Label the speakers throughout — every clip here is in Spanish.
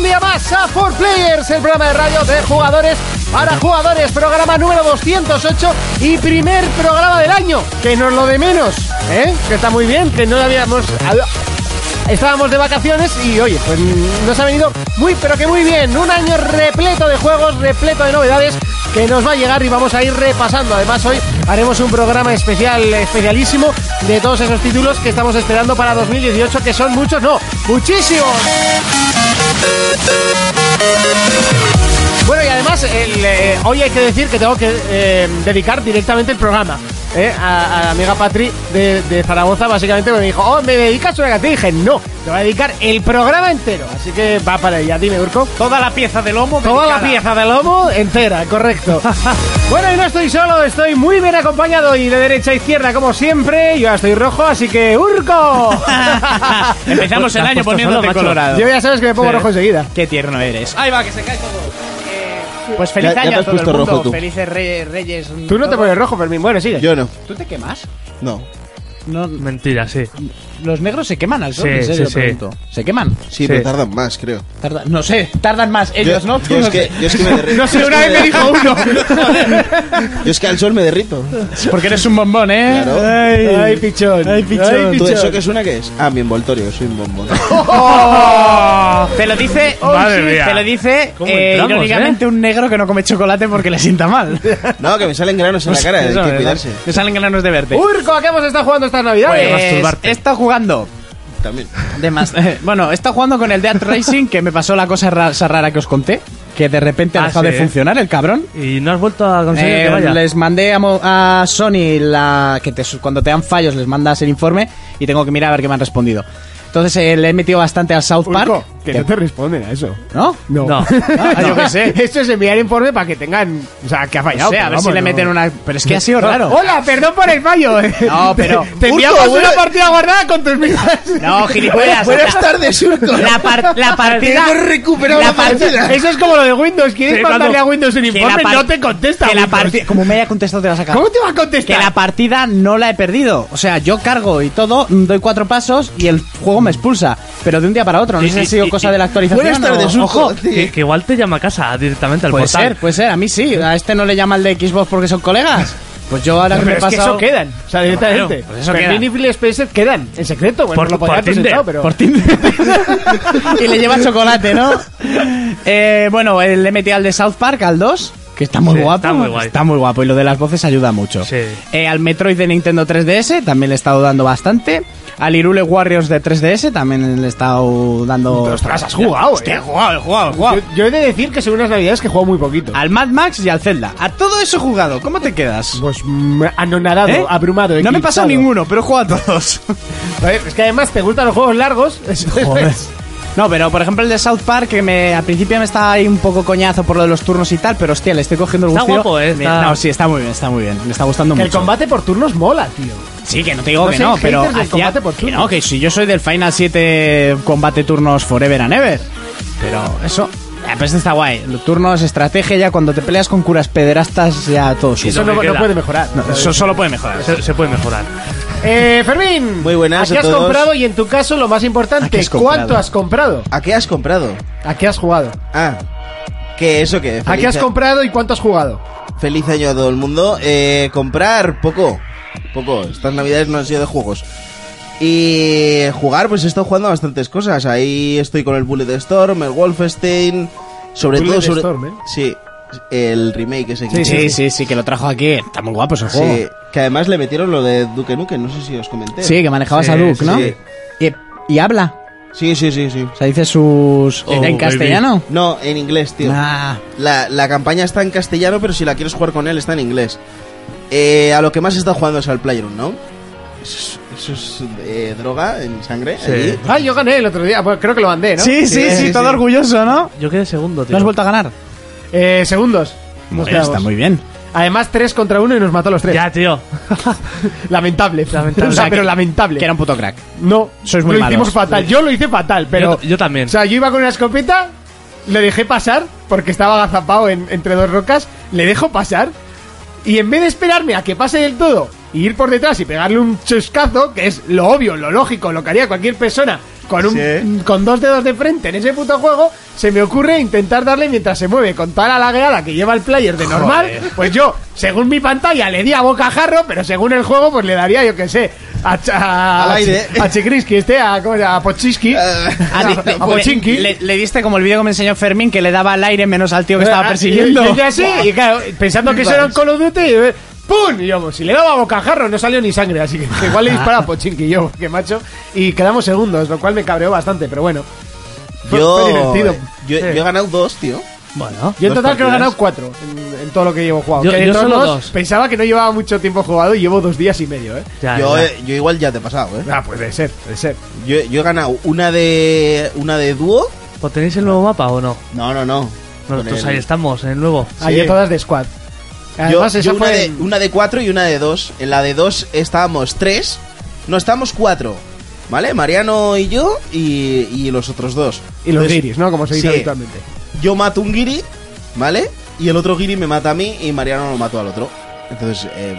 Speaker 1: a 4Players, el programa de radio de jugadores para jugadores, programa número 208 y primer programa del año, que no es lo de menos, ¿eh? que está muy bien, que no habíamos... Estábamos de vacaciones y oye, pues nos ha venido muy pero que muy bien, un año repleto de juegos, repleto de novedades que nos va a llegar y vamos a ir repasando. Además, hoy haremos un programa especial, especialísimo, de todos esos títulos que estamos esperando para 2018, que son muchos, no, muchísimos. Bueno, y además, el, eh, hoy hay que decir que tengo que eh, dedicar directamente el programa. Eh, a, a, la amiga Patri de, de, Zaragoza, básicamente me dijo, oh, ¿me dedicas una canción? Y dije, no, te voy a dedicar el programa entero. Así que va para ella, dime, Urco.
Speaker 2: Toda la pieza de lomo.
Speaker 1: Toda dedicada? la pieza de lomo entera, correcto. bueno, y no estoy solo, estoy muy bien acompañado y de derecha a izquierda, como siempre. Yo ya estoy rojo, así que ¡Urco!
Speaker 2: Empezamos el año poniéndote solo, colorado.
Speaker 1: Yo ya sabes que me pongo sí. rojo enseguida.
Speaker 2: Qué tierno eres. Ahí va, que se cae todo. Pues feliz
Speaker 3: ya,
Speaker 2: año ya
Speaker 3: te has puesto
Speaker 2: a todo el mundo.
Speaker 3: Rojo, tú.
Speaker 2: Felices re Reyes.
Speaker 1: Tú no te pones rojo, Fermín. Bueno, sigue.
Speaker 3: Yo no.
Speaker 2: ¿Tú te quemas?
Speaker 3: No.
Speaker 2: No,
Speaker 4: Mentira, sí.
Speaker 2: Los negros se queman al sol,
Speaker 4: Sí,
Speaker 2: en serio,
Speaker 4: sí, sí.
Speaker 2: pregunto. ¿Se queman?
Speaker 3: Sí, pero tardan más, creo.
Speaker 2: Tarda- no sé, tardan más ellos,
Speaker 3: yo,
Speaker 2: ¿no?
Speaker 3: Yo es que, yo es que me derrito.
Speaker 2: No sé,
Speaker 3: Yo es
Speaker 2: una
Speaker 3: que
Speaker 2: vez me dijo uno.
Speaker 3: Yo es que al sol me derrito.
Speaker 2: Porque eres un bombón, ¿eh?
Speaker 3: Claro.
Speaker 2: Ay,
Speaker 1: Ay, pichón.
Speaker 2: Ay, pichón.
Speaker 1: Ay,
Speaker 3: ¿Tú eso que suena qué es? Ah, mi envoltorio, soy un bombón.
Speaker 2: Oh. Te lo dice,
Speaker 4: Madre mía.
Speaker 2: te lo dice
Speaker 4: ¿Cómo
Speaker 2: eh,
Speaker 4: entramos,
Speaker 2: irónicamente un negro que no come chocolate porque le sienta mal.
Speaker 3: No, que me salen granos en la cara, hay
Speaker 2: Pues Eso,
Speaker 3: que
Speaker 2: ¿verdad?
Speaker 3: cuidarse.
Speaker 2: Te salen ganas de verte.
Speaker 1: Urco, ¿a qué hemos estado jugando estas navidades?
Speaker 4: Pues- masturbarte.
Speaker 2: he estado jugando
Speaker 3: También.
Speaker 2: de más- bueno, he estado jugando con el Death Racing que me pasó la cosa ra- esa rara que os conté, que de repente ha
Speaker 4: Ah,
Speaker 2: dejado
Speaker 4: sí,
Speaker 2: de
Speaker 4: ¿eh?
Speaker 2: funcionar el cabrón.
Speaker 4: Y no has vuelto a conseguir
Speaker 2: Eh,
Speaker 4: que vaya.
Speaker 2: les mandé a, Mo- a Sony la que te su- cuando te dan fallos les mandas el informe y tengo que mirar a ver qué me han respondido. Entonces eh, le he metido bastante al South Park.
Speaker 1: Urco, que
Speaker 2: que-
Speaker 1: no te responden a eso.
Speaker 2: ¿No?
Speaker 4: No.
Speaker 2: Ah, yo qué sé.
Speaker 1: Esto es enviar informe para que tengan. O sea, que ha
Speaker 2: No
Speaker 1: fallado.
Speaker 2: sé, a
Speaker 1: pero
Speaker 2: ver si
Speaker 1: vamos,
Speaker 2: le
Speaker 1: no.
Speaker 2: meten una. Pero es que ha sido raro.
Speaker 1: Hola, perdón por el fallo.
Speaker 2: No, pero-
Speaker 1: Te enviamos
Speaker 3: Urco,
Speaker 1: una
Speaker 3: bueno-
Speaker 1: partida guardada con tus migas.
Speaker 2: No, gilipollas.
Speaker 3: Buenas
Speaker 2: la-
Speaker 3: tardes, Urco.
Speaker 2: La, par- la partida.
Speaker 3: Hemos recuperado la
Speaker 2: par-
Speaker 3: partida.
Speaker 1: Eso es como lo de Windows. ¿Quieres
Speaker 4: Sí,
Speaker 1: mandarle
Speaker 4: cuando-
Speaker 1: a Windows un
Speaker 2: que la
Speaker 1: informe?
Speaker 2: par-
Speaker 1: No te contesta.
Speaker 2: que la
Speaker 1: Windows.
Speaker 2: partida. Como me haya contestado, te vas a cagar.
Speaker 1: ¿Cómo te va a
Speaker 2: Que
Speaker 1: contestar?
Speaker 2: la partida no la he perdido. O sea, yo cargo y todo, doy cuatro pasos y el juego me expulsa. Pero de un día para otro. No
Speaker 4: Y-
Speaker 2: sé si ha
Speaker 4: y-
Speaker 2: sido
Speaker 4: y-
Speaker 2: cosa
Speaker 4: y-
Speaker 2: de la actualización.
Speaker 3: Buenas tardes,
Speaker 2: o-
Speaker 3: Urco.
Speaker 2: Ojo.
Speaker 4: que,
Speaker 3: Sí.
Speaker 4: que igual te llama a casa directamente al
Speaker 2: Puede
Speaker 4: portal.
Speaker 2: ser, puede ser. A mí sí. A este no le llama el de Xbox porque son colegas. Pues yo ahora que
Speaker 1: Pero
Speaker 2: me he
Speaker 1: es que eso
Speaker 2: pasado...
Speaker 1: quedan. O sea, directamente.
Speaker 2: pues eso
Speaker 1: Fermín
Speaker 2: queda.
Speaker 1: y Phil Spencer quedan. En secreto. Bueno,
Speaker 4: Por-
Speaker 1: lo podía
Speaker 4: por
Speaker 1: haber presentado, pero.
Speaker 4: Tinder,
Speaker 2: y le lleva chocolate, ¿no? Eh, bueno, eh, le metí al de South Park, al 2, que está muy
Speaker 4: Sí,
Speaker 2: guapo.
Speaker 4: está muy guay.
Speaker 2: Está muy guapo y lo de las voces ayuda mucho.
Speaker 4: Sí.
Speaker 2: Eh, al Metroid de Nintendo 3DS también le he estado dando bastante. Al Irule Warriors de 3DS también le he estado dando...
Speaker 1: Ostras, has jugado, eh.
Speaker 2: jugado, he jugado, he
Speaker 1: Yo, yo he de decir que son unas navidades que juego muy poquito.
Speaker 2: Al Mad Max y al Zelda. A todo eso he jugado. ¿Cómo te quedas?
Speaker 1: Pues mm, anonadado,
Speaker 2: ¿Eh?
Speaker 1: abrumado.
Speaker 2: no me he
Speaker 1: eclipsado.
Speaker 2: pasado ninguno, pero he jugado a todos.
Speaker 1: A ver, es que además te gustan los juegos largos.
Speaker 2: Joder. No, pero por ejemplo el de South Park, que me, al principio me estaba ahí un poco coñazo por lo de los turnos y tal, pero hostia, le estoy cogiendo el
Speaker 4: Está
Speaker 2: gustillo.
Speaker 4: guapo, eh,
Speaker 2: Me-
Speaker 4: está-
Speaker 2: No, sí, está muy bien, está muy bien. Me está gustando
Speaker 1: Que el
Speaker 2: mucho.
Speaker 1: combate por turnos mola, tío.
Speaker 2: Sí, que no te digo
Speaker 1: No
Speaker 2: que
Speaker 1: seáis
Speaker 2: no, pero
Speaker 1: haters del
Speaker 2: hacía-
Speaker 1: combate por
Speaker 2: que
Speaker 1: turnos.
Speaker 2: no, que si yo soy del Final 7 combate turnos forever and ever. Pero eso, eh, pues está guay. Los turnos, estrategia, ya cuando te peleas con curas pederastas, ya todo
Speaker 4: Y
Speaker 2: sube.
Speaker 1: Eso
Speaker 4: que
Speaker 1: no, no
Speaker 4: queda.
Speaker 1: puede mejorar.
Speaker 2: Eso solo puede mejorar.
Speaker 4: Se, se puede mejorar.
Speaker 1: Eh, Fermín.
Speaker 3: Muy buenas
Speaker 1: ¿A qué
Speaker 3: a
Speaker 1: has
Speaker 3: todos.
Speaker 1: comprado? Y en tu caso, lo más
Speaker 2: ¿A qué
Speaker 1: importante,
Speaker 2: has comprado?
Speaker 1: ¿cuánto has comprado?
Speaker 3: ¿A qué has comprado?
Speaker 1: ¿A qué has jugado?
Speaker 3: Ah, ¿qué eso qué?
Speaker 1: ¿A qué
Speaker 3: Feliz
Speaker 1: has
Speaker 3: a-
Speaker 1: comprado y cuánto has jugado?
Speaker 3: Feliz año a todo el mundo. Eh, comprar poco. Poco. Estas navidades no han sido de juegos. Y jugar, pues he estado jugando a bastantes cosas. Ahí estoy con el Bullet Storm, el Wolfenstein. Sobre
Speaker 1: Bullet
Speaker 3: todo sobre.
Speaker 1: Storm, ¿eh?
Speaker 3: Sí, el remake ese
Speaker 2: Sí,
Speaker 3: que
Speaker 2: sí, sí, sí, que lo trajo aquí. Está muy guapo ese
Speaker 3: Sí,
Speaker 2: juego.
Speaker 3: que además le metieron lo de Duke Nukem, no sé si os comenté.
Speaker 2: Sí, que manejabas
Speaker 4: Sí,
Speaker 2: a Duke, ¿no?
Speaker 3: sí.
Speaker 2: Y, y habla.
Speaker 3: sí, sí, sí. sí.
Speaker 2: O sea, dice sus...
Speaker 4: Oh,
Speaker 2: ¿En
Speaker 4: baby.
Speaker 2: castellano?
Speaker 3: No, en inglés, tío.
Speaker 2: Ah,
Speaker 3: La, la campaña está en castellano, pero si la quieres jugar con él está en inglés. Eh, a lo que más está jugando es al Playroom, ¿no? Eso es, eso es, eh, droga en sangre.
Speaker 4: Sí.
Speaker 3: allí.
Speaker 1: Ah, yo gané el otro día. Pues creo que lo mandé, ¿no?
Speaker 2: sí, sí, sí,
Speaker 3: sí,
Speaker 2: todo
Speaker 3: sí.
Speaker 2: orgulloso, ¿no?
Speaker 4: Yo quedé segundo, tío.
Speaker 2: ¿No has vuelto a ganar?
Speaker 1: Eh, segundos. Nos
Speaker 2: Bueno,
Speaker 1: quedamos.
Speaker 2: está muy bien.
Speaker 1: Además, 3 contra 1 y nos mató a los 3.
Speaker 4: Ya, tío.
Speaker 1: Lamentable.
Speaker 4: Lamentable.
Speaker 1: O sea, pero lamentable.
Speaker 2: Que era un puto crack.
Speaker 1: No,
Speaker 2: Sois muy
Speaker 1: lo
Speaker 2: malos.
Speaker 1: hicimos fatal. Yo lo hice fatal, pero.
Speaker 4: Yo- yo también.
Speaker 1: O sea, yo iba con una escopeta, le dejé pasar, porque estaba agazapado en- entre dos rocas, le dejo pasar, y en vez de esperarme a que pase del todo y ir por detrás y pegarle un chuscazo, que es lo obvio, lo lógico, lo que haría cualquier persona con, un,
Speaker 3: Sí.
Speaker 1: con dos dedos de frente en ese puto juego, se me ocurre intentar darle mientras se mueve con toda la lagueada que lleva el player de normal. Pues yo, según mi pantalla, le di a bocajarro, pero según el juego, pues le daría, yo qué sé, a, Ch- a,
Speaker 3: Al aire.
Speaker 1: a Chikrisky, este, a, ¿cómo se llama? a Pochinsky,
Speaker 2: Ah,
Speaker 1: a,
Speaker 2: di- le-
Speaker 1: a Pochinki.
Speaker 2: le, le diste como el vídeo que me enseñó Fermín que le daba al aire menos al tío que estaba
Speaker 1: Ah,
Speaker 2: persiguiendo.
Speaker 1: Y, y- y así,
Speaker 2: eh.
Speaker 1: y claro, pensando que eso era un Call of Duty, y, eh, ¡pum! Y yo, pues, si le daba bocajarro, no salió ni sangre, así que igual le dispara a Pochinki yo, que macho. Y quedamos segundos, lo cual me cabreó bastante, pero bueno. Fue- fue
Speaker 3: Yo, yo,
Speaker 1: divertido.
Speaker 3: yo
Speaker 1: Sí.
Speaker 3: he ganado dos, tío.
Speaker 4: Bueno.
Speaker 1: Yo en total creo que he
Speaker 3: dos partidas.
Speaker 1: ganado cuatro en, en todo lo que llevo jugado.
Speaker 4: Yo-
Speaker 1: Que de
Speaker 4: yo
Speaker 1: todos
Speaker 4: solo
Speaker 1: modos,
Speaker 4: dos.
Speaker 1: Pensaba que no llevaba mucho tiempo jugado y llevo dos días y medio, ¿eh?
Speaker 4: Ya,
Speaker 3: yo,
Speaker 4: ya.
Speaker 3: eh, yo igual ya te he pasado, ¿eh?
Speaker 1: Ah, pues debe ser, debe ser.
Speaker 3: Yo, yo he ganado una de una de dúo.
Speaker 4: ¿Pues ¿Tenéis el nuevo mapa o no?
Speaker 3: No, no, no. Con
Speaker 4: Nosotros
Speaker 3: el-
Speaker 4: ahí estamos, en el nuevo.
Speaker 1: Ah, yo todas de squad.
Speaker 3: Yo,
Speaker 1: Además,
Speaker 3: yo
Speaker 1: esa
Speaker 3: una,
Speaker 1: fue
Speaker 3: de,
Speaker 1: en-
Speaker 3: una de cuatro y una de dos. En la de dos estábamos tres. No, estábamos cuatro. ¿Vale? Mariano y yo y, y los otros dos.
Speaker 1: Y los
Speaker 3: Entonces,
Speaker 1: iris, ¿no? Como se dice
Speaker 3: sí.
Speaker 1: habitualmente.
Speaker 3: Yo mato un guiri, ¿vale? Y el otro guiri me mata a mí y Mariano lo mató al otro. Entonces, eh, eh,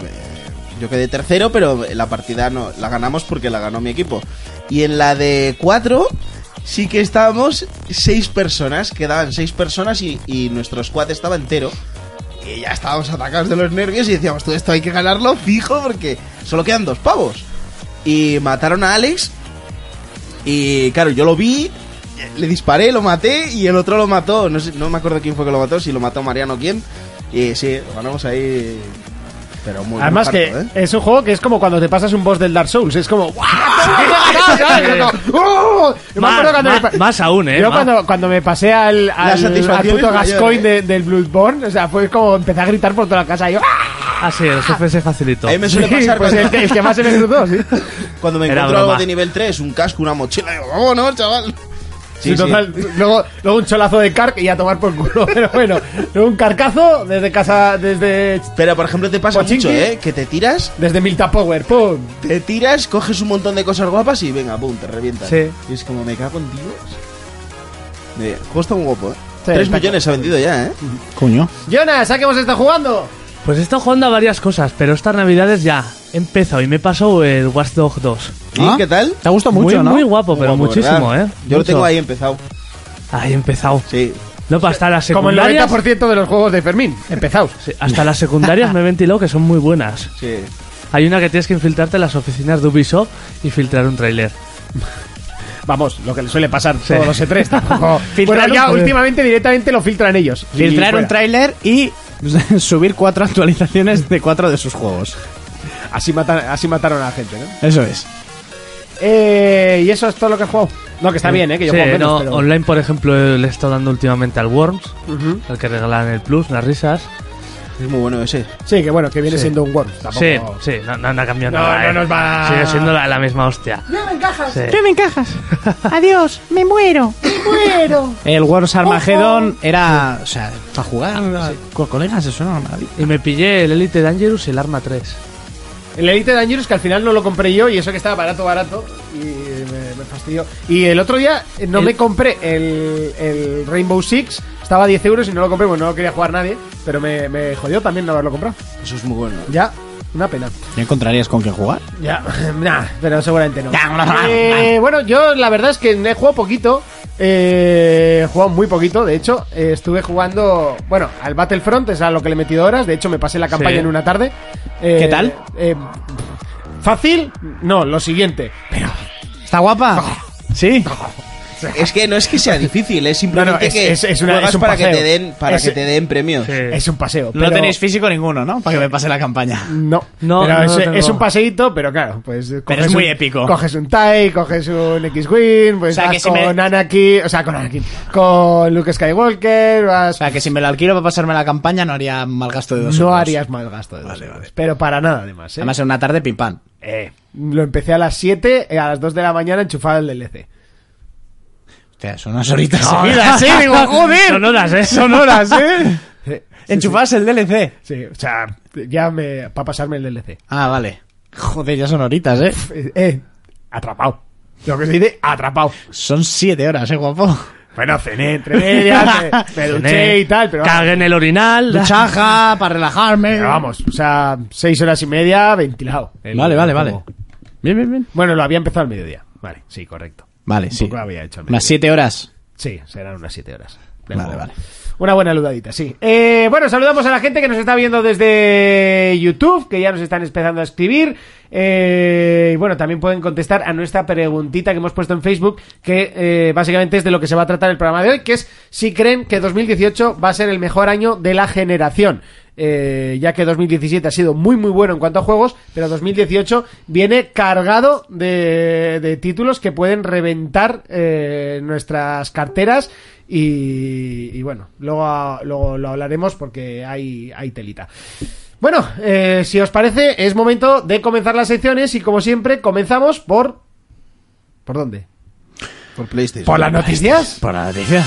Speaker 3: yo quedé tercero, pero la partida no la ganamos porque la ganó mi equipo. Y en la de cuatro sí que estábamos seis personas, quedaban seis personas y, y nuestro squad estaba entero. Y ya estábamos atacados de los nervios y decíamos, tú esto hay que ganarlo fijo porque solo quedan dos pavos. Y mataron a Alex y claro, yo lo vi, le disparé, lo maté y el otro lo mató. No, sé- no me acuerdo quién fue que lo mató, si lo mató Mariano o quién. Y sí, lo ganamos ahí. Pero muy muy
Speaker 1: Además que
Speaker 3: harto, ¿eh?
Speaker 1: es un juego que es como cuando te pasas un boss del Dark Souls, es como ¡guau! ¿sabes? Yo como, ¡oh! Yo me
Speaker 4: Más,
Speaker 1: acuerdo cuando me
Speaker 4: más-
Speaker 1: pa-
Speaker 4: más aún, ¿eh?
Speaker 1: Yo
Speaker 4: Más.
Speaker 1: cuando, cuando me pasé al, al, al
Speaker 3: satisfacción
Speaker 1: puto
Speaker 3: es mayor,
Speaker 1: Gascoigne de-
Speaker 3: ¿eh?
Speaker 1: del Bloodborne, o sea, fue como empecé a gritar por toda la casa y yo ¡ah!
Speaker 4: Ah, sí, el jefe se facilitó.
Speaker 3: A mí me suele
Speaker 1: Sí,
Speaker 3: pasar
Speaker 1: pues
Speaker 3: cuando,
Speaker 1: el, que- el que más se me cruzó, sí.
Speaker 3: cuando me
Speaker 4: Era
Speaker 3: encuentro algo
Speaker 4: broma.
Speaker 3: de nivel 3, un casco, una mochila, digo, vámonos, chaval.
Speaker 1: Sí, total, Luego, luego un cholazo de carc y a tomar por culo, pero bueno, luego un carcazo desde casa, desde,
Speaker 3: Pero por ejemplo te pasa
Speaker 1: Pochinki.
Speaker 3: mucho, ¿eh? Que te tiras,
Speaker 1: desde Milta Power, ¡pum!
Speaker 3: te tiras, coges un montón de cosas guapas y venga, pum, te revientas.
Speaker 4: Sí.
Speaker 3: Y es como me cago en Dios. Eh, el juego está muy guapo, ¿eh?
Speaker 1: Sí,
Speaker 3: 3
Speaker 1: está
Speaker 3: millones ha vendido ya, ¿eh?
Speaker 2: Coño.
Speaker 1: Jonas, ¿a qué hemos estado jugando?
Speaker 4: Pues he estado jugando a varias cosas, pero estas navidades ya he empezado y me he pasado el Watch Dogs 2.
Speaker 3: ¿Y
Speaker 2: ¿Ah?
Speaker 3: qué tal?
Speaker 2: Te ha gustado mucho,
Speaker 4: muy,
Speaker 2: ¿no?
Speaker 4: muy guapo, pero
Speaker 3: Guapo,
Speaker 4: muchísimo,
Speaker 3: ¿verdad?
Speaker 4: ¿eh?
Speaker 3: Yo lo
Speaker 4: Mucho.
Speaker 3: tengo ahí empezado.
Speaker 4: Ahí he empezado.
Speaker 3: Sí.
Speaker 4: No, para hasta las
Speaker 1: Como el
Speaker 4: secundarias...
Speaker 1: 90% de los juegos de Fermín, empezaos.
Speaker 4: Sí, hasta las secundarias me he ventilado que son muy buenas.
Speaker 3: Sí.
Speaker 4: Hay una que tienes que infiltrarte en las oficinas de Ubisoft y filtrar un tráiler.
Speaker 1: Vamos, lo que le suele pasar todos los E3 tampoco.
Speaker 4: Filtrar
Speaker 1: bueno,
Speaker 4: un-
Speaker 1: ya últimamente directamente lo filtran ellos. Y
Speaker 2: Filtrar
Speaker 1: fuera.
Speaker 2: un tráiler y subir cuatro actualizaciones de cuatro de sus juegos.
Speaker 1: así, matan- así mataron a la gente, ¿no?
Speaker 2: Eso es.
Speaker 1: Eh, y eso es todo lo que he jugado. No, que está bien, ¿eh? Que yo
Speaker 4: Sí,
Speaker 1: juego menos,
Speaker 4: no,
Speaker 1: pero-
Speaker 4: Online, por ejemplo, le he estado dando últimamente al Worms,
Speaker 1: Ujú.
Speaker 4: al que regalan el Plus, unas risas.
Speaker 3: Es muy bueno ese.
Speaker 1: Sí, que bueno, que viene siendo un Worms. Tampoco...
Speaker 4: Sí, sí, no, no, no ha cambiado
Speaker 1: No,
Speaker 4: nada.
Speaker 1: no
Speaker 4: ¿eh?
Speaker 1: nos va-
Speaker 4: Sigue siendo la, la misma hostia. Sí.
Speaker 2: me encajas. Adiós, me muero. El Wars Armageddon era. O sea, para jugar con colegas, eso era una maravilla.
Speaker 4: Y me pillé el Elite Dangerous y el Arma 3.
Speaker 1: El Elite Dangerous que al final no lo compré yo y eso que estaba barato, barato. Y me, me fastidió. Y el otro día eh, no
Speaker 4: El-
Speaker 1: me compré el, el Rainbow Six. Estaba a 10 euros y no lo compré, bueno, no lo quería jugar nadie. Pero me, me jodió también no haberlo comprado.
Speaker 3: Eso es muy bueno.
Speaker 1: Ya, una pena.
Speaker 2: ¿Ya encontrarías con qué jugar?
Speaker 1: Ya, nah, pero seguramente no.
Speaker 2: Ya, no, no,
Speaker 1: Eh, bueno, yo la verdad es que he jugado poquito. eh, he jugado muy poquito, de hecho. eh, estuve jugando, bueno, al Battlefront, es a lo que le he metido horas. De hecho, me pasé la campaña
Speaker 4: Sí.
Speaker 1: en una tarde. Eh,
Speaker 2: ¿Qué tal?
Speaker 1: eh, ¿Fácil? No, lo siguiente. Pero
Speaker 2: ¿Está guapa? Sí.
Speaker 3: Es que no es que sea difícil, es simplemente
Speaker 1: No, no, es-
Speaker 3: que
Speaker 1: es- es una-
Speaker 3: juegas
Speaker 1: es un
Speaker 3: para que
Speaker 1: paseo.
Speaker 3: te den para
Speaker 1: Es-
Speaker 3: que te den premios.
Speaker 1: es un paseo.
Speaker 2: No
Speaker 1: pero-
Speaker 2: tenéis físico ninguno, ¿no? Para que me pase la campaña.
Speaker 1: No,
Speaker 4: No,
Speaker 1: pero
Speaker 4: no
Speaker 1: es,
Speaker 4: lo tengo.
Speaker 1: es un paseíto, pero claro, pues. coges
Speaker 2: es muy
Speaker 1: un-
Speaker 2: épico.
Speaker 1: Coges un TIE, coges un X-Wing, pues
Speaker 2: O sea,
Speaker 1: vas
Speaker 2: que si
Speaker 1: con
Speaker 2: me-
Speaker 1: Anakin, o sea, con Anakin, con Luke Skywalker, vas.
Speaker 2: O sea, que si me lo alquilo para pasarme la campaña no haría mal gasto de dos
Speaker 1: no
Speaker 2: euros.
Speaker 1: harías mal gasto de dos euros, Pero para nada, además, ¿eh?
Speaker 2: Además, en una tarde, pim pam.
Speaker 1: Eh, lo empecé a las 7, eh, a las 2 de la mañana enchufado el DLC.
Speaker 2: Hostia, son unas horitas
Speaker 4: No.
Speaker 2: seguidas, ¿eh? Digo, joder.
Speaker 4: Son horas, Ah. ¿eh?
Speaker 2: Son horas, ¿eh?
Speaker 1: Sí,
Speaker 2: Enchufas el DLC.
Speaker 1: sí, o sea, ya me. para pasarme el DLC.
Speaker 2: Ah, vale. Joder, ya son horitas, ¿eh?
Speaker 1: Eh, eh, atrapado. Lo que se dice, ah, atrapado.
Speaker 2: Son siete horas, ¿eh, guapo?
Speaker 1: Bueno, cené entre medias, me, me duché y tal, pero.
Speaker 4: Cagué en el orinal.
Speaker 2: Duchaja, para relajarme.
Speaker 1: Pero vamos, o sea, seis horas y media ventilado. El-
Speaker 2: Vale, vale,
Speaker 1: el
Speaker 2: vale.
Speaker 1: juego.
Speaker 2: Bien, bien, bien.
Speaker 1: Bueno, lo había empezado al mediodía. Vale, sí, correcto.
Speaker 2: Vale, sí.
Speaker 1: poco había hecho medio.
Speaker 2: Unas 7 horas.
Speaker 1: Sí, serán unas 7 horas. de
Speaker 2: Vale,
Speaker 1: juego.
Speaker 2: vale.
Speaker 1: Una buena ludadita, sí. Eh, bueno, saludamos a la gente que nos está viendo desde YouTube, que ya nos están empezando a escribir. Eh, y bueno, también pueden contestar a nuestra preguntita que hemos puesto en Facebook, que eh, básicamente es de lo que se va a tratar el programa de hoy, que es si creen que 2018 va a ser el mejor año de la generación. Eh, ya que 2017 ha sido muy muy bueno en cuanto a juegos, pero 2018 viene cargado de, de títulos que pueden reventar eh, nuestras carteras y, y bueno, luego, a- luego lo hablaremos porque hay, hay telita. Bueno, eh, si os parece, es momento de comenzar las secciones y como siempre comenzamos por... ¿Por dónde?
Speaker 3: Por PlayStation.
Speaker 1: ¿Por las noticias?
Speaker 2: Por la noticia.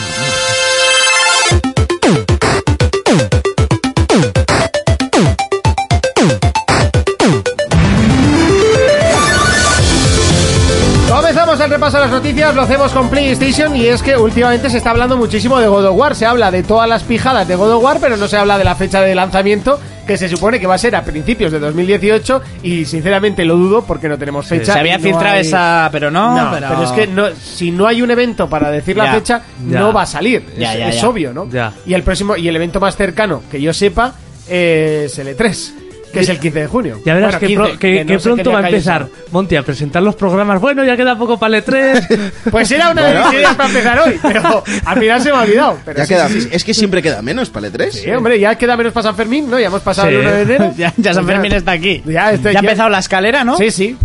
Speaker 1: Comenzamos el repaso de las noticias, lo hacemos con PlayStation y es que últimamente se está hablando muchísimo de God of War, se habla de todas las pijadas de God of War, pero no se habla de la fecha de lanzamiento que se supone que va a ser a principios de 2018 y sinceramente lo dudo porque no tenemos fecha.
Speaker 2: Se había
Speaker 1: y no
Speaker 2: filtrado
Speaker 1: hay-
Speaker 2: esa, pero no.
Speaker 1: No, Ah, pero...
Speaker 2: pero...
Speaker 1: es que no- si no hay un evento para decir la
Speaker 2: Ya,
Speaker 1: fecha,
Speaker 4: ya.
Speaker 1: no va a salir.
Speaker 2: Ya,
Speaker 1: es
Speaker 2: ya,
Speaker 1: es
Speaker 2: ya.
Speaker 1: obvio, ¿no?
Speaker 4: Ya.
Speaker 1: Y el próximo y el evento más cercano que yo sepa es el E3, que es el 15 de junio.
Speaker 4: Ya
Speaker 1: Bueno,
Speaker 4: verás que,
Speaker 1: 15,
Speaker 4: pro- que-
Speaker 1: no
Speaker 4: que
Speaker 1: sé qué
Speaker 4: pronto
Speaker 1: día
Speaker 4: va a
Speaker 1: cae eso.
Speaker 4: empezar Monty a presentar los programas. Bueno, ya queda poco para el E E3.
Speaker 1: Pues era una de mis ideas para empezar hoy, pero al final se me ha olvidado. Pero
Speaker 3: Ya
Speaker 1: sí,
Speaker 3: queda,
Speaker 1: sí, sí.
Speaker 3: Es que siempre queda menos para el E3.
Speaker 1: Sí, hombre, ya queda menos para San Fermín, ¿no? Ya hemos pasado
Speaker 4: Sí.
Speaker 1: el 1 de enero.
Speaker 2: ya, ya San
Speaker 1: Pues
Speaker 2: Fermín está aquí.
Speaker 1: Ya, estoy-
Speaker 2: ha
Speaker 1: ya-
Speaker 2: empezado la escalera, ¿no?
Speaker 1: Sí, sí.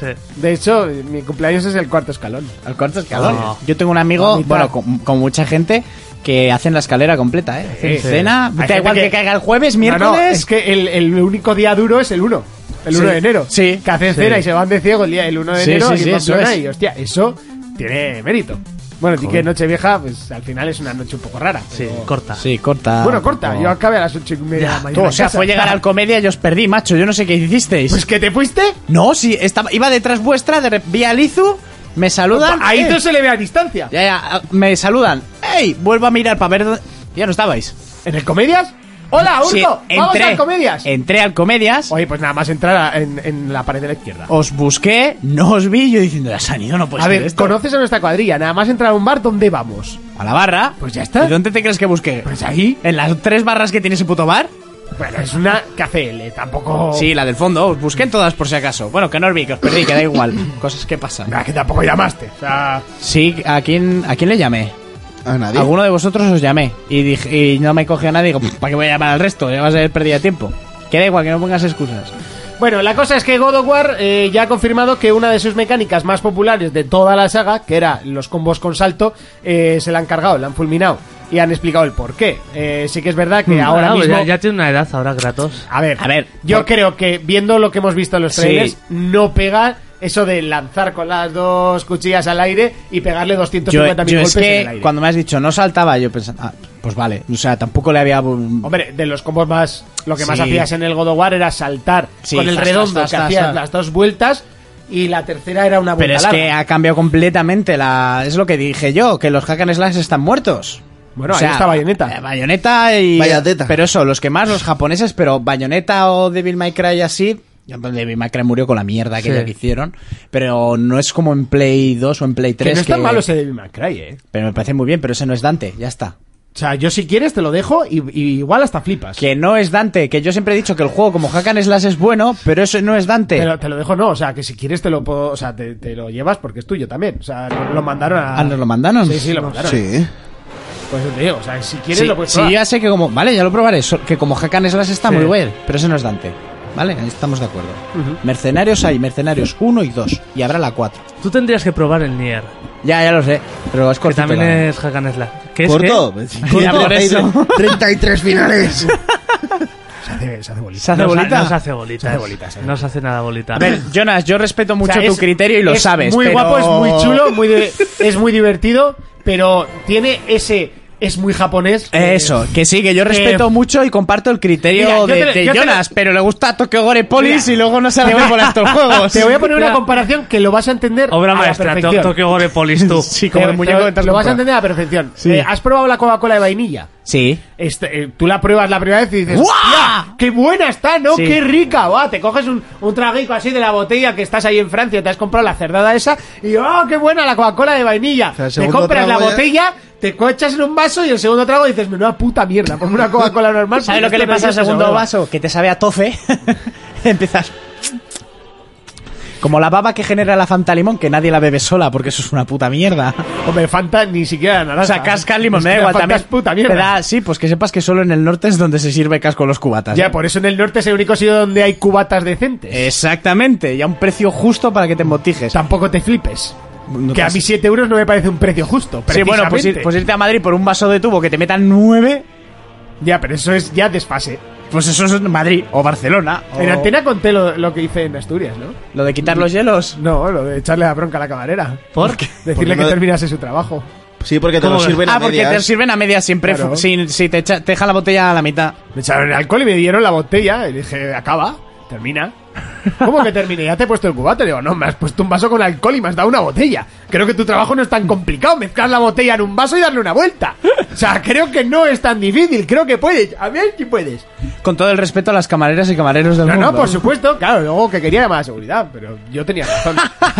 Speaker 4: Sí.
Speaker 1: De hecho, mi cumpleaños es el cuarto escalón.
Speaker 2: Al cuarto escalón.
Speaker 4: No.
Speaker 2: Ah. Yo tengo un
Speaker 1: La
Speaker 2: amigo,
Speaker 1: mitad.
Speaker 2: bueno, con, con mucha gente que hacen la escalera completa, ¿eh? Hacen
Speaker 1: sí.
Speaker 2: cena,
Speaker 1: Hay
Speaker 2: da
Speaker 1: gente
Speaker 2: igual que...
Speaker 1: que
Speaker 2: caiga el jueves,
Speaker 1: No,
Speaker 2: miércoles.
Speaker 1: No, es que el, el único día duro es el 1. El 1
Speaker 2: Sí.
Speaker 1: de enero.
Speaker 2: Sí.
Speaker 1: Que hacen
Speaker 4: Sí.
Speaker 1: cena y se van de ciego el día del 1 de
Speaker 2: Sí,
Speaker 1: enero
Speaker 2: sí,
Speaker 1: y
Speaker 2: sí,
Speaker 1: no
Speaker 2: eso
Speaker 1: suena
Speaker 2: es.
Speaker 1: y hostia, eso tiene mérito. Bueno, y que noche vieja, pues al final es una noche un poco rara.
Speaker 4: Sí,
Speaker 1: pero-
Speaker 4: corta.
Speaker 2: Sí, corta.
Speaker 1: Bueno, corta. Yo acabé a las 8 y media de la mañana.
Speaker 2: Tú, o sea,
Speaker 1: en casa.
Speaker 2: fue llegar al comedia y os perdí, macho. Yo no sé qué hicisteis.
Speaker 1: Pues que te fuiste.
Speaker 2: no, sí, estaba, iba detrás vuestra, de, re- vi a Lizu, me saludan.
Speaker 1: Ahí
Speaker 2: eh,
Speaker 1: no se le ve a distancia.
Speaker 2: Ya, ya, me saludan. ¡Ey! Vuelvo a mirar para ver. dónde- Ya no estabais.
Speaker 1: ¿En el Comedias? ¡Hola, Urco!
Speaker 2: Sí,
Speaker 1: ¡Vamos al Comedias!
Speaker 2: Entré al comedias.
Speaker 1: Oye, pues nada más entrar a- en, en la pared de la izquierda.
Speaker 2: Os busqué, no os vi. Yo diciendo, ya se han ido, no puede
Speaker 1: a
Speaker 2: ser
Speaker 1: ver,
Speaker 2: pues esto".
Speaker 1: conoces a nuestra cuadrilla, nada más entrar a un bar, ¿dónde vamos?
Speaker 2: A la barra.
Speaker 1: Pues ya está.
Speaker 2: ¿Y dónde te crees que busqué?
Speaker 1: Pues ahí.
Speaker 2: ¿En las tres barras que tiene ese puto bar?
Speaker 1: Bueno, es una KCL, tampoco.
Speaker 2: Sí, la del fondo. Os busqué en todas por si acaso. Bueno, que no os vi, que os perdí, que da igual. Cosas que pasan.
Speaker 1: Nada, que tampoco llamaste. O sea,
Speaker 2: Sí, ¿a quién, ¿a quién le llamé?
Speaker 3: A nadie.
Speaker 2: Alguno de vosotros os llamé. Y, dije, y no me cogió nadie. Digo, ¿para qué voy a llamar al resto? Ya vas a haber perdido tiempo. Que da igual, que no pongas excusas.
Speaker 1: Bueno, la cosa es que God of War eh, ya ha confirmado que una de sus mecánicas más populares de toda la saga, que era los combos con salto, eh, se la han cargado, la han fulminado y han explicado el por qué. Eh, sí que es verdad
Speaker 2: Mm,
Speaker 1: que ahora
Speaker 2: ah,
Speaker 4: Bueno,
Speaker 1: mismo...
Speaker 4: Ah, pues ya, ya tiene una edad ahora, Kratos.
Speaker 1: A ver,
Speaker 2: pues A ver,
Speaker 1: yo
Speaker 2: por-
Speaker 1: creo que viendo lo que hemos visto en los
Speaker 2: Sí.
Speaker 1: trailers, no pega eso de lanzar con las dos cuchillas al aire y pegarle 250.000
Speaker 2: Yo, yo
Speaker 1: golpes
Speaker 2: es que
Speaker 1: en el aire.
Speaker 2: cuando me has dicho no saltaba, yo pensaba, ah, pues vale. O sea, tampoco le había.
Speaker 1: Hombre, de los combos más. Lo que más
Speaker 2: Sí.
Speaker 1: hacías en el God of War era saltar
Speaker 2: Sí,
Speaker 1: con el
Speaker 2: zas,
Speaker 1: redondo,
Speaker 2: zas,
Speaker 1: que
Speaker 2: zas,
Speaker 1: hacías
Speaker 2: zas.
Speaker 1: las dos vueltas y la tercera era una
Speaker 2: Pero
Speaker 1: vuelta
Speaker 2: es
Speaker 1: larga.
Speaker 2: que ha cambiado completamente la. Es lo que dije yo, que los hack and slash están muertos.
Speaker 1: Bueno, ahí está Bayonetta.
Speaker 2: eh, Bayonetta y.
Speaker 3: Bayonetta.
Speaker 2: Pero eso, los que más, los japoneses, pero Bayonetta o Devil May Cry así. pues, Devil May Cry murió con la mierda aquella
Speaker 4: Sí.
Speaker 2: que hicieron. Pero no es como en Play 2 o en Play 3.
Speaker 1: Que no es tan malo ese Devil May Cry, eh.
Speaker 2: Pero me parece muy bien, pero ese no es Dante, ya está.
Speaker 1: O sea, yo si quieres te lo dejo y, y igual hasta flipas.
Speaker 2: Que no es Dante, que yo siempre he dicho que el juego como hack and slash es bueno, pero eso no es Dante.
Speaker 1: Te lo, te lo dejo, no, o sea, que si quieres te lo puedo, o sea, te, te lo llevas porque es tuyo también. O sea, lo, lo mandaron a.
Speaker 2: Ah, ¿nos lo mandaron?
Speaker 1: Sí, sí, lo mandaron.
Speaker 3: Sí.
Speaker 1: Pues te digo, o sea, si quieres
Speaker 2: Sí,
Speaker 1: lo puedes
Speaker 2: sí,
Speaker 1: probar.
Speaker 2: ya sé que como... Vale, ya lo probaré. so- Que como Hakan Slash está
Speaker 4: Sí.
Speaker 2: muy bien, pero ese no es Dante. Vale, ahí estamos de acuerdo. Mercenarios hay, mercenarios 1 y 2. Y habrá la 4.
Speaker 4: Tú tendrías que probar el Nier,
Speaker 2: Ya, ya lo sé. Pero es
Speaker 4: que
Speaker 2: cortito.
Speaker 4: también
Speaker 2: también.
Speaker 4: es Hack and Slash. ¿Qué es
Speaker 3: Corto.
Speaker 4: que-
Speaker 2: Ya por eso.
Speaker 3: 33 finales.
Speaker 1: Se hace, se hace bolita.
Speaker 2: ¿Se hace
Speaker 4: Nos ha-
Speaker 2: bolita?
Speaker 4: nos hace bolitas.
Speaker 1: Se hace bolitas, se hace
Speaker 4: No se hace nada bolita.
Speaker 2: A ver, Jonas, yo respeto mucho
Speaker 1: O sea,
Speaker 2: tu
Speaker 1: es-
Speaker 2: criterio y lo
Speaker 1: es
Speaker 2: sabes.
Speaker 1: Muy
Speaker 2: pero-
Speaker 1: guapo, es muy chulo, muy de- es muy divertido, pero tiene ese es muy japonés. eh, que-
Speaker 2: Eh, Eso, que sí, que yo respeto mucho y comparto el
Speaker 1: Mira,
Speaker 2: criterio
Speaker 1: yo te
Speaker 2: de,
Speaker 1: lo-
Speaker 2: de
Speaker 1: yo te lo-
Speaker 2: Jonas, pero le gusta Tokyo Gore Police y luego no se hace por estos juegos.
Speaker 1: Te voy a poner una
Speaker 4: Mira.
Speaker 1: comparación que lo vas a entender
Speaker 4: Obra
Speaker 1: a la
Speaker 4: maestra, to-
Speaker 1: perfección.
Speaker 4: Tokyo Gore Police, tú. Eh,
Speaker 2: Sí, como
Speaker 1: Te-
Speaker 2: el muñeco
Speaker 1: te-
Speaker 2: que te has
Speaker 1: Lo vas a
Speaker 2: comprado.
Speaker 1: entender a la perfección.
Speaker 2: Sí.
Speaker 1: Eh, ¿Has probado la Coca-Cola de vainilla?
Speaker 2: Sí.
Speaker 1: Este, eh, tú la pruebas la primera vez y dices,
Speaker 2: ¡Guau!
Speaker 1: "Hostia, ¡Qué buena está, no!
Speaker 2: Sí.
Speaker 1: ¡Qué rica! va Te coges un, un traguico así de la botella que estás ahí en Francia, te has comprado la cerdada esa y ¡oh, qué buena la Coca-Cola de vainilla!
Speaker 3: sea, el
Speaker 1: te
Speaker 3: segundo
Speaker 1: compras la
Speaker 3: trago ya-
Speaker 1: botella, te cochas en un vaso y el segundo trago dices, menuda puta mierda, ponme una Coca-Cola normal.
Speaker 2: ¿Sabes
Speaker 1: porque este
Speaker 2: Este lo que
Speaker 1: esto
Speaker 2: le
Speaker 1: no
Speaker 2: pasa al
Speaker 1: es eso,
Speaker 2: segundo
Speaker 1: hueva".
Speaker 2: vaso? Que te sabe a tofe. Empiezas. Como la baba que genera la Fanta Limón, que nadie la bebe sola, porque eso es una puta mierda.
Speaker 1: Hombre, Fanta ni siquiera de naranja.
Speaker 2: O sea, casca el limón,
Speaker 1: Es
Speaker 2: me
Speaker 1: que
Speaker 2: da
Speaker 1: la
Speaker 2: igual
Speaker 1: Fanta
Speaker 2: también.
Speaker 1: es puta
Speaker 2: Te
Speaker 1: mierda.
Speaker 2: da- sí, pues que sepas que solo en el norte es donde se sirve casco los cubatas. eh.
Speaker 1: Ya, por eso en el norte es el único sitio donde hay cubatas decentes.
Speaker 2: Exactamente, y a un precio justo para que te embotijes.
Speaker 1: Tampoco te flipes.
Speaker 2: No
Speaker 1: que a
Speaker 2: pasa.
Speaker 1: mí 7 euros no me parece un precio justo.
Speaker 2: Sí, bueno, pues, ir-
Speaker 1: precisamente.
Speaker 2: pues irte a Madrid por un vaso de tubo que te metan nueve,
Speaker 1: Ya, pero eso es ya desfase.
Speaker 2: pues eso es Madrid o Barcelona. o-
Speaker 1: En antena conté lo, lo que hice en Asturias, ¿no?
Speaker 2: Lo de quitar los hielos.
Speaker 1: No, lo de echarle la bronca a la camarera.
Speaker 2: ¿Por qué?
Speaker 1: Decirle
Speaker 3: Porque
Speaker 1: que
Speaker 3: no-
Speaker 1: terminase su trabajo.
Speaker 3: Sí, porque te
Speaker 4: ¿Cómo
Speaker 3: lo
Speaker 4: que?
Speaker 3: sirven a
Speaker 2: Ah, porque te
Speaker 3: medias.
Speaker 2: sirven a medias siempre.
Speaker 1: Claro.
Speaker 2: Si, si te, echa- te dejan la botella a la mitad.
Speaker 1: Me echaron el alcohol y me dieron la botella. Y dije, acaba, termina. ¿Cómo que termine? Ya te he puesto el cubato. Y digo, no, me has puesto un vaso con alcohol y me has dado una botella. Creo que tu trabajo no es tan complicado. Mezclar la botella en un vaso y darle una vuelta. O sea, creo que no es tan difícil. Creo que puedes. A ver si puedes.
Speaker 2: Con todo el respeto a las camareras y camareros del
Speaker 1: No,
Speaker 2: mundo.
Speaker 1: no, por supuesto. Claro, luego que quería llamar a seguridad, pero yo tenía razón.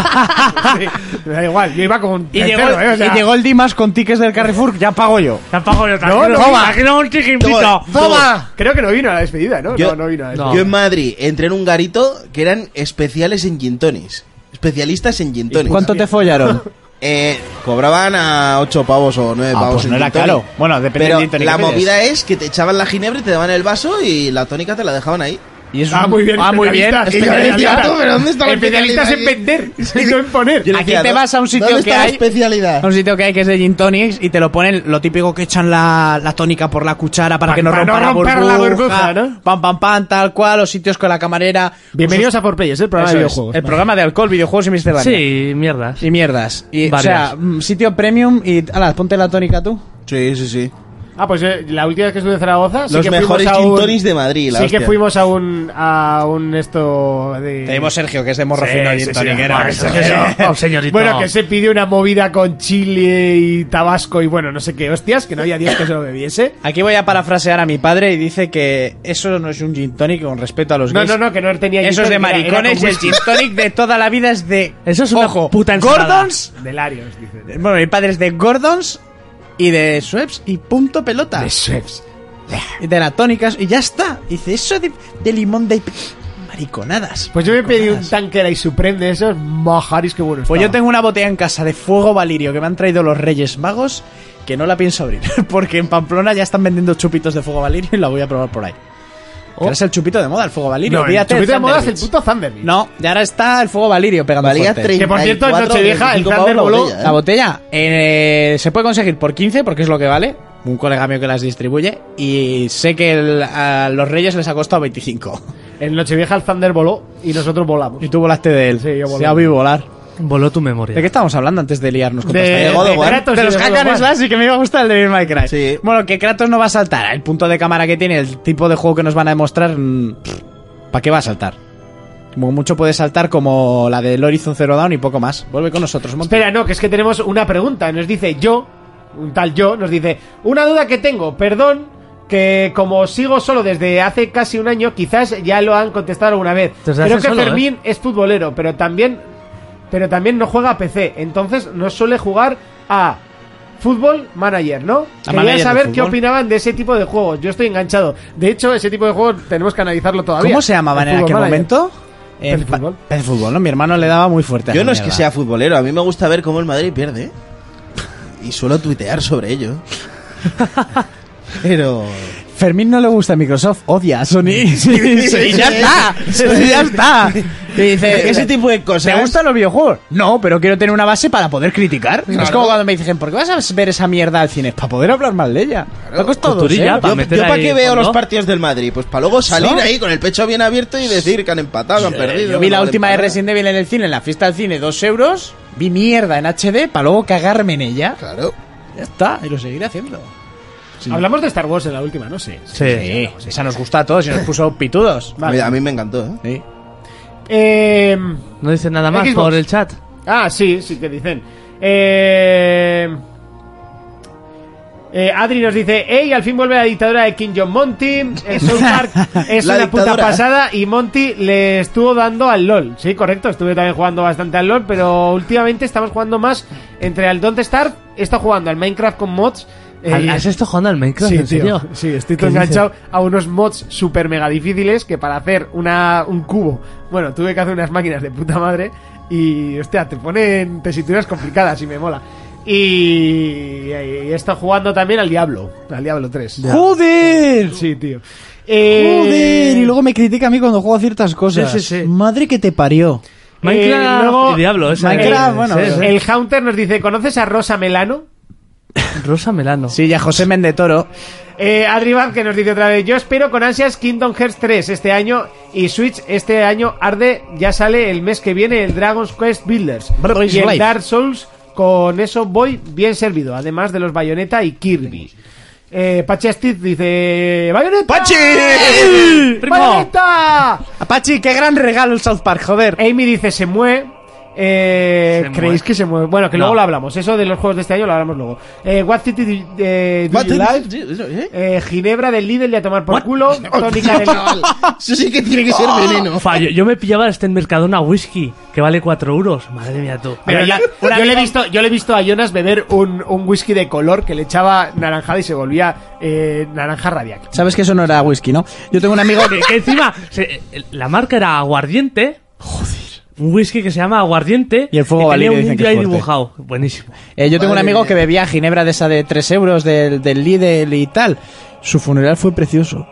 Speaker 1: Sí, me da igual, yo iba con
Speaker 2: Y llegó,
Speaker 1: tercero, ¿eh? O sea,
Speaker 2: y llegó el Dimas con tickets del Carrefour, ya pago yo.
Speaker 4: Tampoco yo
Speaker 1: No,
Speaker 4: tampoco.
Speaker 1: Ah, no,
Speaker 4: Toma,
Speaker 1: va.
Speaker 4: aquí no un chiquimpito.
Speaker 3: ¡Toma!
Speaker 1: Creo que no vino a la despedida, ¿no?
Speaker 3: Yo-
Speaker 1: no, no vino a la despedida.
Speaker 3: Yo en Madrid entré en un garito que eran especiales en gin tonics. Especialistas en gin tonics.
Speaker 2: ¿Cuánto te follaron?
Speaker 3: Eh, cobraban a 8 pavos o 9
Speaker 2: Ah,
Speaker 3: pavos.
Speaker 2: pues
Speaker 3: en
Speaker 2: no era
Speaker 3: gin tonic.
Speaker 2: caro. Bueno, depende
Speaker 3: Pero
Speaker 2: del gin tonic
Speaker 3: La
Speaker 2: que pides.
Speaker 3: movida es que te echaban la ginebra y te daban el vaso y la tónica te la dejaban ahí.
Speaker 2: Y eso es
Speaker 1: Ah,
Speaker 2: un-
Speaker 1: muy bien.
Speaker 2: Ah, muy bien.
Speaker 1: especialistas.
Speaker 3: Especialista.
Speaker 1: Especialistas.
Speaker 3: Especialista, pero ¿dónde está la
Speaker 1: Especialistas en vender, no en poner.
Speaker 3: Yo le
Speaker 2: Aquí
Speaker 3: decía,
Speaker 2: te
Speaker 3: "¿Dó-
Speaker 2: vas a un sitio
Speaker 3: ¿dónde
Speaker 2: que
Speaker 3: está la
Speaker 2: hay-
Speaker 3: especialidad?
Speaker 2: A un sitio que hay que es de gin tonics y te lo ponen lo típico que echan la, la tónica por la cuchara para
Speaker 1: Pa-
Speaker 2: que no
Speaker 1: pa no
Speaker 2: rompa la,
Speaker 1: romper
Speaker 2: burbuja,
Speaker 1: la burbuja, ¿no?
Speaker 2: pam pam pam tal cual los sitios con la camarera Pues
Speaker 1: Bienvenidos a Forplayers, el programa
Speaker 2: Eso
Speaker 1: de
Speaker 2: es,
Speaker 1: videojuegos.
Speaker 2: el programa de alcohol videojuegos y miscelánea
Speaker 4: Sí, mierdas.
Speaker 2: y mierdas y, o
Speaker 4: Varias.
Speaker 2: sea mm, sitio premium y ala ponte la tónica tú
Speaker 3: Sí, sí, sí.
Speaker 1: Ah, pues eh, la última vez que estuve en Zaragoza, sí
Speaker 3: Los
Speaker 1: que
Speaker 3: mejores
Speaker 1: fuimos a
Speaker 3: gin
Speaker 1: un-
Speaker 3: tonics de Madrid, la
Speaker 1: Sí que
Speaker 3: hostia.
Speaker 1: fuimos a un, a un esto de...
Speaker 2: tenemos Sergio que es de morro
Speaker 4: Sí,
Speaker 2: fino
Speaker 4: sí,
Speaker 2: gin
Speaker 4: sí,
Speaker 2: tonic, ¿eh?
Speaker 4: sí,
Speaker 2: era.
Speaker 4: sí, sí, sí. Oh, señorito.
Speaker 1: Bueno, que se pidió una movida con Chile y Tabasco y bueno, no sé qué hostias, que no había Dios que se lo bebiese.
Speaker 2: aquí voy a parafrasear a mi padre y dice que eso no es un gin tonic con respeto a los
Speaker 1: No,
Speaker 2: gays
Speaker 1: no, no, que no tenía gin
Speaker 2: Pues eso es de
Speaker 1: tonic, era- era
Speaker 2: maricones
Speaker 1: con
Speaker 2: y el
Speaker 1: whisky.
Speaker 2: gin tonic de toda la vida es de
Speaker 4: Eso es una
Speaker 2: ojo,
Speaker 4: puta ensalada.
Speaker 2: Gordons
Speaker 1: Delarios, dicen.
Speaker 2: Bueno, mi padre es de Gordons y de Schweppes y punto pelota.
Speaker 1: De Schweppes.
Speaker 2: Y de la tónicas y ya está. Dice eso de, de limón de mariconadas.
Speaker 1: Pues yo me pedí un
Speaker 2: Mariconadas.
Speaker 1: tanque y suprende esos majaris que bueno
Speaker 2: Pues yo
Speaker 1: estaba.
Speaker 2: tengo una botella en casa de fuego valirio que me han traído los Reyes Magos que no la pienso abrir porque en Pamplona ya están vendiendo chupitos de fuego valirio y la voy a probar por ahí. Que ahora es el chupito de moda, el fuego valirio.
Speaker 1: Oh. No, el
Speaker 2: Olvídate
Speaker 1: chupito de moda es el
Speaker 2: Thunderbirds.
Speaker 1: puto Thunderbird.
Speaker 2: No, y ahora está el fuego valirio pegando
Speaker 3: Valía
Speaker 2: fuerte.
Speaker 3: 30.
Speaker 1: Que por cierto, en
Speaker 3: 34,
Speaker 1: Nochevieja el
Speaker 3: 35 pavos
Speaker 1: Thunder
Speaker 3: la
Speaker 1: voló.
Speaker 3: botella, ¿eh?
Speaker 2: La botella eh, se puede conseguir por 15 porque es lo que vale. Un colega mío que las distribuye. Y sé que el- a los Reyes les ha costado 25.
Speaker 1: En Nochevieja el Thunder voló y nosotros volamos.
Speaker 2: Y tú volaste de él.
Speaker 1: Sí, yo volé.
Speaker 2: Ya vi volar.
Speaker 4: Voló tu
Speaker 2: ¿De
Speaker 4: memoria.
Speaker 2: qué estábamos hablando antes de liarnos con
Speaker 1: De,
Speaker 2: esta-
Speaker 3: God of War.
Speaker 1: Kratos
Speaker 2: de
Speaker 1: y
Speaker 2: los
Speaker 1: de God
Speaker 2: hack
Speaker 1: of
Speaker 2: and
Speaker 1: War.
Speaker 2: slash y que me iba a gustar el de My Cry.
Speaker 3: Sí.
Speaker 2: Bueno, que Kratos no va a saltar. El punto de cámara que tiene, el tipo de juego que nos van a demostrar, ¿para qué va a saltar? Como mucho puede saltar como la del Horizon Zero Dawn y poco más. Vuelve con nosotros, Monty.
Speaker 1: Espera, no, que es que tenemos una pregunta. Nos dice yo, un tal yo, nos dice, una duda que tengo, perdón, que como sigo solo desde hace casi un año, quizás ya lo han contestado alguna vez.
Speaker 4: Desde
Speaker 1: Creo
Speaker 4: hace
Speaker 1: que
Speaker 2: ¿eh?
Speaker 4: solo,
Speaker 1: Fermín es futbolero, pero también, pero también no juega a PC, entonces no suele jugar a fútbol manager, ¿no? Quería
Speaker 2: manager de
Speaker 1: saber qué
Speaker 2: fútbol.
Speaker 1: opinaban de ese tipo de juegos. Yo estoy enganchado. De hecho, ese tipo de juegos tenemos que analizarlo todavía.
Speaker 2: ¿Cómo se llamaba
Speaker 1: El
Speaker 2: en aquel
Speaker 1: fútbol manager.
Speaker 2: momento?
Speaker 1: Pez
Speaker 2: Eh, pa-
Speaker 1: fútbol.
Speaker 2: pez fútbol, ¿no? Mi hermano le daba muy fuerte. a
Speaker 3: Yo
Speaker 2: esa
Speaker 3: no es que
Speaker 2: mierda.
Speaker 3: sea futbolero, a mí me gusta ver cómo el Madrid pierde. ¿eh? Y suelo tuitear sobre ello. Pero.
Speaker 2: Fermín no le gusta Microsoft, odia a Sony. Sí, sí, y ya está. sí, ya está. Y dice,
Speaker 3: Ese tipo de cosas.
Speaker 2: ¿Te gustan los videojuegos? No, pero quiero tener una base para poder criticar. Es como cuando me dicen, ¿por qué vas a ver esa mierda al cine? Para poder hablar mal de ella. Me ha costado dos
Speaker 4: Culturilla,
Speaker 2: euros.
Speaker 4: pa'
Speaker 3: Yo,
Speaker 4: meter
Speaker 3: para
Speaker 4: ahí
Speaker 3: qué veo
Speaker 4: fondo.
Speaker 3: los partidos del Madrid, pues para luego salir ahí con el pecho bien abierto y decir que han empatado, que han perdido.
Speaker 2: Yo vi
Speaker 3: no
Speaker 2: la
Speaker 3: valen
Speaker 2: última de
Speaker 3: para
Speaker 2: Resident Evil en el cine, en la fiesta del cine, dos euros. Vi mierda en HD para luego cagarme en ella.
Speaker 3: nada. Claro.
Speaker 2: Ya está, y lo seguiré haciendo.
Speaker 1: Hablamos de Star Wars en la última, no sé.
Speaker 4: Sí.
Speaker 2: Sí, esa nos gusta a todos y nos puso pitudos.
Speaker 3: A mí- A mí me encantó, ¿eh?
Speaker 2: Sí.
Speaker 1: Eh,
Speaker 4: No dicen nada más
Speaker 1: Xbox.
Speaker 4: por el chat.
Speaker 1: ah, sí, sí que dicen. Eh, eh, Adri nos dice, ¡Ey, al fin vuelve la dictadura de King John Monty! El South Park es
Speaker 3: La
Speaker 1: una puta
Speaker 3: dictadura.
Speaker 1: pasada y Monty le estuvo dando al LOL. Sí, correcto, estuve también jugando bastante al LOL, pero últimamente estamos jugando más entre al Don't Starve, está jugando al Minecraft con mods. eh,
Speaker 4: ¿Al- ¿Has estado jugando al Minecraft?
Speaker 1: Sí,
Speaker 4: ¿En serio?
Speaker 1: tío. Sí, estoy
Speaker 4: ¿Qué
Speaker 1: todo
Speaker 4: dices?
Speaker 1: enganchado a unos mods super mega difíciles que para hacer una, un cubo, bueno, tuve que hacer unas máquinas de puta madre y, hostia, te ponen tesituras complicadas y me mola. Y, y he estado jugando también al Diablo, al Diablo 3.
Speaker 2: ¡Joder!
Speaker 1: Sí, tío. Eh,
Speaker 2: ¡Joder! Y luego me critica a mí cuando juego a ciertas cosas.
Speaker 1: Sí, sí, sí.
Speaker 2: Madre que te parió.
Speaker 4: Minecraft
Speaker 1: Eh, luego-
Speaker 4: y Diablo. esa
Speaker 2: Minecraft,
Speaker 4: es-
Speaker 2: bueno,
Speaker 4: es-
Speaker 1: El Haunter nos dice, ¿conoces a Rosa Melano?
Speaker 4: es Rosa Melano.
Speaker 2: Sí, ya José Mendetoro.
Speaker 1: Eh, Adri Vázquez nos dice otra vez, yo espero con ansias Kingdom Hearts 3 este año y Switch este año arde, ya sale el mes que viene el Dragon's Quest Builders
Speaker 2: Brother is
Speaker 1: y el
Speaker 2: life.
Speaker 1: Dark Souls, con eso voy bien servido, además de los Bayonetta y Kirby. Eh, Pachi Astiz dice, ¡Bayonetta!
Speaker 2: ¡Pachi! Primo.
Speaker 1: ¡Bayonetta!
Speaker 2: Apache, qué gran regalo el South Park, joder.
Speaker 1: Amy dice, se mueve. Eh,
Speaker 4: Se
Speaker 1: ¿Creéis
Speaker 4: mueve.
Speaker 1: que se mueve? Bueno, que
Speaker 4: No.
Speaker 1: luego lo hablamos. Eso de los juegos de este año lo hablamos luego. Eh, What City do you- eh, do
Speaker 3: What
Speaker 1: you
Speaker 3: the-
Speaker 1: like?
Speaker 3: Sí, eso, ¿eh?
Speaker 1: Eh, Ginebra del Lidl y a tomar por culo. Tónica del.
Speaker 3: Eso sí que tiene que ser veneno.
Speaker 4: Fa, yo, yo me pillaba este en Mercadona whisky, que vale 4 euros. Madre mía, tú.
Speaker 1: Pero ya- yo, le he visto, yo le he visto a Jonas beber un, un whisky de color que le echaba naranjada y se volvía eh, naranja radiac.
Speaker 2: Sabes que eso no era whisky, ¿no? Yo tengo un amigo
Speaker 4: que, que encima, se- la marca era Aguardiente. Joder. Un whisky que se llama Aguardiente.
Speaker 2: Y el fuego
Speaker 4: que
Speaker 2: valirio,
Speaker 4: tenía un
Speaker 2: dicen que
Speaker 4: indio ahí
Speaker 2: es fuerte.
Speaker 4: dibujado. Buenísimo.
Speaker 2: Eh, yo tengo un amigo que bebía ginebra de esa de 3 euros del, del Lidl y tal. Su funeral fue precioso.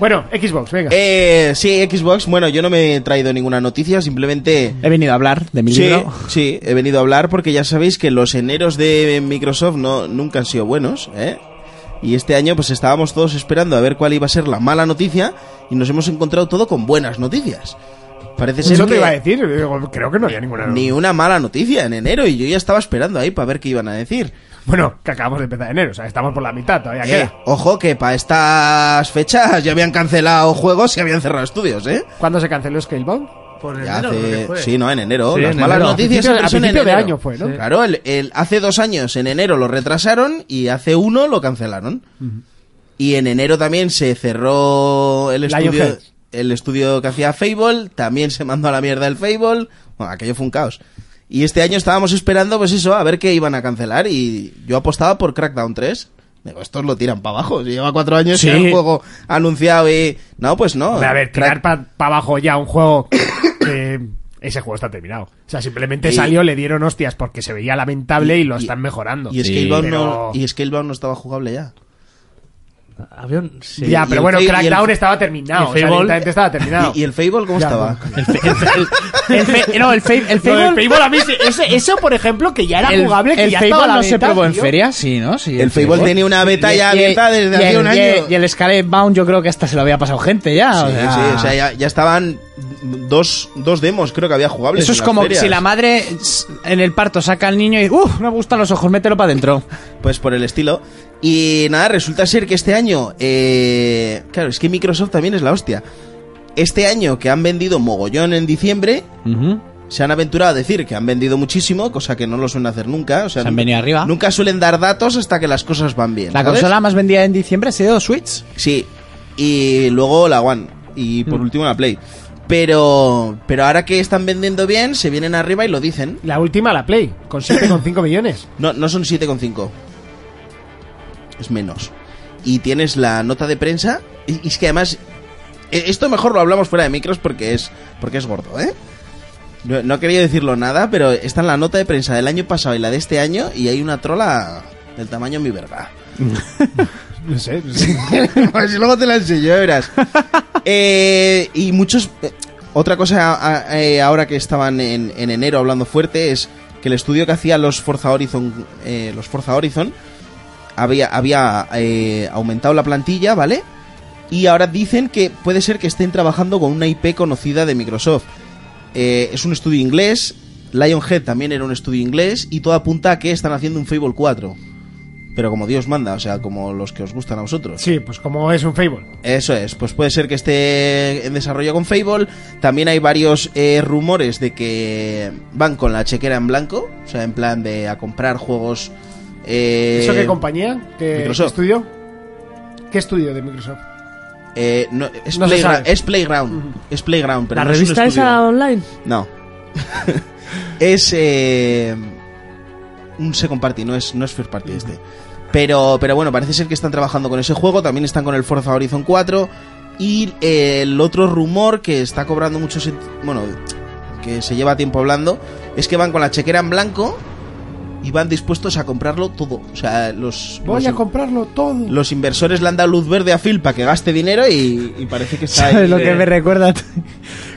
Speaker 1: Bueno, Xbox, venga.
Speaker 3: Eh, sí, Xbox. Bueno, yo no me he traído ninguna noticia, simplemente.
Speaker 2: He venido a hablar de mi
Speaker 3: Sí,
Speaker 2: libro.
Speaker 3: sí, he venido a hablar porque ya sabéis que los eneros de Microsoft no, nunca han sido buenos, ¿eh? Y este año pues estábamos todos esperando a ver cuál iba a ser la mala noticia y nos hemos encontrado todo con buenas noticias. Parece ser
Speaker 1: Eso
Speaker 3: que
Speaker 1: te iba a decir. digo, creo que no había ninguna.
Speaker 3: ni una mala noticia en enero y yo ya estaba esperando ahí para ver qué iban a decir.
Speaker 1: Bueno, que acabamos de empezar enero. O sea, estamos por la mitad todavía.
Speaker 3: Eh,
Speaker 1: Queda.
Speaker 3: ojo que para estas fechas ya habían cancelado juegos y habían cerrado estudios, ¿eh?
Speaker 1: ¿Cuándo se canceló Scalebound?
Speaker 3: Ya hace- Sí, no, en enero.
Speaker 4: Sí,
Speaker 3: las
Speaker 4: en
Speaker 3: malas
Speaker 4: enero.
Speaker 1: A
Speaker 3: noticias
Speaker 1: principio-
Speaker 3: siempre
Speaker 1: a
Speaker 3: son en
Speaker 1: principio de
Speaker 3: enero.
Speaker 1: año fue, ¿no? Sí.
Speaker 3: Claro, el, el- hace dos años, en enero, lo retrasaron y hace uno lo cancelaron. Y en enero también se cerró el estudio,
Speaker 1: Lionhead.
Speaker 3: el estudio que hacía Fable, también se mandó a la mierda el Fable. Bueno, aquello fue un caos. Y este año estábamos esperando, pues eso, a ver qué iban a cancelar. Y yo apostaba por Crackdown 3. Digo, estos lo tiran para abajo. Si lleva cuatro años y
Speaker 2: Sí.
Speaker 3: el juego anunciado y... No, pues no.
Speaker 1: Hombre, a ver, tirar
Speaker 3: Crack-
Speaker 1: para abajo ya un juego que ese juego está terminado. O sea, simplemente
Speaker 3: Y-
Speaker 1: salió, le dieron hostias porque se veía lamentable y, lo
Speaker 3: y-
Speaker 1: están mejorando.
Speaker 3: Y Scalebound,
Speaker 1: Pero-
Speaker 3: no, y Scalebound no estaba jugable ya.
Speaker 4: Avión. Sí.
Speaker 1: ya,
Speaker 3: y
Speaker 1: pero
Speaker 3: el
Speaker 1: bueno,
Speaker 3: Fa- y el-
Speaker 1: Crackdown estaba terminado.
Speaker 4: y
Speaker 1: O sea,
Speaker 4: Fable-
Speaker 1: directamente estaba terminado.
Speaker 3: ¿Y, y el Fable cómo
Speaker 1: Ya,
Speaker 3: estaba?
Speaker 2: El fe- no, el, fe- el
Speaker 1: Lo del
Speaker 2: Fable.
Speaker 1: Fable a mí, sí- ese- eso por ejemplo, que ya era
Speaker 2: el-
Speaker 1: jugable, que
Speaker 2: el
Speaker 1: ya
Speaker 2: Fable
Speaker 1: estaba a la
Speaker 2: no se
Speaker 1: venta,
Speaker 2: probó en
Speaker 1: tío.
Speaker 2: feria, sí, ¿no? Sí,
Speaker 3: El Fable tenía una beta ya abierta desde hace
Speaker 2: y el-
Speaker 3: un
Speaker 2: y
Speaker 3: año.
Speaker 2: el- Y el Scalebound yo creo que hasta se lo había pasado gente ya. o
Speaker 3: Sí,
Speaker 2: sea.
Speaker 3: sí, o sea, ya, ya estaban dos, dos demos, creo que había jugables.
Speaker 2: Eso
Speaker 3: en
Speaker 2: es
Speaker 3: las
Speaker 2: como
Speaker 3: ferias.
Speaker 2: si la madre s- en el parto saca al niño y ¡Uf! No me gustan los ojos, mételo para adentro.
Speaker 3: Pues por el estilo. Y nada, resulta ser que este año. eh, claro, es que Microsoft también es la hostia. Este año que han vendido mogollón en diciembre, se han aventurado a decir que han vendido muchísimo, cosa que no lo suelen hacer nunca. O sea,
Speaker 2: Se han
Speaker 3: nunca-
Speaker 2: venido arriba.
Speaker 3: Nunca suelen dar datos hasta que las cosas van bien.
Speaker 2: La
Speaker 3: ¿sabes?
Speaker 2: consola más vendida en diciembre ha sido Switch.
Speaker 3: Sí. Y luego la One. Y por último la Play. Pero, pero ahora que están vendiendo bien, se vienen arriba y lo dicen.
Speaker 1: La última, la Play, con 7,5 millones.
Speaker 3: No, no son 7,5. Es menos. Y tienes la nota de prensa. Y, y es que además. e- Esto mejor lo hablamos fuera de micros porque es, porque es gordo, ¿eh? No, no quería decirlo nada, pero está en la nota de prensa del año pasado y la de este año. Y hay una trola del tamaño de mi verga.
Speaker 1: No sé. no sé.
Speaker 3: pues luego te la enseño, ya verás. Eh, y muchos. eh, Otra cosa a- a- eh, ahora que estaban en, en enero hablando fuerte es que el estudio que hacía los Forza Horizon. eh, los Forza Horizon había, había eh, aumentado la plantilla, ¿vale? Y ahora dicen que puede ser que estén trabajando con una IP conocida de Microsoft. Eh, es un estudio inglés. Lionhead también era un estudio inglés. Y todo apunta a que están haciendo un Fable 4. pero como Dios manda, o sea, como los que os gustan a vosotros.
Speaker 1: Sí, pues como es un Fable.
Speaker 3: Eso es, pues puede ser que esté en desarrollo con Fable. También hay varios eh, rumores de que van con la chequera en blanco, o sea, en plan de a comprar juegos. eh,
Speaker 1: ¿Eso qué compañía? ¿Qué,
Speaker 3: Microsoft.
Speaker 1: qué estudio? ¿Qué estudio de Microsoft?
Speaker 3: eh, no, es,
Speaker 1: No se
Speaker 3: Playgra-
Speaker 1: sabe.
Speaker 3: es Playground. Es Playground, pero
Speaker 4: ¿La
Speaker 3: no es un
Speaker 4: revista
Speaker 3: estudio.
Speaker 4: esa online?
Speaker 3: No. es. eh, un second party, no es, no es first party este. Pero, pero bueno, parece ser que están trabajando con ese juego. También están con el Forza Horizon 4. Y eh, el otro rumor que está cobrando mucho. sen- Bueno, que se lleva tiempo hablando. Es que van con la chequera en blanco. Y van dispuestos a comprarlo todo. O sea, los.
Speaker 1: Voy
Speaker 2: Pues
Speaker 3: los-
Speaker 1: a comprarlo todo.
Speaker 3: los inversores le han dado luz verde a Phil para que gaste dinero y, y parece que está ahí,
Speaker 2: ¿Sabes lo que
Speaker 3: eh,
Speaker 2: me recuerda?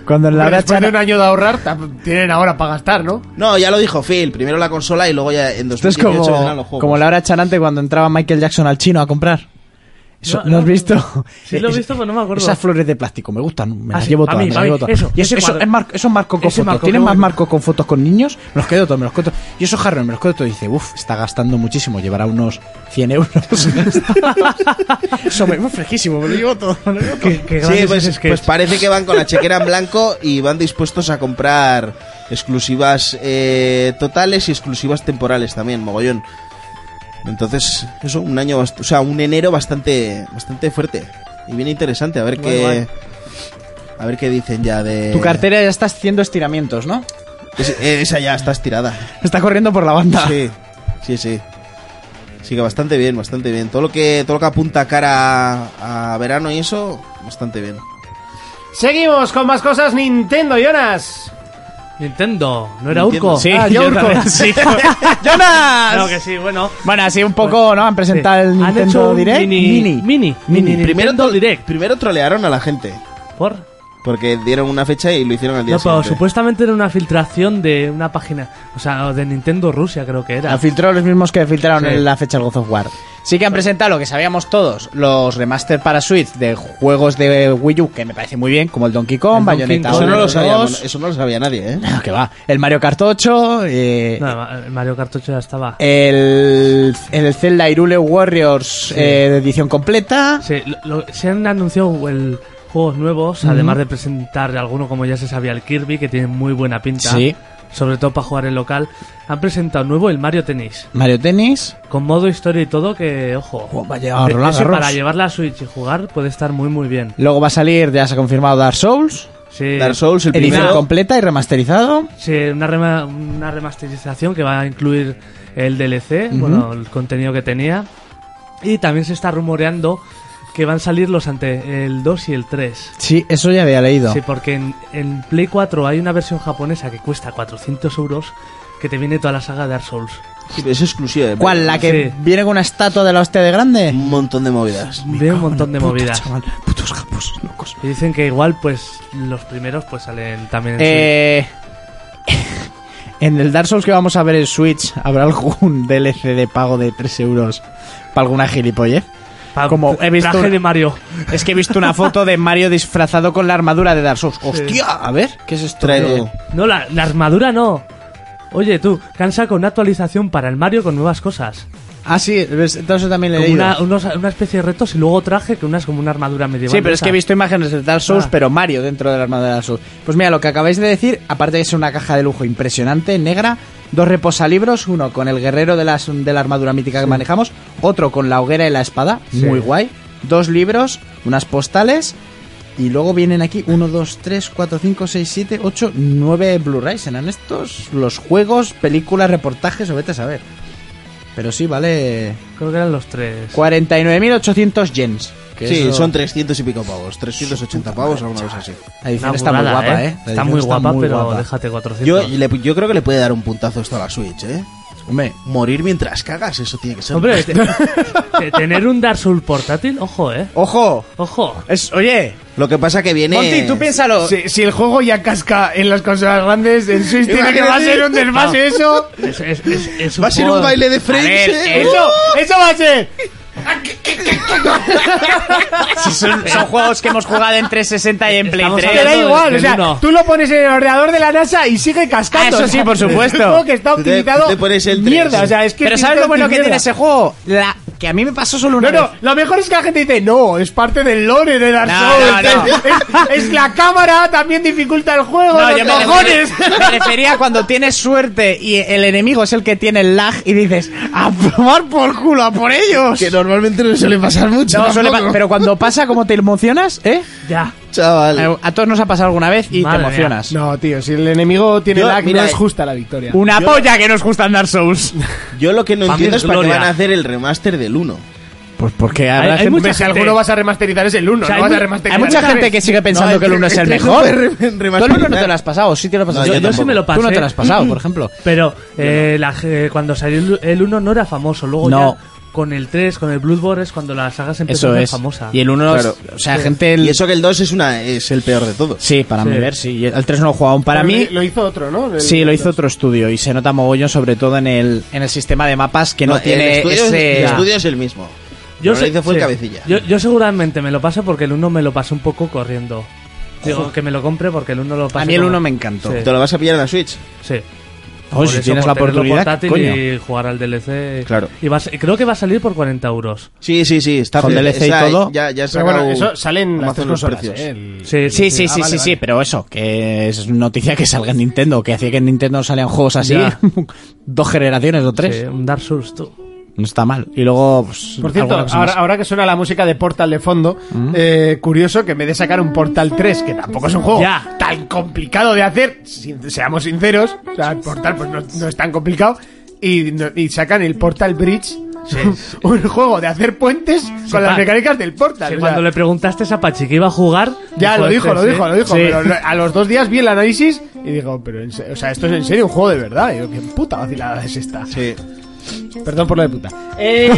Speaker 2: Cuando en la
Speaker 1: Pero
Speaker 2: hora
Speaker 1: después
Speaker 2: chana-
Speaker 1: de un año de ahorrar, tam- tienen ahora para gastar, ¿no?
Speaker 3: No, ya lo dijo Phil. Primero la consola y luego ya en
Speaker 2: Esto es
Speaker 3: 2018
Speaker 2: como,
Speaker 3: vendrán los juegos.
Speaker 4: pues.
Speaker 2: como la hora chanante cuando entraba Michael Jackson al chino a comprar. Eso,
Speaker 4: No,
Speaker 2: ¿No,
Speaker 4: no,
Speaker 2: has
Speaker 4: no.
Speaker 2: visto?
Speaker 4: Sí lo he
Speaker 2: Es-
Speaker 4: visto, pero no me acuerdo.
Speaker 2: Esas flores de plástico, me gustan, me
Speaker 4: Ah,
Speaker 2: las
Speaker 4: sí,
Speaker 2: llevo
Speaker 4: a
Speaker 2: todas.
Speaker 4: mí,
Speaker 2: me
Speaker 4: a
Speaker 2: las
Speaker 4: mí,
Speaker 2: llevo todas.
Speaker 4: eso,
Speaker 2: y eso,
Speaker 4: ese
Speaker 2: eso
Speaker 4: cuadro.
Speaker 2: es marco, esos marcos con
Speaker 4: Ese
Speaker 2: fotos.
Speaker 4: marco,
Speaker 2: ¿Tienen
Speaker 4: qué
Speaker 2: más
Speaker 4: bueno.
Speaker 2: marcos con fotos con niños? Me los quedo todos, me los quedo todos. Y esos jarrones, me los quedo todos. Y dice, uff, está gastando muchísimo, llevará unos 100 euros. eso me es fresquísimo, me lo llevo todo. me lo llevo todo.
Speaker 4: Qué, qué
Speaker 3: Sí,
Speaker 4: grandes
Speaker 3: pues,
Speaker 4: es que
Speaker 3: pues parece que van con la chequera en blanco y van dispuestos a comprar exclusivas eh, totales y exclusivas temporales también, mogollón. Entonces, eso, un año, bast- o sea, un enero bastante, bastante fuerte y bien interesante. A ver qué, a ver qué dicen ya de
Speaker 2: Tu cartera ya está haciendo estiramientos, ¿no?
Speaker 3: Es- eh, esa ya está estirada.
Speaker 2: Está corriendo por la banda.
Speaker 3: Sí, sí, sí. Así que bastante bien, bastante bien. Todo lo que, todo lo que apunta cara a, a verano y eso, bastante bien.
Speaker 1: Seguimos con más cosas Nintendo, Jonas.
Speaker 4: Nintendo, ¿no era
Speaker 3: Nintendo,
Speaker 4: Urco?
Speaker 2: Sí,
Speaker 1: Ah,
Speaker 2: yo
Speaker 1: Yurko.
Speaker 2: creo- sí. ¡Jonas!
Speaker 4: Claro que sí, bueno.
Speaker 2: Bueno, así un poco, ¿no? Han presentado el
Speaker 4: Sí. Han
Speaker 2: Nintendo
Speaker 4: hecho un
Speaker 2: Direct.
Speaker 4: mini- mini- mini Nintendo
Speaker 3: primero, tro-
Speaker 4: Direct.
Speaker 3: primero trolearon a la gente.
Speaker 4: ¿Por?
Speaker 3: Porque dieron una fecha y lo hicieron al día
Speaker 4: No, pero
Speaker 3: siguiente.
Speaker 4: supuestamente era una filtración de una página, o sea, de Nintendo Rusia creo que era.
Speaker 2: Han filtrado los mismos que filtraron en la fecha del God of War. Sí que han presentado lo que sabíamos todos, los remaster para Switch de juegos de Wii U, que me parece muy bien, como el Donkey Kong,
Speaker 4: El Donkey
Speaker 2: Bayonetta
Speaker 4: Kong.
Speaker 3: Eso no,
Speaker 2: 1,
Speaker 3: lo sabíamos,
Speaker 2: 2,
Speaker 3: eso no lo sabía nadie, ¿eh?
Speaker 2: no, Ah, que va, el Mario Kart 8, eh,
Speaker 4: No, el Mario Kart 8 ya estaba.
Speaker 2: el, el Zelda Irule Warriors eh, de edición completa.
Speaker 4: Sí, lo- lo- se han anunciado el- juegos nuevos, además de presentar alguno como ya se sabía el Kirby, que tiene muy buena pinta.
Speaker 2: Sí.
Speaker 4: Sobre todo para jugar en local. Han presentado nuevo el Mario Tennis,
Speaker 2: Mario Tennis.
Speaker 4: con modo historia y todo que, ojo.
Speaker 2: Buah, vaya, Roland
Speaker 4: ese
Speaker 2: Garros.
Speaker 4: para llevarla a Switch y jugar puede estar muy muy bien.
Speaker 2: Luego va a salir, ya se ha confirmado Dark Souls.
Speaker 4: Sí,
Speaker 3: Dark Souls, el
Speaker 2: Edición
Speaker 3: primero.
Speaker 2: completa y remasterizado.
Speaker 4: sí, una, rema- una remasterización que va a incluir el DLC, bueno, el contenido que tenía. Y también se está rumoreando que van a salir los ante el 2 y el 3.
Speaker 2: Sí, eso ya había leído.
Speaker 4: Sí, porque en, en Play 4 hay una versión japonesa que cuesta 400 euros que te viene toda la saga de Dark Souls.
Speaker 3: Sí, pero Es exclusiva. de
Speaker 2: ¿Cuál? ¿La que
Speaker 4: Sí.
Speaker 2: viene con una estatua de la hostia de grande?
Speaker 3: Un montón de movidas.
Speaker 4: Veo un montón de
Speaker 2: Puta,
Speaker 4: movidas.
Speaker 2: chaval, putos japos locos.
Speaker 4: Y dicen que igual, pues, los primeros pues salen también en
Speaker 2: Eh, en el Dark Souls que vamos a ver en Switch, ¿habrá algún DLC de pago de 3 euros para alguna gilipollez?
Speaker 4: Switch. Pa-
Speaker 2: como he visto
Speaker 4: Traje
Speaker 2: una-
Speaker 4: de Mario.
Speaker 2: Es que he visto una foto de Mario disfrazado con la armadura de Dark Souls. ¡Hostia! A ver, ¿qué es esto? Eh,
Speaker 3: Trae
Speaker 2: de-
Speaker 3: todo.
Speaker 4: No, la, la armadura no. Oye, tú, cansa con una actualización para el Mario con nuevas cosas.
Speaker 2: Ah, sí, ves, entonces eso también le he
Speaker 4: Como
Speaker 2: leído.
Speaker 4: una, unos- una especie de retos y luego traje que una es como una armadura medieval.
Speaker 2: Sí, pero es
Speaker 4: esa.
Speaker 2: que he visto imágenes de Dark Souls,
Speaker 4: Ah.
Speaker 2: pero Mario dentro de la armadura de Dark Souls. Pues mira, lo que acabáis de decir, aparte de ser una caja de lujo impresionante, negra, dos reposalibros, uno con el guerrero de, las, de la armadura mítica que manejamos, otro con la hoguera y la espada, muy guay, dos libros, unas postales, y luego vienen aquí 1, 2, 3, 4, 5, 6, 7, 8, 9 Blu-rays. Serán estos los juegos, películas, reportajes, o vete a saber. Pero sí, vale
Speaker 4: Creo que eran los tres.
Speaker 2: 49.800 yens. que
Speaker 3: Sí,
Speaker 2: eso-
Speaker 3: son 300 y pico pavos. 380 pavos, alguna cosa así.
Speaker 2: la edición
Speaker 4: Una
Speaker 2: está muy
Speaker 4: burrada,
Speaker 2: guapa, ¿eh? La
Speaker 4: Está
Speaker 2: edición
Speaker 4: muy guapa,
Speaker 2: muy
Speaker 4: pero
Speaker 2: guapa.
Speaker 4: déjate 400.
Speaker 3: Yo, le- yo creo que le puede dar un puntazo esto a la Switch, ¿eh?
Speaker 2: Hombre,
Speaker 3: Morir mientras cagas, eso tiene que ser.
Speaker 4: Hombre, te- te- tener un Dark Souls portátil, ojo, eh.
Speaker 2: ¡ojo!
Speaker 4: Ojo.
Speaker 2: Es, oye,
Speaker 3: Lo que pasa que viene.
Speaker 2: Monty, tú piénsalo.
Speaker 1: Si, si el juego ya casca en las consolas grandes, en Switch tiene que va a ser un desfase eso.
Speaker 4: Es, es- es- es un
Speaker 3: Va a ser
Speaker 4: juego-
Speaker 3: un baile de
Speaker 1: A ver,
Speaker 3: French. ¿eh?
Speaker 1: eso, eso va a ser.
Speaker 2: Si son, son juegos que hemos jugado en 360 y en Play
Speaker 4: Estamos
Speaker 2: 3.
Speaker 1: Te da
Speaker 4: hablando
Speaker 1: igual,
Speaker 4: del
Speaker 1: o sea,
Speaker 4: uno.
Speaker 1: tú lo pones en el ordenador de la NASA y sigue cascando.
Speaker 2: Ah, eso
Speaker 1: o sea,
Speaker 2: sí, por supuesto.
Speaker 1: es un juego que está
Speaker 3: Tú te-
Speaker 1: optimizado.
Speaker 3: tú te pones el tres.
Speaker 1: mierda, o sea, es que
Speaker 2: Pero
Speaker 1: tiene
Speaker 2: ¿sabes lo
Speaker 1: tanta
Speaker 2: bueno que tiene
Speaker 1: mierda.
Speaker 2: ese juego? La, que a mí me pasó solo una
Speaker 1: No, no,
Speaker 2: vez.
Speaker 1: lo mejor es que la gente dice, no, es parte del lore de Dark
Speaker 2: No,
Speaker 1: Souls.
Speaker 2: no, no.
Speaker 1: Es, es- es la cámara, también dificulta el juego,
Speaker 2: No,
Speaker 1: los
Speaker 2: yo me
Speaker 1: cojones.
Speaker 2: refería, me refería a cuando tienes suerte y el enemigo es el que tiene el lag y dices, a probar por culo, a por ellos.
Speaker 3: Que normalmente no suele pasar mucho.
Speaker 2: No, suele pa-
Speaker 3: tampoco.
Speaker 2: pero cuando pasa, como te emocionas, ¿eh?
Speaker 4: Ya.
Speaker 3: Chaval.
Speaker 2: A- A todos nos ha pasado alguna vez y
Speaker 4: Madre
Speaker 2: te
Speaker 4: mía.
Speaker 2: emocionas.
Speaker 1: No, tío, si el enemigo tiene
Speaker 3: Yo,
Speaker 1: lag,
Speaker 3: mira,
Speaker 1: no es justa la victoria.
Speaker 2: Una polla que nos gusta andar Souls.
Speaker 3: Yo lo que no
Speaker 4: Pa' mí
Speaker 3: entiendo
Speaker 4: es
Speaker 3: es para qué
Speaker 4: gloria.
Speaker 3: van a hacer el remaster del 1.
Speaker 2: Pues porque
Speaker 4: Hay-
Speaker 2: habrá
Speaker 4: hay
Speaker 2: gente-
Speaker 4: mucha
Speaker 1: Hombre, si
Speaker 4: gente-
Speaker 1: alguno vas a remasterizar es el 1, no
Speaker 4: sea, hay
Speaker 1: vas
Speaker 4: mu-
Speaker 1: a
Speaker 4: hay
Speaker 1: remasterizar.
Speaker 2: Hay mucha
Speaker 1: ¿sabes?
Speaker 2: gente que sigue pensando
Speaker 3: No,
Speaker 2: que el
Speaker 3: entre-
Speaker 2: 1 es el
Speaker 3: entre
Speaker 2: mejor.
Speaker 3: no puede re- remasterizar.
Speaker 2: Tú el 1 no te lo has pasado, sí te lo has pasado.
Speaker 3: No, yo
Speaker 4: Yo sí
Speaker 3: tampoco.
Speaker 4: me lo pasé.
Speaker 2: Tú no te lo has pasado, por ejemplo.
Speaker 4: Pero eh, la ge- cuando salió el 1 no era famoso. Luego
Speaker 2: No.
Speaker 4: ya con el 3, con el Bloodborne es cuando la saga se empezó
Speaker 2: Eso
Speaker 4: a hacer
Speaker 2: es.
Speaker 4: famosa.
Speaker 2: Y el 1,
Speaker 3: Claro.
Speaker 2: o sea, gente...
Speaker 3: Y eso que el 2 es una es el peor de todos.
Speaker 2: Sí, para
Speaker 4: Sí.
Speaker 2: mí ver, sí. Y El 3 no lo he jugado aún. Para
Speaker 1: Pero
Speaker 2: mí,
Speaker 1: Lo hizo otro, ¿no? El-
Speaker 2: sí, lo hizo otro estudio. Y se nota mogollón, sobre todo en el, en el sistema de mapas, que no, tiene
Speaker 3: el estudio,
Speaker 2: ese...
Speaker 3: el estudio es el mismo.
Speaker 4: Yo
Speaker 3: Lo
Speaker 4: se-
Speaker 3: que hizo fue
Speaker 4: sí.
Speaker 3: el cabecilla.
Speaker 4: Yo, yo seguramente me lo paso porque el 1 me lo pasé un poco corriendo. Digo, que me lo compre porque el 1 lo pasé.
Speaker 2: A mí el
Speaker 4: como-
Speaker 2: 1 me encantó.
Speaker 4: Sí.
Speaker 3: ¿Te lo vas a pillar en la Switch?
Speaker 4: Sí.
Speaker 2: Oye, si
Speaker 4: eso,
Speaker 2: tienes la
Speaker 4: por tenerlo
Speaker 2: oportunidad,
Speaker 4: portátil
Speaker 2: coño.
Speaker 4: y jugar al DLC.
Speaker 3: Claro.
Speaker 4: Y va a ser- creo que va a salir por 40 euros.
Speaker 3: Sí, sí, sí. Está
Speaker 2: Con
Speaker 3: eh,
Speaker 2: DLC y
Speaker 3: esa-
Speaker 2: todo.
Speaker 3: Ya, ya
Speaker 1: Pero
Speaker 3: sacado
Speaker 1: bueno, eso salen las
Speaker 3: Amazon
Speaker 1: tres
Speaker 3: los
Speaker 1: consolas,
Speaker 3: precios.
Speaker 1: ¿eh? El-
Speaker 4: Sí,
Speaker 2: Sí, sí, sí,
Speaker 1: Ah,
Speaker 2: sí,
Speaker 1: vale,
Speaker 2: sí,
Speaker 1: vale.
Speaker 2: pero eso, que es noticia que salga en Nintendo, que hacía que en Nintendo salían juegos así,
Speaker 4: Ya.
Speaker 2: dos generaciones o tres,
Speaker 4: Ah, Sí, un Dark Souls, tú.
Speaker 2: no está mal. Y luego, pues,
Speaker 1: Por cierto,
Speaker 2: alguna cosa
Speaker 1: ahora,
Speaker 2: más.
Speaker 1: ahora que suena la música de Portal de fondo, eh, curioso que en vez de sacar un Portal 3, que tampoco es un juego
Speaker 4: Ya.
Speaker 1: tan complicado de hacer, sin- seamos sinceros, o sea, el Portal pues, no, no es tan complicado, y, no- y sacan el Portal Bridge, un juego de hacer puentes con las
Speaker 4: pa-
Speaker 1: mecánicas del Portal.
Speaker 4: Sí,
Speaker 1: o sea,
Speaker 4: cuando le preguntaste a Pachi que iba a jugar.
Speaker 1: ya, lo dijo,
Speaker 4: este,
Speaker 1: lo
Speaker 4: sí.
Speaker 1: dijo, lo dijo,
Speaker 4: Sí.
Speaker 1: pero lo- a los dos días vi el análisis y digo, pero en se- o sea, esto es en serio un juego de verdad, y yo, qué puta vacilada es esta.
Speaker 3: Sí.
Speaker 1: Perdón por lo de puta.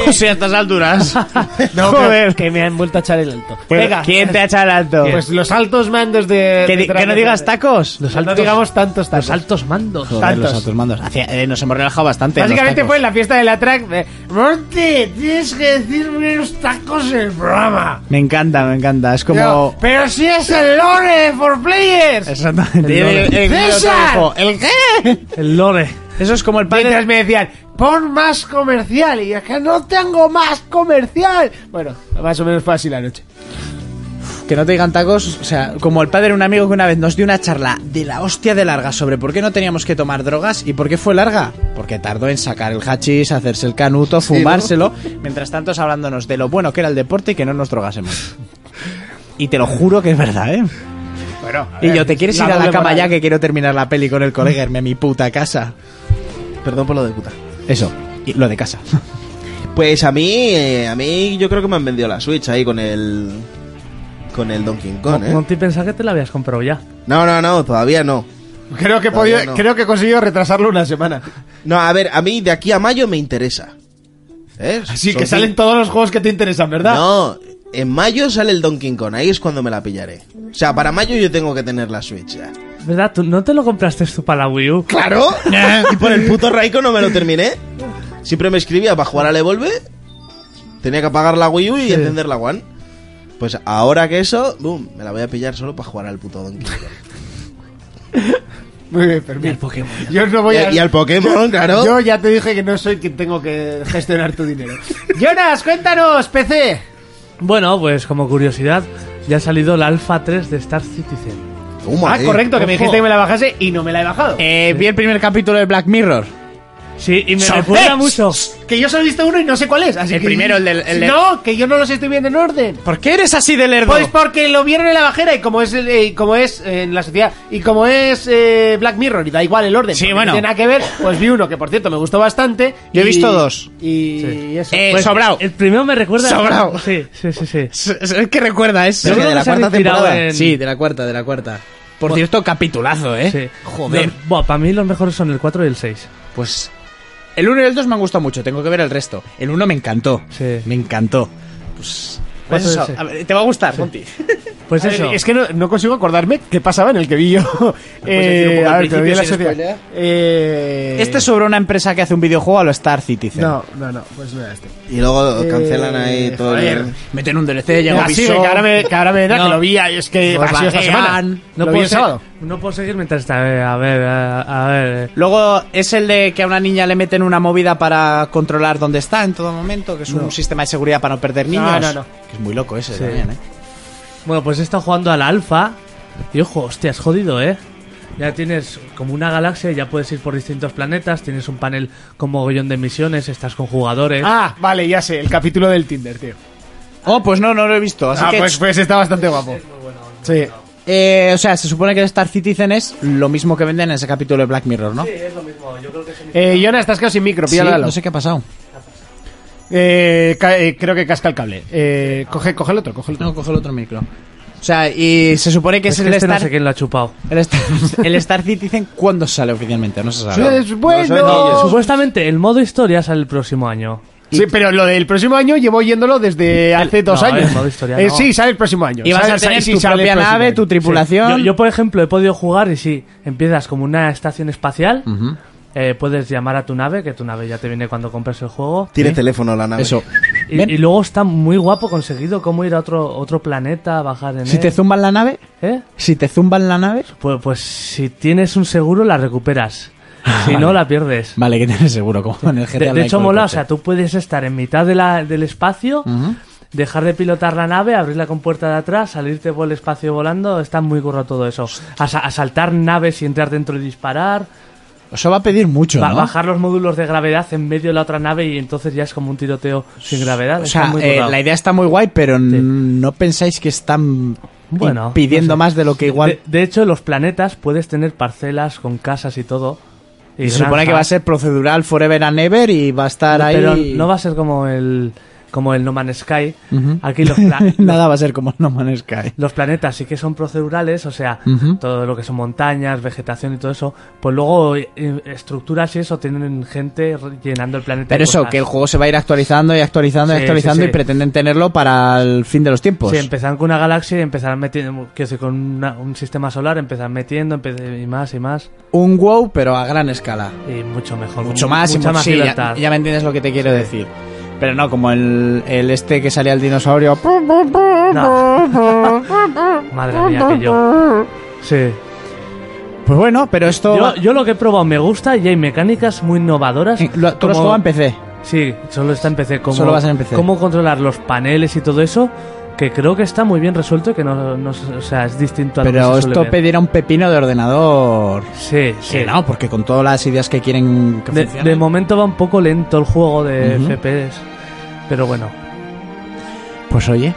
Speaker 2: o sea, a estas alturas.
Speaker 1: Eh. No,
Speaker 2: Joder.
Speaker 1: que me han vuelto a echar el alto.
Speaker 2: Venga. ¿Quién te ha echado el alto?
Speaker 1: Pues los altos mandos de.
Speaker 2: que,
Speaker 1: Pues, de
Speaker 2: di- que no
Speaker 1: Dragon
Speaker 2: digas
Speaker 1: Ball.
Speaker 2: tacos.
Speaker 4: Los
Speaker 1: No
Speaker 4: altos,
Speaker 1: digamos tantos
Speaker 4: los
Speaker 1: tacos.
Speaker 4: altos mandos.
Speaker 2: Joder, los
Speaker 1: tantos.
Speaker 2: altos mandos. Hacia- eh, nos hemos relajado bastante. los
Speaker 1: Básicamente
Speaker 2: tacos.
Speaker 1: fue en la fiesta de la track de. Monte, tienes que decirme los tacos en el programa.
Speaker 2: Me encanta, me encanta. Es como...
Speaker 1: Pero, pero si es el lore for players.
Speaker 2: Exactamente.
Speaker 4: El
Speaker 2: Y el- el-
Speaker 1: ¡César!
Speaker 2: el- el- ¿El qué?
Speaker 4: El lore.
Speaker 2: Eso es como el padre...
Speaker 1: Mientras me decían, pon más comercial. Y es que no tengo más comercial. Bueno, más o menos fue así la noche.
Speaker 2: Que no te digan tacos, o sea, como el padre de un amigo que una vez nos dio una charla de la hostia de larga sobre por qué no teníamos que tomar drogas y por qué fue larga. Porque tardó en sacar el hachís, hacerse el canuto, fumárselo, mientras tanto es hablándonos de lo bueno que era el deporte y que no nos drogásemos. Y te lo juro que es verdad, ¿eh?
Speaker 1: Bueno, a
Speaker 2: Y
Speaker 1: ver,
Speaker 2: yo, ¿te quieres ir a la
Speaker 1: doble
Speaker 2: cama
Speaker 1: moral.
Speaker 2: ya que quiero terminar la peli con el colega, irme a mi puta casa?
Speaker 3: Perdón por lo de puta.
Speaker 2: Eso, y lo de casa.
Speaker 3: Pues a mí, eh, a mí yo creo que me han vendido la Switch ahí con el con el Donkey Kong, ¿eh?
Speaker 4: Monty pensaba que te lo habías comprado ya.
Speaker 3: No, no, no, todavía no.
Speaker 1: Creo que, he
Speaker 3: Todavía
Speaker 1: podido-
Speaker 3: no.
Speaker 1: creo que he conseguido retrasarlo una semana.
Speaker 3: No, a ver, a mí de aquí a mayo me interesa. ¿Eh?
Speaker 1: Así
Speaker 3: Son
Speaker 1: Ah, que salen
Speaker 3: cin-
Speaker 1: todos los juegos que te interesan, ¿verdad?
Speaker 3: No, en mayo sale el Donkey Kong, ahí es cuando me la pillaré. O sea, para mayo yo tengo que tener la Switch ya.
Speaker 4: ¿Verdad? ¿Tú no te lo compraste tú para la Wii U?
Speaker 3: ¡Claro! y por el puto Raiko no me lo terminé. Siempre me escribía para jugar al Evolve. Tenía que apagar la Wii U y encender la One. Pues ahora que eso, boom, me la voy a pillar solo para jugar al puto Donkey Kong.
Speaker 1: Muy bien, Fermín.
Speaker 4: Pokémon.
Speaker 1: Yo no voy a...
Speaker 3: Eh, y, y al Pokémon, claro.
Speaker 1: Yo ya te dije que no soy quien tengo que gestionar tu dinero. Jonas, cuéntanos, PC.
Speaker 4: Bueno, pues como curiosidad, ya ha salido la Alpha 3 de Star Citizen.
Speaker 3: Toma,
Speaker 1: ah,
Speaker 3: eh.
Speaker 1: correcto, que me
Speaker 3: Ojo.
Speaker 1: dijiste que me la bajase y no me la he bajado.
Speaker 2: Eh, vi el primer capítulo de Black Mirror.
Speaker 4: Sí, y me
Speaker 2: ¡Sorpresa!
Speaker 4: recuerda mucho.
Speaker 1: que yo solo he visto uno y no sé cuál es. Así
Speaker 2: El
Speaker 1: que-
Speaker 2: primero, el del- el del-
Speaker 1: No, que yo no los estoy viendo en orden.
Speaker 2: ¿Por qué eres así de lerdo?
Speaker 1: Pues porque lo vieron en la bajera y como es el- eh, y como es eh, en la sociedad y como es eh, Black Mirror y da igual el orden,
Speaker 2: Sí,
Speaker 1: porque
Speaker 2: bueno.
Speaker 1: no tiene nada que ver, pues vi uno que por cierto me gustó bastante.
Speaker 2: Yo he
Speaker 1: y-
Speaker 2: visto dos.
Speaker 1: Y eso. Pues
Speaker 2: Eh, sobrao.
Speaker 4: El primero me recuerda.
Speaker 2: Sobrao.
Speaker 4: Sí, sí, sí. sí.
Speaker 2: Es- Es es que recuerda, es...
Speaker 3: Pero que
Speaker 4: Yo creo
Speaker 3: de
Speaker 4: que
Speaker 3: la
Speaker 4: se ha
Speaker 3: cuarta
Speaker 4: inspirado
Speaker 3: temporada.
Speaker 4: en-
Speaker 2: Sí, de la cuarta, de la cuarta. Por cierto, capitulazo, ¿eh?
Speaker 4: sí.
Speaker 2: Joder.
Speaker 4: Los- buah, para mí los mejores son el 4 y el 6.
Speaker 2: Pues el 1 y el 2 me han gustado mucho, tengo que ver el resto. El 1 me encantó.
Speaker 4: Sí.
Speaker 2: Me encantó. Pues, pues
Speaker 4: Cuatro de
Speaker 2: eso,
Speaker 4: seis.
Speaker 2: a ver, te va a gustar, Monty.
Speaker 4: Pues eso.
Speaker 1: Es que no, no consigo acordarme qué pasaba en el que vi yo. Eh,
Speaker 3: como
Speaker 1: a
Speaker 3: al
Speaker 1: ver, te lo digo en la
Speaker 3: principio, sin
Speaker 1: sociedad. Eh,
Speaker 2: Este es sobre una empresa que hace un videojuego a lo Star Citizen.
Speaker 1: No, no, no, pues no era este.
Speaker 3: Y luego cancelan
Speaker 1: Eh,
Speaker 3: ahí todo el...
Speaker 2: Meten un DLC, llega
Speaker 1: Ah, sí, que ahora me, que ahora me da
Speaker 4: No.
Speaker 1: que lo vi, es que
Speaker 2: Pues
Speaker 1: ha sido esta
Speaker 2: bajean.
Speaker 1: semana. lo
Speaker 4: no,
Speaker 1: vi
Speaker 4: puedo
Speaker 1: el
Speaker 4: se-
Speaker 1: sábado.
Speaker 4: no puedo seguir mientras está. A ver, a ver. eh, A, a ver.
Speaker 2: Luego es el de que a una niña le meten una movida para controlar dónde está en todo momento, que es un sistema de seguridad para no perder niños.
Speaker 1: no, no.
Speaker 2: Que es muy loco ese también, ¿eh?
Speaker 4: Bueno, pues he estado jugando al alfa. Y ojo, hostia, has jodido, ¿eh? Ya tienes como una galaxia, ya puedes ir por distintos planetas, tienes un panel con mogollón de misiones, estás con jugadores.
Speaker 1: Ah, vale, ya sé, el capítulo del Tinder, tío.
Speaker 2: Oh, pues no, no lo he visto. Así
Speaker 1: ah,
Speaker 2: que,
Speaker 1: pues, pues está bastante guapo. Sí.
Speaker 2: eh, o sea, se supone que Star Citizen es lo mismo que venden en ese capítulo de Black Mirror, ¿no?
Speaker 4: es lo mismo, yo creo que es
Speaker 1: Eh, Jonah, estás casi sin micro,
Speaker 2: Sí,
Speaker 1: píllalo.
Speaker 2: no sé qué ha pasado.
Speaker 1: Eh, ca- eh, creo que casca el cable. Eh, coge, coge el otro, coge el otro.
Speaker 2: No, coge el otro micro. O sea, y se supone que es, el,
Speaker 4: este no
Speaker 2: Star,
Speaker 4: sé quién lo ha chupado.
Speaker 2: el Star el Star Citizen cuándo sale oficialmente, no se sabe.
Speaker 1: Sí, es bueno.
Speaker 3: saben ni ellos.
Speaker 4: Supuestamente el modo historia sale el próximo año.
Speaker 1: Sí, pero lo del próximo año llevo oyéndolo desde hace dos
Speaker 4: no,
Speaker 1: años.
Speaker 4: el modo historia
Speaker 1: Eh,
Speaker 4: no.
Speaker 1: Sí, sale el próximo año.
Speaker 2: Y vas
Speaker 1: Sale-
Speaker 2: a tener
Speaker 1: sí,
Speaker 2: tu
Speaker 1: sale el
Speaker 2: propia
Speaker 1: próximo
Speaker 2: nave,
Speaker 1: año.
Speaker 2: tu tripulación.
Speaker 4: Yo, yo, por ejemplo, he podido jugar y si empiezas como una estación espacial, eh, puedes llamar a tu nave, que tu nave ya te viene cuando compras el juego.
Speaker 1: ¿Eh?
Speaker 3: Tiene teléfono la nave.
Speaker 2: Eso.
Speaker 4: Y,
Speaker 2: Ven,
Speaker 4: y luego está muy guapo conseguido cómo ir a otro, otro planeta, bajar en
Speaker 2: si
Speaker 4: él.
Speaker 2: te zumban la nave,
Speaker 4: ¿Eh?
Speaker 2: si te zumban la nave,
Speaker 4: Pues, pues si tienes un seguro, la recuperas. Si no, la pierdes.
Speaker 2: Vale, que tienes seguro, como en el GTA.
Speaker 4: De, de
Speaker 2: Online
Speaker 4: hecho,
Speaker 2: con el
Speaker 4: mola, o
Speaker 2: coche.
Speaker 4: sea, tú puedes estar en mitad de la- del espacio, dejar de pilotar la nave, abrir la compuerta de atrás, salirte por el espacio volando, está muy curro todo eso. Asa- asaltar naves y entrar dentro y disparar,
Speaker 2: Eso va a pedir mucho,
Speaker 4: ba-
Speaker 2: ¿no?
Speaker 4: bajar los módulos de gravedad en medio de la otra nave y entonces ya es como un tiroteo sin gravedad.
Speaker 2: O
Speaker 4: está
Speaker 2: sea,
Speaker 4: muy
Speaker 2: eh,
Speaker 4: currado.
Speaker 2: la idea está muy guay, pero n- no pensáis que están
Speaker 4: Bueno,
Speaker 2: pidiendo
Speaker 4: no sé.
Speaker 2: más de lo que igual.
Speaker 4: de, de hecho, los planetas puedes tener parcelas con casas y todo. y
Speaker 2: se supone que
Speaker 4: granjas.
Speaker 2: va a ser procedural forever and ever y va a estar ahí.
Speaker 4: Pero no va a ser como el, como el No Man's Sky. Aquí los, pla-
Speaker 2: Nada va a ser como No Man's Sky.
Speaker 4: los planetas sí que son procedurales, o sea,
Speaker 2: Ujú.
Speaker 4: todo lo que son montañas, vegetación y todo eso. Pues luego eh, estructuras y eso tienen gente re- llenando el planeta.
Speaker 2: Pero
Speaker 4: de
Speaker 2: eso,
Speaker 4: cosas.
Speaker 2: que el juego se va a ir actualizando y actualizando y
Speaker 4: Sí,
Speaker 2: actualizando
Speaker 4: sí, sí.
Speaker 2: y pretenden tenerlo para el fin de los tiempos.
Speaker 4: Sí, empezaron con una galaxia y empezaron metiendo, que con una- un sistema solar, empezaron metiendo empe- y más y más.
Speaker 2: Un wow, pero a gran escala.
Speaker 4: Y mucho mejor.
Speaker 2: mucho
Speaker 4: mu-
Speaker 2: más y
Speaker 4: mucha
Speaker 2: mucho-
Speaker 4: más
Speaker 2: sí, ya,
Speaker 4: libertad.
Speaker 2: ya me entiendes lo que te quiero decir. Pero no, como el, el este que salía el dinosaurio. pum, pum, pum,
Speaker 4: No. Madre mía, que yo. Sí.
Speaker 2: Pues bueno, pero esto.
Speaker 4: Yo, yo lo que he probado me gusta y hay mecánicas muy innovadoras.
Speaker 2: Eh, lo- tú lo has
Speaker 4: como-
Speaker 2: jugado en PC.
Speaker 4: Sí, solo está en PC. Como,
Speaker 2: Solo vas en PC.
Speaker 4: Cómo controlar los paneles y todo eso, que creo que está muy bien resuelto y que no, no- o sea, es distinto a lo
Speaker 2: Pero
Speaker 4: que se suele
Speaker 2: esto
Speaker 4: ver.
Speaker 2: pedirá un pepino de ordenador.
Speaker 4: Sí, sí.
Speaker 2: Que no, porque con todas las ideas que quieren que
Speaker 4: de,
Speaker 2: funcionen.
Speaker 4: de momento va un poco lento el juego de
Speaker 2: Ujú.
Speaker 4: FPS. Pero bueno.
Speaker 2: Pues oye.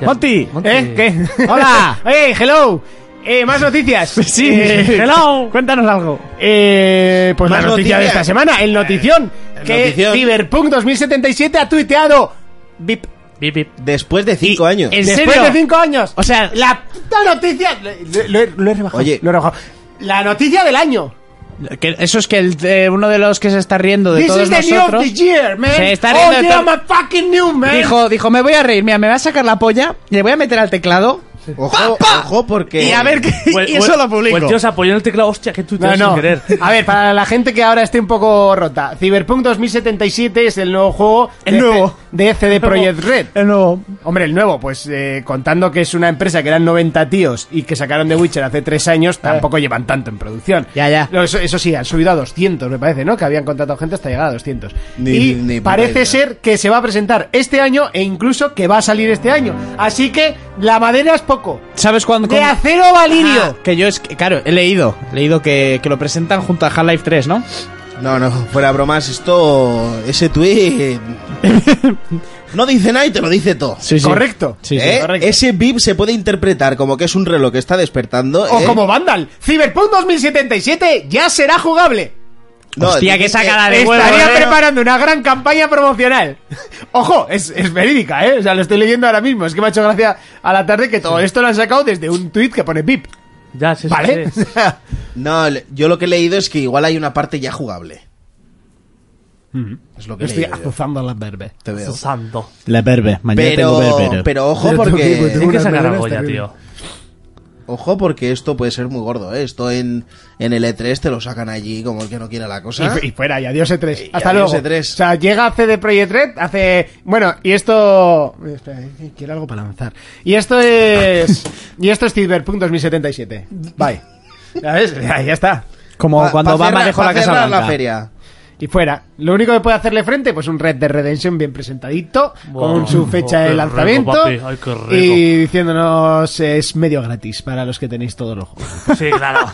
Speaker 4: ya-
Speaker 2: ¡Monty!
Speaker 4: Monty.
Speaker 1: ¿Eh? ¿Qué?
Speaker 2: ¡Hola!
Speaker 1: ¡Hey, hello! Eh, más noticias.
Speaker 2: Sí,
Speaker 1: Eh,
Speaker 2: hello. Cuéntanos algo.
Speaker 1: Eh, pues la
Speaker 3: Más
Speaker 1: noticia
Speaker 3: noticias. Eh,
Speaker 1: de esta semana, el notición,
Speaker 3: El
Speaker 1: que
Speaker 3: notición.
Speaker 1: Cyberpunk 2077 ha tuiteado VIP
Speaker 4: Bip, bip.
Speaker 3: Después de cinco años.
Speaker 2: ¿En
Speaker 1: después
Speaker 2: serio?
Speaker 1: de 5 años.
Speaker 2: O sea,
Speaker 1: la puta noticia lo, lo he- lo he rebajado.
Speaker 3: Oye.
Speaker 1: lo he rebajado. La noticia del año.
Speaker 2: que eso es que el- eh, uno de los que se está riendo de
Speaker 1: This
Speaker 2: todos
Speaker 1: is the new of
Speaker 2: nosotros
Speaker 1: the year, man.
Speaker 2: Se
Speaker 1: oh,
Speaker 2: está riendo de
Speaker 1: yeah,
Speaker 2: todo-
Speaker 1: my fucking new, man.
Speaker 2: dijo, dijo, me voy a reír, mira, me va a sacar la polla, le voy a meter al teclado
Speaker 3: Ojo, ojo porque...
Speaker 2: y a ver qué
Speaker 4: Pues-
Speaker 2: y eso
Speaker 4: pues-
Speaker 2: lo publico.
Speaker 4: Pues yo se apoyó en el teclado, hostia, que tú te
Speaker 1: No, no.
Speaker 4: sin querer.
Speaker 1: A ver, para la gente que ahora esté un poco rota, Cyberpunk 2077 es el nuevo juego
Speaker 2: El
Speaker 1: de-
Speaker 2: nuevo.
Speaker 1: de CD Projekt Red.
Speaker 2: El nuevo.
Speaker 1: Hombre, el nuevo, pues eh, contando que es una empresa que eran 90 tíos y que sacaron The Witcher hace 3 años, tampoco llevan tanto en producción.
Speaker 2: Ah. Ya, ya.
Speaker 1: No, Eso, eso sí, han subido a 200, me parece, ¿no? Que habían contratado gente hasta llegar a 200.
Speaker 3: Ni-
Speaker 1: y
Speaker 3: ni- ni puta
Speaker 1: parece
Speaker 3: idea.
Speaker 1: ser que se va a presentar este año e incluso que va a salir este año. Así que la madera es poco.
Speaker 2: ¿Sabes cuándo?
Speaker 1: De
Speaker 2: cómo-
Speaker 1: acero valirio.
Speaker 2: Ah, que yo es que, claro, he leído, he leído que, que lo presentan junto a Half-Life 3, ¿no?
Speaker 3: No, no, fuera bromas, esto... Ese tweet... no dice nada y te lo dice todo.
Speaker 2: Sí,
Speaker 1: Correcto.
Speaker 2: Sí, sí.
Speaker 3: ¿Eh? Ese bip se puede interpretar como que es un reloj que está despertando.
Speaker 1: O
Speaker 3: ¿eh?
Speaker 1: como Vandal, Cyberpunk 2077 ya será jugable.
Speaker 3: No,
Speaker 2: Hostia,
Speaker 3: dice
Speaker 2: qué sacada de huevo.
Speaker 1: Estaría
Speaker 2: ¿eh?
Speaker 1: preparando una gran campaña promocional. Ojo, es, es verídica, ¿eh? O sea, lo estoy leyendo ahora mismo. Es que me ha hecho gracia a la tarde que todo esto lo han sacado desde un tuit que pone pip.
Speaker 4: Ya, sí, sí,
Speaker 1: ¿Vale?
Speaker 4: sí.
Speaker 3: No, le- yo lo que he leído es que igual hay una parte ya jugable. Es lo que he
Speaker 1: Estoy
Speaker 3: leído yo.
Speaker 1: azuzando las verbes.
Speaker 3: Te veo.
Speaker 4: Santo.
Speaker 2: La verbe, mañana tengo
Speaker 3: Pero,
Speaker 2: verbero.
Speaker 3: pero ojo
Speaker 1: Pero tú,
Speaker 3: porque...
Speaker 1: Tengo
Speaker 4: Tienes que
Speaker 1: unas
Speaker 4: sacar la
Speaker 1: verbenas
Speaker 4: polla,
Speaker 1: terribles.
Speaker 4: tío.
Speaker 3: Ojo porque esto puede ser muy gordo, ¿eh? Esto en, en el E3 te lo sacan allí como el que no quiera la cosa.
Speaker 1: Y, y fuera, y adiós E3.
Speaker 3: ¿Ah? Y
Speaker 1: Hasta
Speaker 3: adiós E
Speaker 1: luego.
Speaker 3: E3.
Speaker 1: O sea, llega CD Projekt Red, hace. Bueno, y esto. Espera, eh, quiero algo para lanzar. Y esto es. y esto es Cyberpunk 2077. Bye. ¿Sabes? Ya, ya está.
Speaker 2: Como
Speaker 3: Pa-
Speaker 2: cuando
Speaker 3: pa
Speaker 2: Obama
Speaker 3: cerrar-
Speaker 2: dejó
Speaker 3: pa
Speaker 2: la Casa
Speaker 3: cerrar
Speaker 2: Blanca.
Speaker 3: la feria.
Speaker 1: Y fuera. Lo único que puede hacerle frente, pues un Red de Redemption bien presentadito,
Speaker 4: Buah,
Speaker 1: con su
Speaker 4: buah,
Speaker 1: fecha
Speaker 4: qué
Speaker 1: de
Speaker 4: rico,
Speaker 1: lanzamiento.
Speaker 4: papi. Ay, qué rico.
Speaker 1: Y diciéndonos eh, es medio gratis para los que tenéis todos los juegos.
Speaker 4: Sí, claro.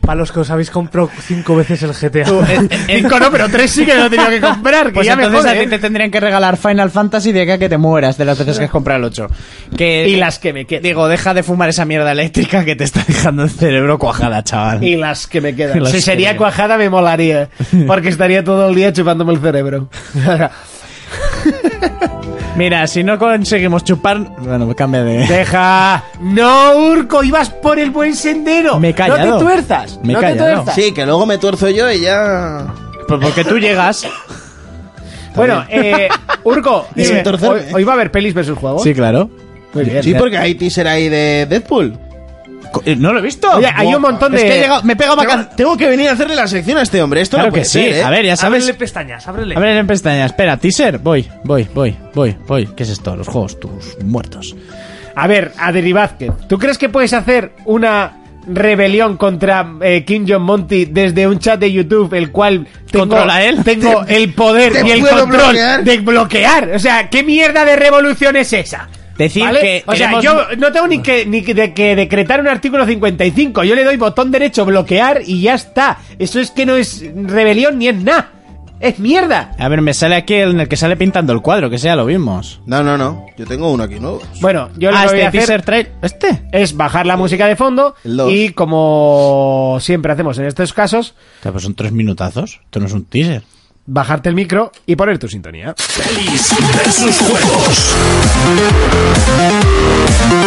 Speaker 4: Para los que os habéis comprado cinco veces el GTA.
Speaker 1: Cinco no, pero tres sí que me lo he tenido que comprar. Que
Speaker 2: Pues
Speaker 1: ya me
Speaker 2: entonces a
Speaker 1: jode. ¿eh?
Speaker 2: ti te tendrían que regalar Final Fantasy de acá que te mueras de las veces que has comprado el 8. Que,
Speaker 1: Y las que me quedan.
Speaker 2: Digo, deja de fumar esa mierda eléctrica que te está dejando el cerebro cuajada, chaval.
Speaker 1: Y las que me
Speaker 2: Y
Speaker 1: quedan.
Speaker 2: las
Speaker 1: Si
Speaker 2: que
Speaker 1: sería
Speaker 2: me-
Speaker 1: cuajada me molaría, ¿eh? porque estaría todo el día chupándome el cerebro.
Speaker 2: Mira, si no conseguimos chupar... Bueno, cambia de...
Speaker 1: Deja. No, Urco, ibas por el buen sendero.
Speaker 2: Me he
Speaker 1: No
Speaker 2: callado.
Speaker 1: te tuerzas.
Speaker 2: Me he
Speaker 1: no te
Speaker 2: callado.
Speaker 1: tuerzas.
Speaker 3: Sí, que luego me tuerzo yo y ya...
Speaker 2: Pues porque tú llegas...
Speaker 1: Bueno, eh, Urco,
Speaker 2: Y sin
Speaker 1: eh,
Speaker 2: torcerme.
Speaker 1: hoy, hoy va a haber pelis versus juegos.
Speaker 2: Sí, claro.
Speaker 1: Oh. Muy bien.
Speaker 3: Sí, porque hay teaser ahí de Deadpool.
Speaker 2: Co- eh, ¿No lo he visto?
Speaker 1: Oye, hay un montón
Speaker 2: Es
Speaker 1: de-
Speaker 2: que he llegado- me he pegado
Speaker 3: Tengo,
Speaker 2: vaca-
Speaker 3: tengo que venir a hacerle la sección a este hombre. Esto
Speaker 2: Claro
Speaker 3: no puede
Speaker 2: que sí.
Speaker 3: ser, ¿eh?
Speaker 2: A ver, ya sabes...
Speaker 4: Ábrele pestañas, ábrele.
Speaker 2: A ver, en pestaña, espera, teaser, voy, voy, voy, voy, voy. ¿Qué es esto? Los juegos, tus muertos.
Speaker 1: A ver, a Vázquez, ¿tú crees que puedes hacer una rebelión contra eh, Kim Jong Monty desde un chat de YouTube el cual tengo,
Speaker 2: ¿Controla él?
Speaker 1: tengo el poder
Speaker 3: te
Speaker 1: y el
Speaker 3: puedo
Speaker 1: control
Speaker 3: bloquear.
Speaker 1: de bloquear? O sea, ¿qué mierda de revolución es esa?
Speaker 2: Decir
Speaker 1: ¿Vale?
Speaker 2: que
Speaker 1: o sea,
Speaker 2: queremos-
Speaker 1: yo no tengo ni que ni que- de que decretar un artículo 55, yo le doy botón derecho bloquear y ya está. Eso es que no es rebelión ni es nada. Es mierda.
Speaker 2: A ver, me sale aquí el, en el que sale pintando el cuadro, que sea lo vimos.
Speaker 3: No, no, no. Yo tengo uno aquí nuevo.
Speaker 1: Bueno, yo lo
Speaker 2: ah,
Speaker 1: que voy
Speaker 2: este
Speaker 1: a hacer
Speaker 2: teaser trail. ¿Este?
Speaker 1: es bajar la música de fondo
Speaker 3: El dos.
Speaker 1: y como siempre hacemos en estos casos,
Speaker 2: O sea, pues son tres minutazos. Esto no es un teaser.
Speaker 1: bajarte el micro y poner tu sintonía.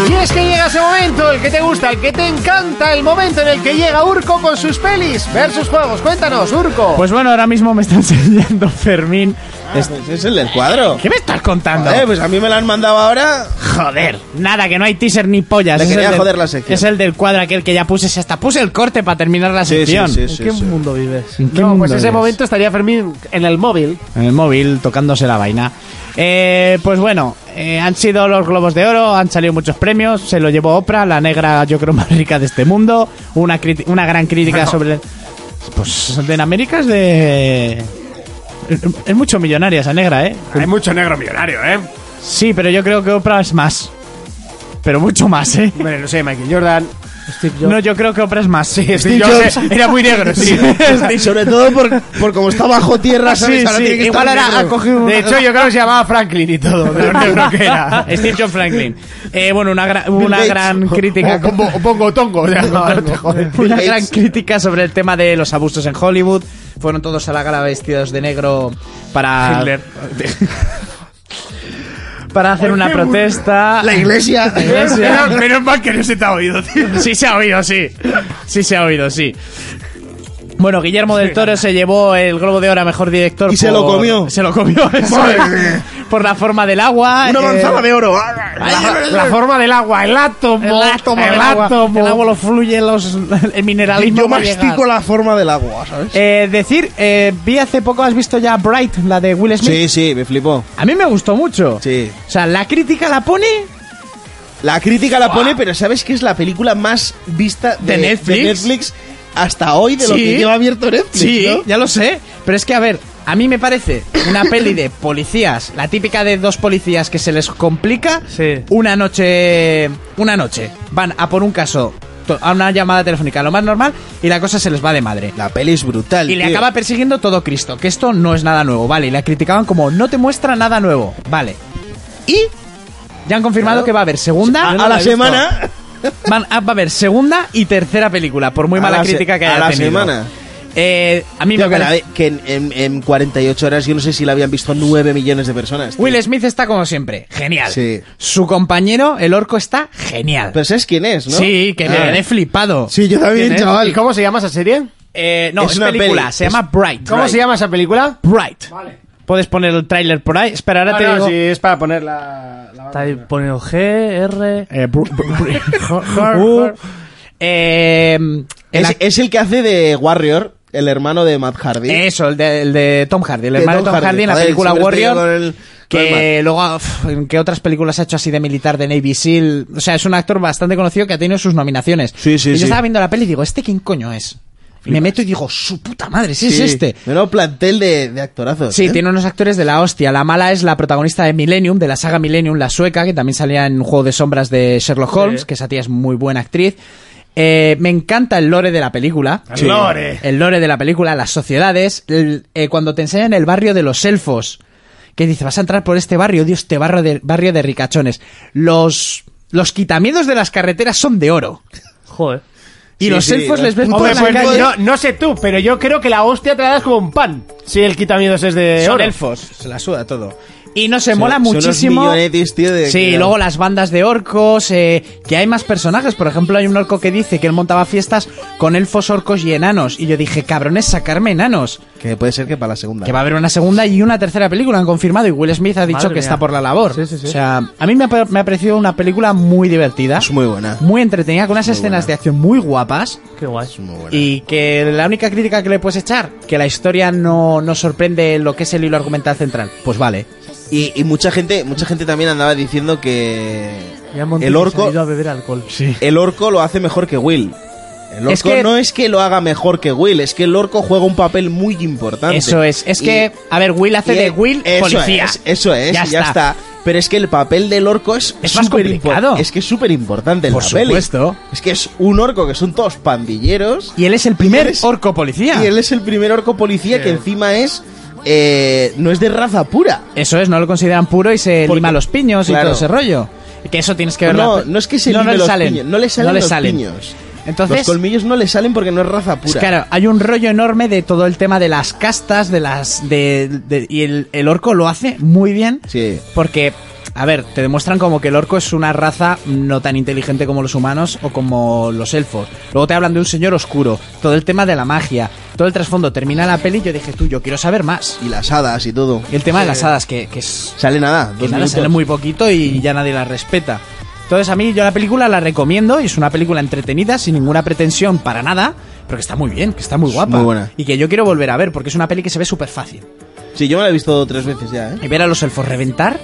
Speaker 1: Y es que llega ese momento, el que te gusta, el que te encanta, el momento en el que llega Urco con sus pelis versus juegos. Cuéntanos, Urco.
Speaker 2: Pues bueno, ahora mismo me está enseñando Fermín. Es-
Speaker 3: Pues es el del cuadro.
Speaker 2: ¿Qué me estás contando?
Speaker 3: Eh, pues a mí me lo han mandado ahora.
Speaker 2: Joder, nada, que no hay teaser ni pollas.
Speaker 3: Le
Speaker 2: Es el
Speaker 3: quería
Speaker 2: del-
Speaker 3: joder la sección.
Speaker 2: Es el del cuadro aquel que ya puse. Si hasta puse el corte para terminar la
Speaker 3: Sí, sí,
Speaker 2: sección.
Speaker 3: sí,
Speaker 4: ¿En
Speaker 3: sí,
Speaker 4: qué
Speaker 3: sí.
Speaker 4: mundo vives?
Speaker 2: ¿En qué
Speaker 1: no, pues
Speaker 2: mundo
Speaker 1: ese
Speaker 2: vives?
Speaker 1: momento estaría Fermín en el móvil.
Speaker 2: En el móvil, tocándose la vaina. Eh, pues bueno, eh, han sido los Globos de Oro, han salido muchos premios. Se lo llevó Oprah, la negra, yo creo, más rica de este mundo. Una, criti- una gran crítica sobre. Pues en América es de. Es, es mucho millonaria esa negra, ¿eh?
Speaker 1: Hay mucho negro millonario, ¿eh?
Speaker 2: Sí, pero yo creo que Oprah es más. Pero mucho más, ¿eh?
Speaker 1: Bueno, no sé, Michael Jordan.
Speaker 2: No, yo creo que Oprah es más. Sí,
Speaker 1: Steve Jobs era muy negro, sí.
Speaker 3: Y sobre todo por, por como está bajo tierra, ¿sabes?
Speaker 2: Sí,
Speaker 3: Ahora
Speaker 2: sí,
Speaker 3: tiene Ah, que
Speaker 2: igual
Speaker 3: estar
Speaker 2: ahora ha
Speaker 3: negro.
Speaker 2: cogido
Speaker 1: De
Speaker 2: una-
Speaker 1: hecho, yo creo que se llamaba Franklin y todo, de lo negro que era.
Speaker 2: Steve John Franklin. Eh, bueno, una, gra- una
Speaker 3: Gates.
Speaker 2: gran crítica.
Speaker 1: O pongo, o pongo tongo. ya, no, no te jodes.
Speaker 2: Una
Speaker 3: Bill
Speaker 2: gran
Speaker 3: Gates.
Speaker 2: crítica sobre el tema de los abusos en Hollywood. Fueron todos a la gala vestidos de negro
Speaker 1: Ah.
Speaker 2: para.
Speaker 4: Hitler.
Speaker 2: Para hacer una protesta.
Speaker 3: La iglesia.
Speaker 2: iglesia.
Speaker 1: mal que no se te ha oído, tío.
Speaker 2: Sí se ha oído, sí. Sí se ha oído, sí. Bueno, Guillermo del Toro se llevó el Globo de Oro a Mejor Director.
Speaker 3: Y se lo comió.
Speaker 2: Se lo comió, eso
Speaker 3: Madre
Speaker 2: es.
Speaker 3: mía.
Speaker 2: Por la forma del agua.
Speaker 3: Una
Speaker 2: eh,
Speaker 3: manzana de oro.
Speaker 1: La, la forma del agua, el átomo.
Speaker 2: El átomo, el, agua, el agua lo fluye, los, el mineralismo.
Speaker 3: Yo
Speaker 2: va a llegar.
Speaker 3: mastico la forma del agua, ¿sabes?
Speaker 2: Eh, decir, eh, vi hace poco, ¿has visto ya Bright, la de Will Smith?
Speaker 3: Sí, sí, me flipó.
Speaker 2: A mí me gustó mucho.
Speaker 3: Sí.
Speaker 2: O sea, la crítica la pone
Speaker 3: La crítica la
Speaker 2: Ah.
Speaker 3: pone, pero ¿sabes que es la película más vista de,
Speaker 2: ¿De Netflix?
Speaker 3: de Netflix hasta hoy de lo
Speaker 2: Sí.
Speaker 3: que lleva abierto Netflix?
Speaker 2: Sí,
Speaker 3: ¿no?
Speaker 2: ya lo sé. Pero es que, a ver, a mí me parece una peli de policías, la típica de dos policías que se les complica.
Speaker 4: Sí.
Speaker 2: Una noche. Una noche. Van a por un caso, to- a una llamada telefónica, lo más normal, y la cosa se les va de madre.
Speaker 3: La peli es brutal.
Speaker 2: Y le
Speaker 3: tío.
Speaker 2: acaba persiguiendo todo Cristo, que esto no es nada nuevo, vale. Y la criticaban como no te muestra nada nuevo, vale. Y ya han confirmado que va a haber segunda.
Speaker 3: a, a Ah, la semana.
Speaker 2: Van- ah, va a haber segunda y tercera película, por muy
Speaker 3: A
Speaker 2: mala
Speaker 3: la se-
Speaker 2: crítica que
Speaker 3: a
Speaker 2: haya
Speaker 3: la
Speaker 2: tenido.
Speaker 3: semana.
Speaker 2: Eh, a mí
Speaker 3: Tío,
Speaker 2: me
Speaker 3: que la
Speaker 2: parece-
Speaker 3: ve- que en, en- en 48 horas yo no sé si la habían visto 9 millones de personas. tío.
Speaker 2: Will Smith está como siempre, genial.
Speaker 3: Sí.
Speaker 2: Su compañero, el orco, está genial.
Speaker 3: Pero sabes quién es, ¿no?
Speaker 2: Sí, que me
Speaker 3: Ah.
Speaker 2: quedé flipado.
Speaker 3: Sí, yo también,
Speaker 1: ¿Y cómo se llama esa serie?
Speaker 2: Eh, no,
Speaker 3: Es
Speaker 2: es,
Speaker 3: una
Speaker 2: película,
Speaker 3: peli.
Speaker 2: se
Speaker 3: Es-
Speaker 2: llama Bright.
Speaker 5: ¿Cómo se llama esa película?
Speaker 2: Bright. Puedes poner el tráiler por ahí. Espera, ahora te
Speaker 5: Ah, no,
Speaker 2: digo.
Speaker 5: sí, es para poner la. la
Speaker 4: Está ahí, pone G, R.
Speaker 2: Eh, br- br- br- Uh, eh, el
Speaker 3: Es,
Speaker 2: ac-
Speaker 3: es el que hace de Warrior, el hermano de Matt Hardy.
Speaker 2: eso, el de, el de Tom Hardy, el
Speaker 3: De
Speaker 2: hermano de Tom Hardy, en la
Speaker 3: Joder,
Speaker 2: película
Speaker 3: siempre estoy
Speaker 2: Warrior.
Speaker 3: con el- con el Matt.
Speaker 2: que luego uf, en qué otras películas ha hecho así de militar de Navy SEAL o sea es un actor bastante conocido que ha tenido sus nominaciones
Speaker 3: Sí, sí,
Speaker 2: y yo
Speaker 3: sí.
Speaker 2: estaba viendo la peli y digo este quién coño es y me meto y digo su puta madre si
Speaker 3: Sí.
Speaker 2: es este
Speaker 3: Menudo plantel de, de actorazos.
Speaker 2: Sí,
Speaker 3: ¿eh?
Speaker 2: tiene unos actores de la hostia. La mala es la protagonista de Millennium, de la saga Millennium, la sueca, que también salía en un juego de sombras de Sherlock Holmes,
Speaker 4: Sí.
Speaker 2: que esa tía es muy buena actriz. Eh, me encanta el lore de la película.
Speaker 5: El Sí. lore.
Speaker 2: El lore de la película, las sociedades. el- eh, cuando te enseñan el barrio de los elfos, que dice, vas a entrar por este barrio, Dios, este barrio de, barrio de ricachones. Los, los quitamiedos de las carreteras son de oro.
Speaker 4: Joder.
Speaker 2: Y
Speaker 3: Sí,
Speaker 2: los
Speaker 3: sí,
Speaker 2: elfos
Speaker 3: los
Speaker 2: les ves por
Speaker 5: Hombre,
Speaker 2: la
Speaker 5: pues
Speaker 2: calle.
Speaker 5: no, no sé tú, pero yo creo que la hostia te la das como un pan. Si el quitamiedos es de
Speaker 2: Son
Speaker 5: oro.
Speaker 2: elfos. Se la suda todo. Y no se mola
Speaker 3: Son unos
Speaker 2: muchísimo.
Speaker 3: millonetis, tío, de-
Speaker 2: Sí,
Speaker 3: que-
Speaker 2: luego las bandas de orcos, eh, que hay más personajes. Por ejemplo, hay un orco que dice que él montaba fiestas con elfos, orcos y enanos. Y yo dije, cabrones, sacarme enanos.
Speaker 3: Que puede ser que para la segunda.
Speaker 2: Que va a haber una segunda y una tercera película, han confirmado. Y Will Smith ha dicho
Speaker 4: Madre
Speaker 2: que
Speaker 4: mía.
Speaker 2: está por la labor.
Speaker 4: Sí, sí, sí.
Speaker 2: O sea, a mí me ha, pa- me ha parecido una película muy divertida.
Speaker 3: Es muy buena.
Speaker 2: Muy entretenida, con unas escenas de acción muy guapas.
Speaker 4: Qué guay.
Speaker 3: Es muy buena.
Speaker 2: Y que la única crítica que le puedes echar, que la historia no, no sorprende lo que es el hilo argumental central. Pues vale.
Speaker 3: Y, y mucha gente mucha gente también andaba diciendo que
Speaker 4: Ya Monty
Speaker 3: el
Speaker 4: se
Speaker 3: orco
Speaker 4: ha ido a beber alcohol.
Speaker 3: el orco lo hace mejor que Will. El orco
Speaker 2: Es que-
Speaker 3: no es que lo haga mejor que Will, es que el orco juega un papel muy importante.
Speaker 2: Eso es. Es
Speaker 3: Y-
Speaker 2: que, a ver, Will hace
Speaker 3: y
Speaker 2: de
Speaker 3: el-
Speaker 2: Will
Speaker 3: eso
Speaker 2: policía.
Speaker 3: es, eso es, ya, está. Pero es que el papel del orco es
Speaker 2: Es más
Speaker 3: superimpor-
Speaker 2: complicado.
Speaker 3: Es que es súper importante en
Speaker 2: Por
Speaker 3: la peli.
Speaker 2: supuesto.
Speaker 3: Es que es un orco que son todos pandilleros.
Speaker 2: Y él es el primer
Speaker 3: eres-
Speaker 2: orco policía.
Speaker 3: Y él es el primer orco policía que encima es. eh, no es de raza pura.
Speaker 2: Eso es, no lo consideran puro y se
Speaker 3: Porque-
Speaker 2: lima los piños y
Speaker 3: claro.
Speaker 2: todo ese rollo. Que eso tienes que ver
Speaker 3: No, no es que se
Speaker 2: no,
Speaker 3: lime
Speaker 2: le
Speaker 3: los
Speaker 2: salen.
Speaker 3: piños, no le salen
Speaker 2: le
Speaker 3: los piños.
Speaker 2: Entonces,
Speaker 3: los colmillos no le salen porque no es raza
Speaker 2: pues
Speaker 3: pura.
Speaker 2: claro, hay un rollo enorme de todo el tema de las castas, de las. De, de- y el, el orco lo hace muy bien.
Speaker 3: Sí.
Speaker 2: Porque, a ver, te demuestran como que el orco es una raza no tan inteligente como los humanos o como los elfos. Luego te hablan de un señor oscuro, todo el tema de la magia, todo el trasfondo. Termina la peli y yo dije, tú, yo quiero saber más.
Speaker 3: Y las hadas y todo.
Speaker 2: Y el tema de las hadas, que, que es...
Speaker 3: Sale nada.
Speaker 2: Que
Speaker 3: Dos
Speaker 2: nada,
Speaker 3: minutos.
Speaker 2: sale muy poquito y ya nadie la respeta. Entonces a mí yo la película la recomiendo y es una película entretenida, sin ninguna pretensión para nada, pero que está muy bien, que está muy guapa.
Speaker 3: muy buena.
Speaker 2: Y que yo quiero volver a ver porque es una peli que se ve súper fácil.
Speaker 3: Sí, yo me la he visto tres veces ya, ¿eh?
Speaker 2: Y ver a los elfos reventar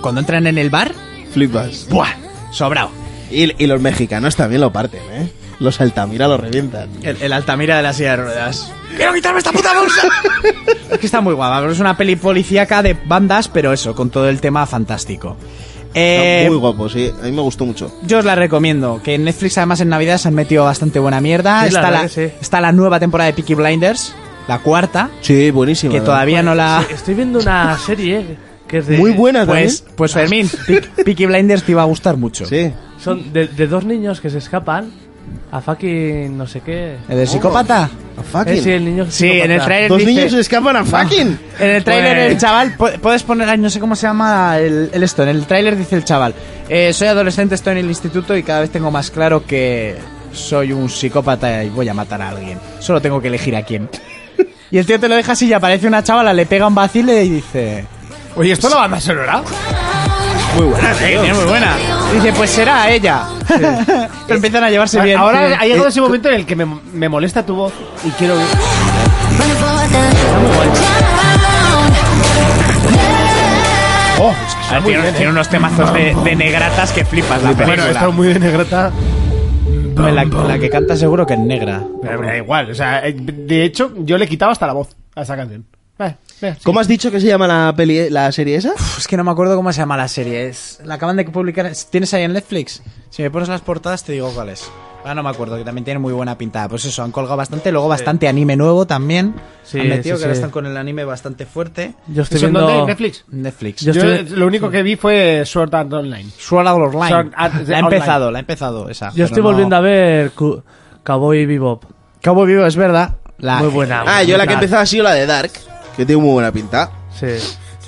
Speaker 2: cuando entran en el bar,
Speaker 3: Flipas.
Speaker 2: ¡buah! Sobrado.
Speaker 3: Y, y los mexicanos también lo parten, ¿eh? Los Altamira lo revientan.
Speaker 2: El, el Altamira de la silla de ruedas. ¡Quiero quitarme esta puta bolsa! es que está muy guapa. pero Es una peli policíaca de bandas, pero eso, con todo el tema fantástico. Eh,
Speaker 3: Está muy guapo, sí. A mí me gustó mucho.
Speaker 2: yo os la recomiendo. Que en Netflix, además, en Navidad se han metido bastante buena mierda.
Speaker 4: Sí, la
Speaker 2: está,
Speaker 4: verdad
Speaker 2: la,
Speaker 4: que sí.
Speaker 2: está la nueva temporada de Peaky Blinders, la cuarta,
Speaker 3: Sí, buenísimo.
Speaker 2: que todavía no la.
Speaker 4: pues, Sí, Estoy viendo una serie que es de.
Speaker 3: Muy buena también.
Speaker 2: Pues, pues Fermín, Pe- Peaky Blinders te iba a gustar mucho.
Speaker 3: Sí.
Speaker 4: Son de, de dos niños que se escapan a fucking no sé qué.
Speaker 2: ¿El del psicópata?
Speaker 3: A fucking.
Speaker 4: Eh, sí, el niño que
Speaker 2: Sí,
Speaker 4: se
Speaker 2: en el Ah.
Speaker 4: escapa.
Speaker 2: trailer
Speaker 3: Dos niños se escapan a fucking.
Speaker 2: En el tráiler
Speaker 4: Pues-
Speaker 2: el chaval, pu- puedes poner, ay, no sé cómo se llama el, el esto, en el tráiler dice el chaval, "Eh, soy adolescente, estoy en el instituto y cada vez tengo más claro que soy un psicópata y voy a matar a alguien. Solo tengo que elegir a quién. Y el tío te lo deja así y aparece una chavala, le pega un vacile y dice...
Speaker 5: Oye, ¿esto la banda sonora?
Speaker 3: Muy buena.
Speaker 2: muy buena. Dice, pues será ella. Pero empiezan a llevarse bien.
Speaker 5: Ahora ha llegado
Speaker 3: Eh,
Speaker 5: ese momento en el que me, me molesta tu voz y quiero. Oh, Ah,
Speaker 2: tiene, tiene unos temazos de, de negratas que flipas la
Speaker 5: eh. Bueno,
Speaker 2: película.
Speaker 5: está muy de negrata.
Speaker 2: Hombre, la, la que canta seguro que es negra.
Speaker 5: Pero me da igual, o sea, eh, de hecho, yo le quitaba hasta la voz a esa canción. Vale, vea, sí.
Speaker 3: ¿Cómo has dicho que se llama la peli, la serie esa?
Speaker 2: Uf, Es que no me acuerdo cómo se llama la serie. Es, la acaban de publicar. ¿Tienes ahí en Netflix? Si me pones las portadas te digo cuál es. Ah, no me acuerdo, que también tiene muy buena pintada. Pues eso, han colgado bastante, luego bastante anime nuevo también.
Speaker 4: Sí,
Speaker 2: han metido
Speaker 4: sí,
Speaker 2: que ahora
Speaker 4: sí.
Speaker 2: están con el anime bastante fuerte.
Speaker 4: Yo estoy
Speaker 5: ¿Eso en
Speaker 4: viendo.
Speaker 5: dónde? ¿En Netflix?
Speaker 2: Netflix.
Speaker 4: Yo
Speaker 5: Yo
Speaker 4: estoy-
Speaker 5: lo único que vi fue Sword Art Online.
Speaker 2: Sword Art Online.
Speaker 5: Sword Art
Speaker 2: la ha
Speaker 5: Online.
Speaker 2: empezado, la ha empezado esa.
Speaker 4: Yo estoy volviendo a ver Cu- Cowboy Bebop.
Speaker 2: Cowboy Vivo, es verdad. La-
Speaker 4: Muy buena.
Speaker 3: Ah, yo la que
Speaker 4: Claro.
Speaker 3: empezaba ha sido la de Dark. Que tiene muy buena pinta.
Speaker 4: Sí.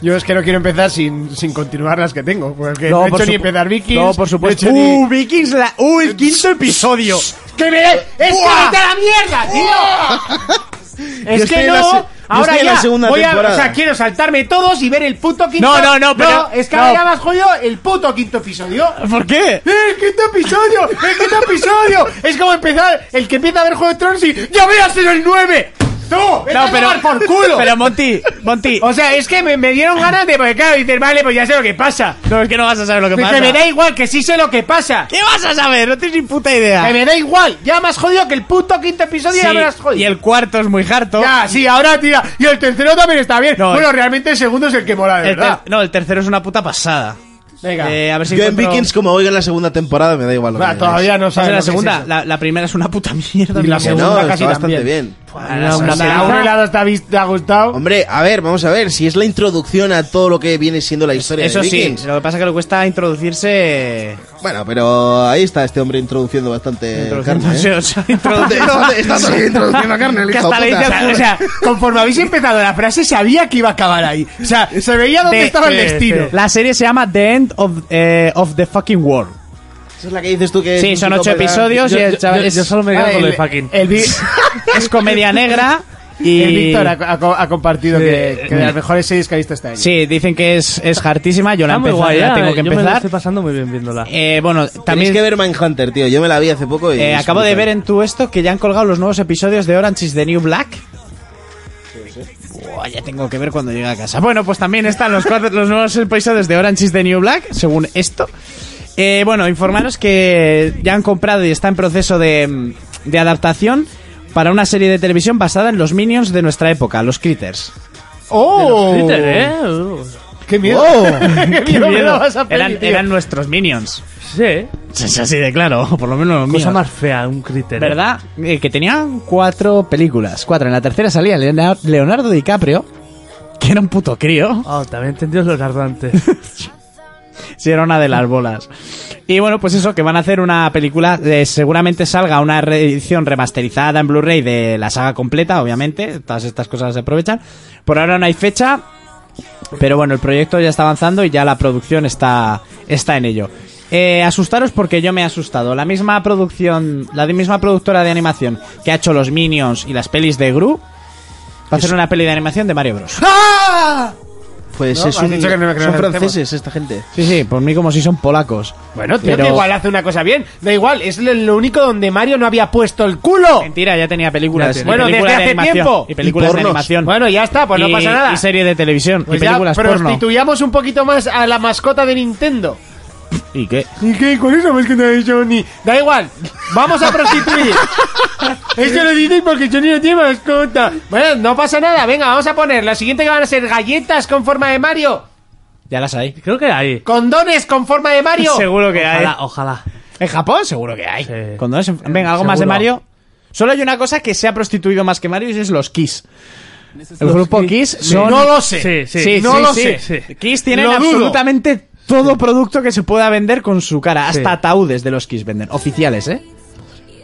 Speaker 5: Yo es que no quiero empezar sin, sin continuar las que tengo. Porque no,
Speaker 2: Luego,
Speaker 5: he hecho
Speaker 2: por
Speaker 5: ni
Speaker 2: supu-
Speaker 5: empezar Vikings.
Speaker 2: Luego, por
Speaker 5: no he
Speaker 2: supuesto.
Speaker 5: hecho ni-
Speaker 2: ¡Uh, Vikings! la- ¡Uh, el quinto episodio!
Speaker 1: ¡Que me dé! ¡Es que vete a la mierda, tío!
Speaker 3: Yo
Speaker 1: Es
Speaker 3: estoy
Speaker 1: que
Speaker 3: en la se-
Speaker 1: no.
Speaker 3: yo
Speaker 1: Ahora
Speaker 3: estoy en
Speaker 1: ya
Speaker 3: la segunda
Speaker 1: voy a,
Speaker 3: temporada.
Speaker 1: o sea, quiero saltarme todos y ver el puto quinto.
Speaker 4: No, no, no, pero-
Speaker 1: es que ahora
Speaker 4: no.
Speaker 1: ya me has jodido el puto quinto episodio. ¡Eh,
Speaker 4: ¿Por qué?
Speaker 1: ¡El quinto episodio! ¡El quinto episodio! Es como empezar el que empieza a ver Juego de Tronos y ¡Ya voy a ser el 9! ¡Tú! ¡Vete a tomar por culo!
Speaker 4: Pero Monty, Monty.
Speaker 1: o sea, es que me, me dieron ganas de. Porque claro, dices, vale, pues ya sé lo que pasa.
Speaker 4: No, es que no vas a saber lo que
Speaker 1: Que
Speaker 4: pasa.
Speaker 1: me da igual, que sí sé lo que pasa.
Speaker 4: ¿Qué vas a saber? No tienes ni puta idea.
Speaker 1: Que me da igual. Ya me has jodido que el puto quinto episodio ya me lo has jodido.
Speaker 4: y el cuarto es muy harto.
Speaker 1: Ya, sí, ahora tira. Y el tercero también está bien.
Speaker 4: No,
Speaker 1: bueno,
Speaker 4: el-
Speaker 1: realmente el segundo es el que mola, de
Speaker 2: Este,
Speaker 4: El ter-
Speaker 1: verdad.
Speaker 4: no, el tercero es una puta pasada.
Speaker 1: Venga.
Speaker 4: Eh, a ver si
Speaker 3: Yo en
Speaker 4: encuentro-
Speaker 3: Vikings, como voy en la segunda temporada, me da igual lo que
Speaker 1: Va,
Speaker 3: me
Speaker 1: todavía
Speaker 3: digáis.
Speaker 1: no
Speaker 4: Vamos a
Speaker 1: sabes
Speaker 4: la
Speaker 1: lo que es
Speaker 4: segunda.
Speaker 1: eso.
Speaker 4: la, la primera es una puta mierda.
Speaker 1: Y la
Speaker 4: Ni-
Speaker 3: Que
Speaker 1: segunda
Speaker 3: no,
Speaker 1: casi
Speaker 3: está bastante
Speaker 1: también.
Speaker 3: bien.
Speaker 4: la-
Speaker 1: Una-
Speaker 4: la-
Speaker 1: una- un helado te ha vis- te ha gustado.
Speaker 3: Hombre, a ver, vamos a ver, si es la introducción a todo lo que viene siendo la historia
Speaker 2: Eso
Speaker 3: de
Speaker 2: sí,
Speaker 3: Vikings.
Speaker 2: lo que pasa es que le cuesta introducirse.
Speaker 3: Bueno, pero ahí está este hombre introduciendo bastante carne, ¿eh?
Speaker 2: o sea, introducir-
Speaker 3: Está- está- está introduciendo carne, el
Speaker 1: Que
Speaker 3: hijo
Speaker 1: hasta
Speaker 3: de
Speaker 1: le dice
Speaker 3: puta.
Speaker 1: al- o sea, conforme habéis empezado la frase, sabía que iba a acabar ahí. O sea, se veía dónde
Speaker 2: De- este,
Speaker 1: estaba el
Speaker 4: de-
Speaker 1: destino.
Speaker 4: de-
Speaker 2: La serie se llama The End of, eh, of the Fucking World.
Speaker 3: Esa es la que dices tú que... es
Speaker 2: Sí,
Speaker 3: un
Speaker 2: son ocho
Speaker 3: psicópata.
Speaker 2: episodios y
Speaker 4: Yo,
Speaker 2: el
Speaker 4: yo-
Speaker 2: chaval
Speaker 4: yo-
Speaker 2: es,
Speaker 4: yo solo me
Speaker 1: Ah,
Speaker 4: quedo con
Speaker 1: el-
Speaker 4: lo de fucking.
Speaker 1: el vi-
Speaker 2: es comedia negra y...
Speaker 1: el Víctor ha, ha- ha compartido
Speaker 4: Sí.
Speaker 1: que, que de las mejores series que ha visto este año.
Speaker 2: Sí, dicen que es, es hartísima, yo la, he
Speaker 4: Está muy
Speaker 2: empezado,
Speaker 4: guay,
Speaker 2: la
Speaker 4: ¿eh?
Speaker 2: tengo que
Speaker 4: Yo me la
Speaker 2: empezar.
Speaker 4: estoy pasando muy bien viéndola.
Speaker 2: Eh, bueno,
Speaker 3: Tenéis
Speaker 2: también
Speaker 3: que ver Mindhunter, tío. Yo me la vi hace poco y...
Speaker 2: eh,
Speaker 3: es
Speaker 2: acabo de
Speaker 3: brutal.
Speaker 2: ver en tu esto que ya han colgado los nuevos episodios de Orange is the New Black. Buah, ya tengo que ver cuando llegue a casa. Bueno, pues también están los, cuatro- los nuevos episodios de Orange is the New Black, según esto. Eh, bueno, informaros que ya han comprado y está en proceso de, de adaptación para una serie de televisión basada en los minions de nuestra época, los Critters.
Speaker 1: ¡Oh!
Speaker 4: Twitter, ¿eh? Uh,
Speaker 1: ¡Qué miedo! ¡Qué miedo me
Speaker 2: Miedo.
Speaker 1: dabas a peli,
Speaker 2: eran,
Speaker 1: tío.
Speaker 2: eran nuestros minions.
Speaker 4: sí.
Speaker 2: Es así de claro, por lo menos los
Speaker 4: Cosa
Speaker 2: míos.
Speaker 4: más fea, un criterio.
Speaker 2: ¿Verdad? Eh, que tenía cuatro películas. Cuatro. En la tercera salía Leona- Leonardo DiCaprio, que era un puto crío.
Speaker 4: Oh, también entendió los ardantes.
Speaker 2: Si era una de las bolas. Y bueno, pues eso, que van a hacer una película. eh, seguramente salga una edición remasterizada en Blu-ray de la saga completa, obviamente. Todas estas cosas se aprovechan. Por ahora no hay fecha. Pero bueno, el proyecto ya está avanzando y ya la producción está, está en ello. Eh, asustaros porque yo me he asustado. La misma producción, la de- misma productora de animación que ha hecho los Minions y las pelis de Gru, va a hacer una peli de animación de Mario Bros.
Speaker 1: ¡Ah!
Speaker 3: Pues
Speaker 1: No,
Speaker 3: es
Speaker 1: has
Speaker 3: un-
Speaker 1: dicho que no- que no
Speaker 3: son
Speaker 1: hacemos.
Speaker 3: franceses esta gente.
Speaker 2: Sí, sí, por mí como si son polacos.
Speaker 1: Bueno, tío,
Speaker 2: Pero-
Speaker 1: que igual hace una cosa bien. Da igual, es lo lo único donde Mario no había puesto el culo.
Speaker 2: Mentira, ya tenía películas.
Speaker 4: Ya tenía.
Speaker 2: y
Speaker 1: Bueno,
Speaker 2: películas
Speaker 1: desde
Speaker 2: de
Speaker 1: hace
Speaker 2: animación,
Speaker 1: tiempo.
Speaker 2: Y películas
Speaker 3: Y
Speaker 2: de
Speaker 3: pornos.
Speaker 2: animación.
Speaker 1: Bueno, ya está, pues no
Speaker 2: Y-
Speaker 1: pasa nada.
Speaker 2: Y serie de televisión.
Speaker 1: Pues
Speaker 2: y
Speaker 1: ya
Speaker 2: películas porno.
Speaker 1: prostituyamos un poquito más a la mascota de Nintendo.
Speaker 2: ¿Y qué?
Speaker 1: ¿Y qué? ¿Con eso más que no ha dicho Johnny? Da igual, vamos a prostituir. Esto lo dices porque Johnny no tiene mascota. Bueno, no pasa nada, venga, vamos a poner. La siguiente que van a ser galletas con forma de Mario.
Speaker 2: Ya las hay.
Speaker 4: Creo que hay.
Speaker 1: Condones con forma de Mario.
Speaker 2: Seguro que
Speaker 4: ojalá,
Speaker 2: hay.
Speaker 4: ojalá.
Speaker 2: En Japón seguro que hay.
Speaker 4: Sí.
Speaker 2: Cuando es- Venga, algo más de
Speaker 4: Seguro.
Speaker 2: Mario. Solo hay una cosa que se ha prostituido más que Mario y es los Kiss. El grupo Kiss son...
Speaker 1: No lo sé.
Speaker 4: Sí, sí.
Speaker 2: Sí,
Speaker 1: no
Speaker 2: sí,
Speaker 1: lo
Speaker 2: sí.
Speaker 4: sé.
Speaker 2: Kiss tienen
Speaker 1: Lo dudo.
Speaker 2: absolutamente todo producto que se pueda vender con su cara. Hasta
Speaker 4: Sí.
Speaker 2: ataúdes de los Kiss venden. Oficiales, ¿eh?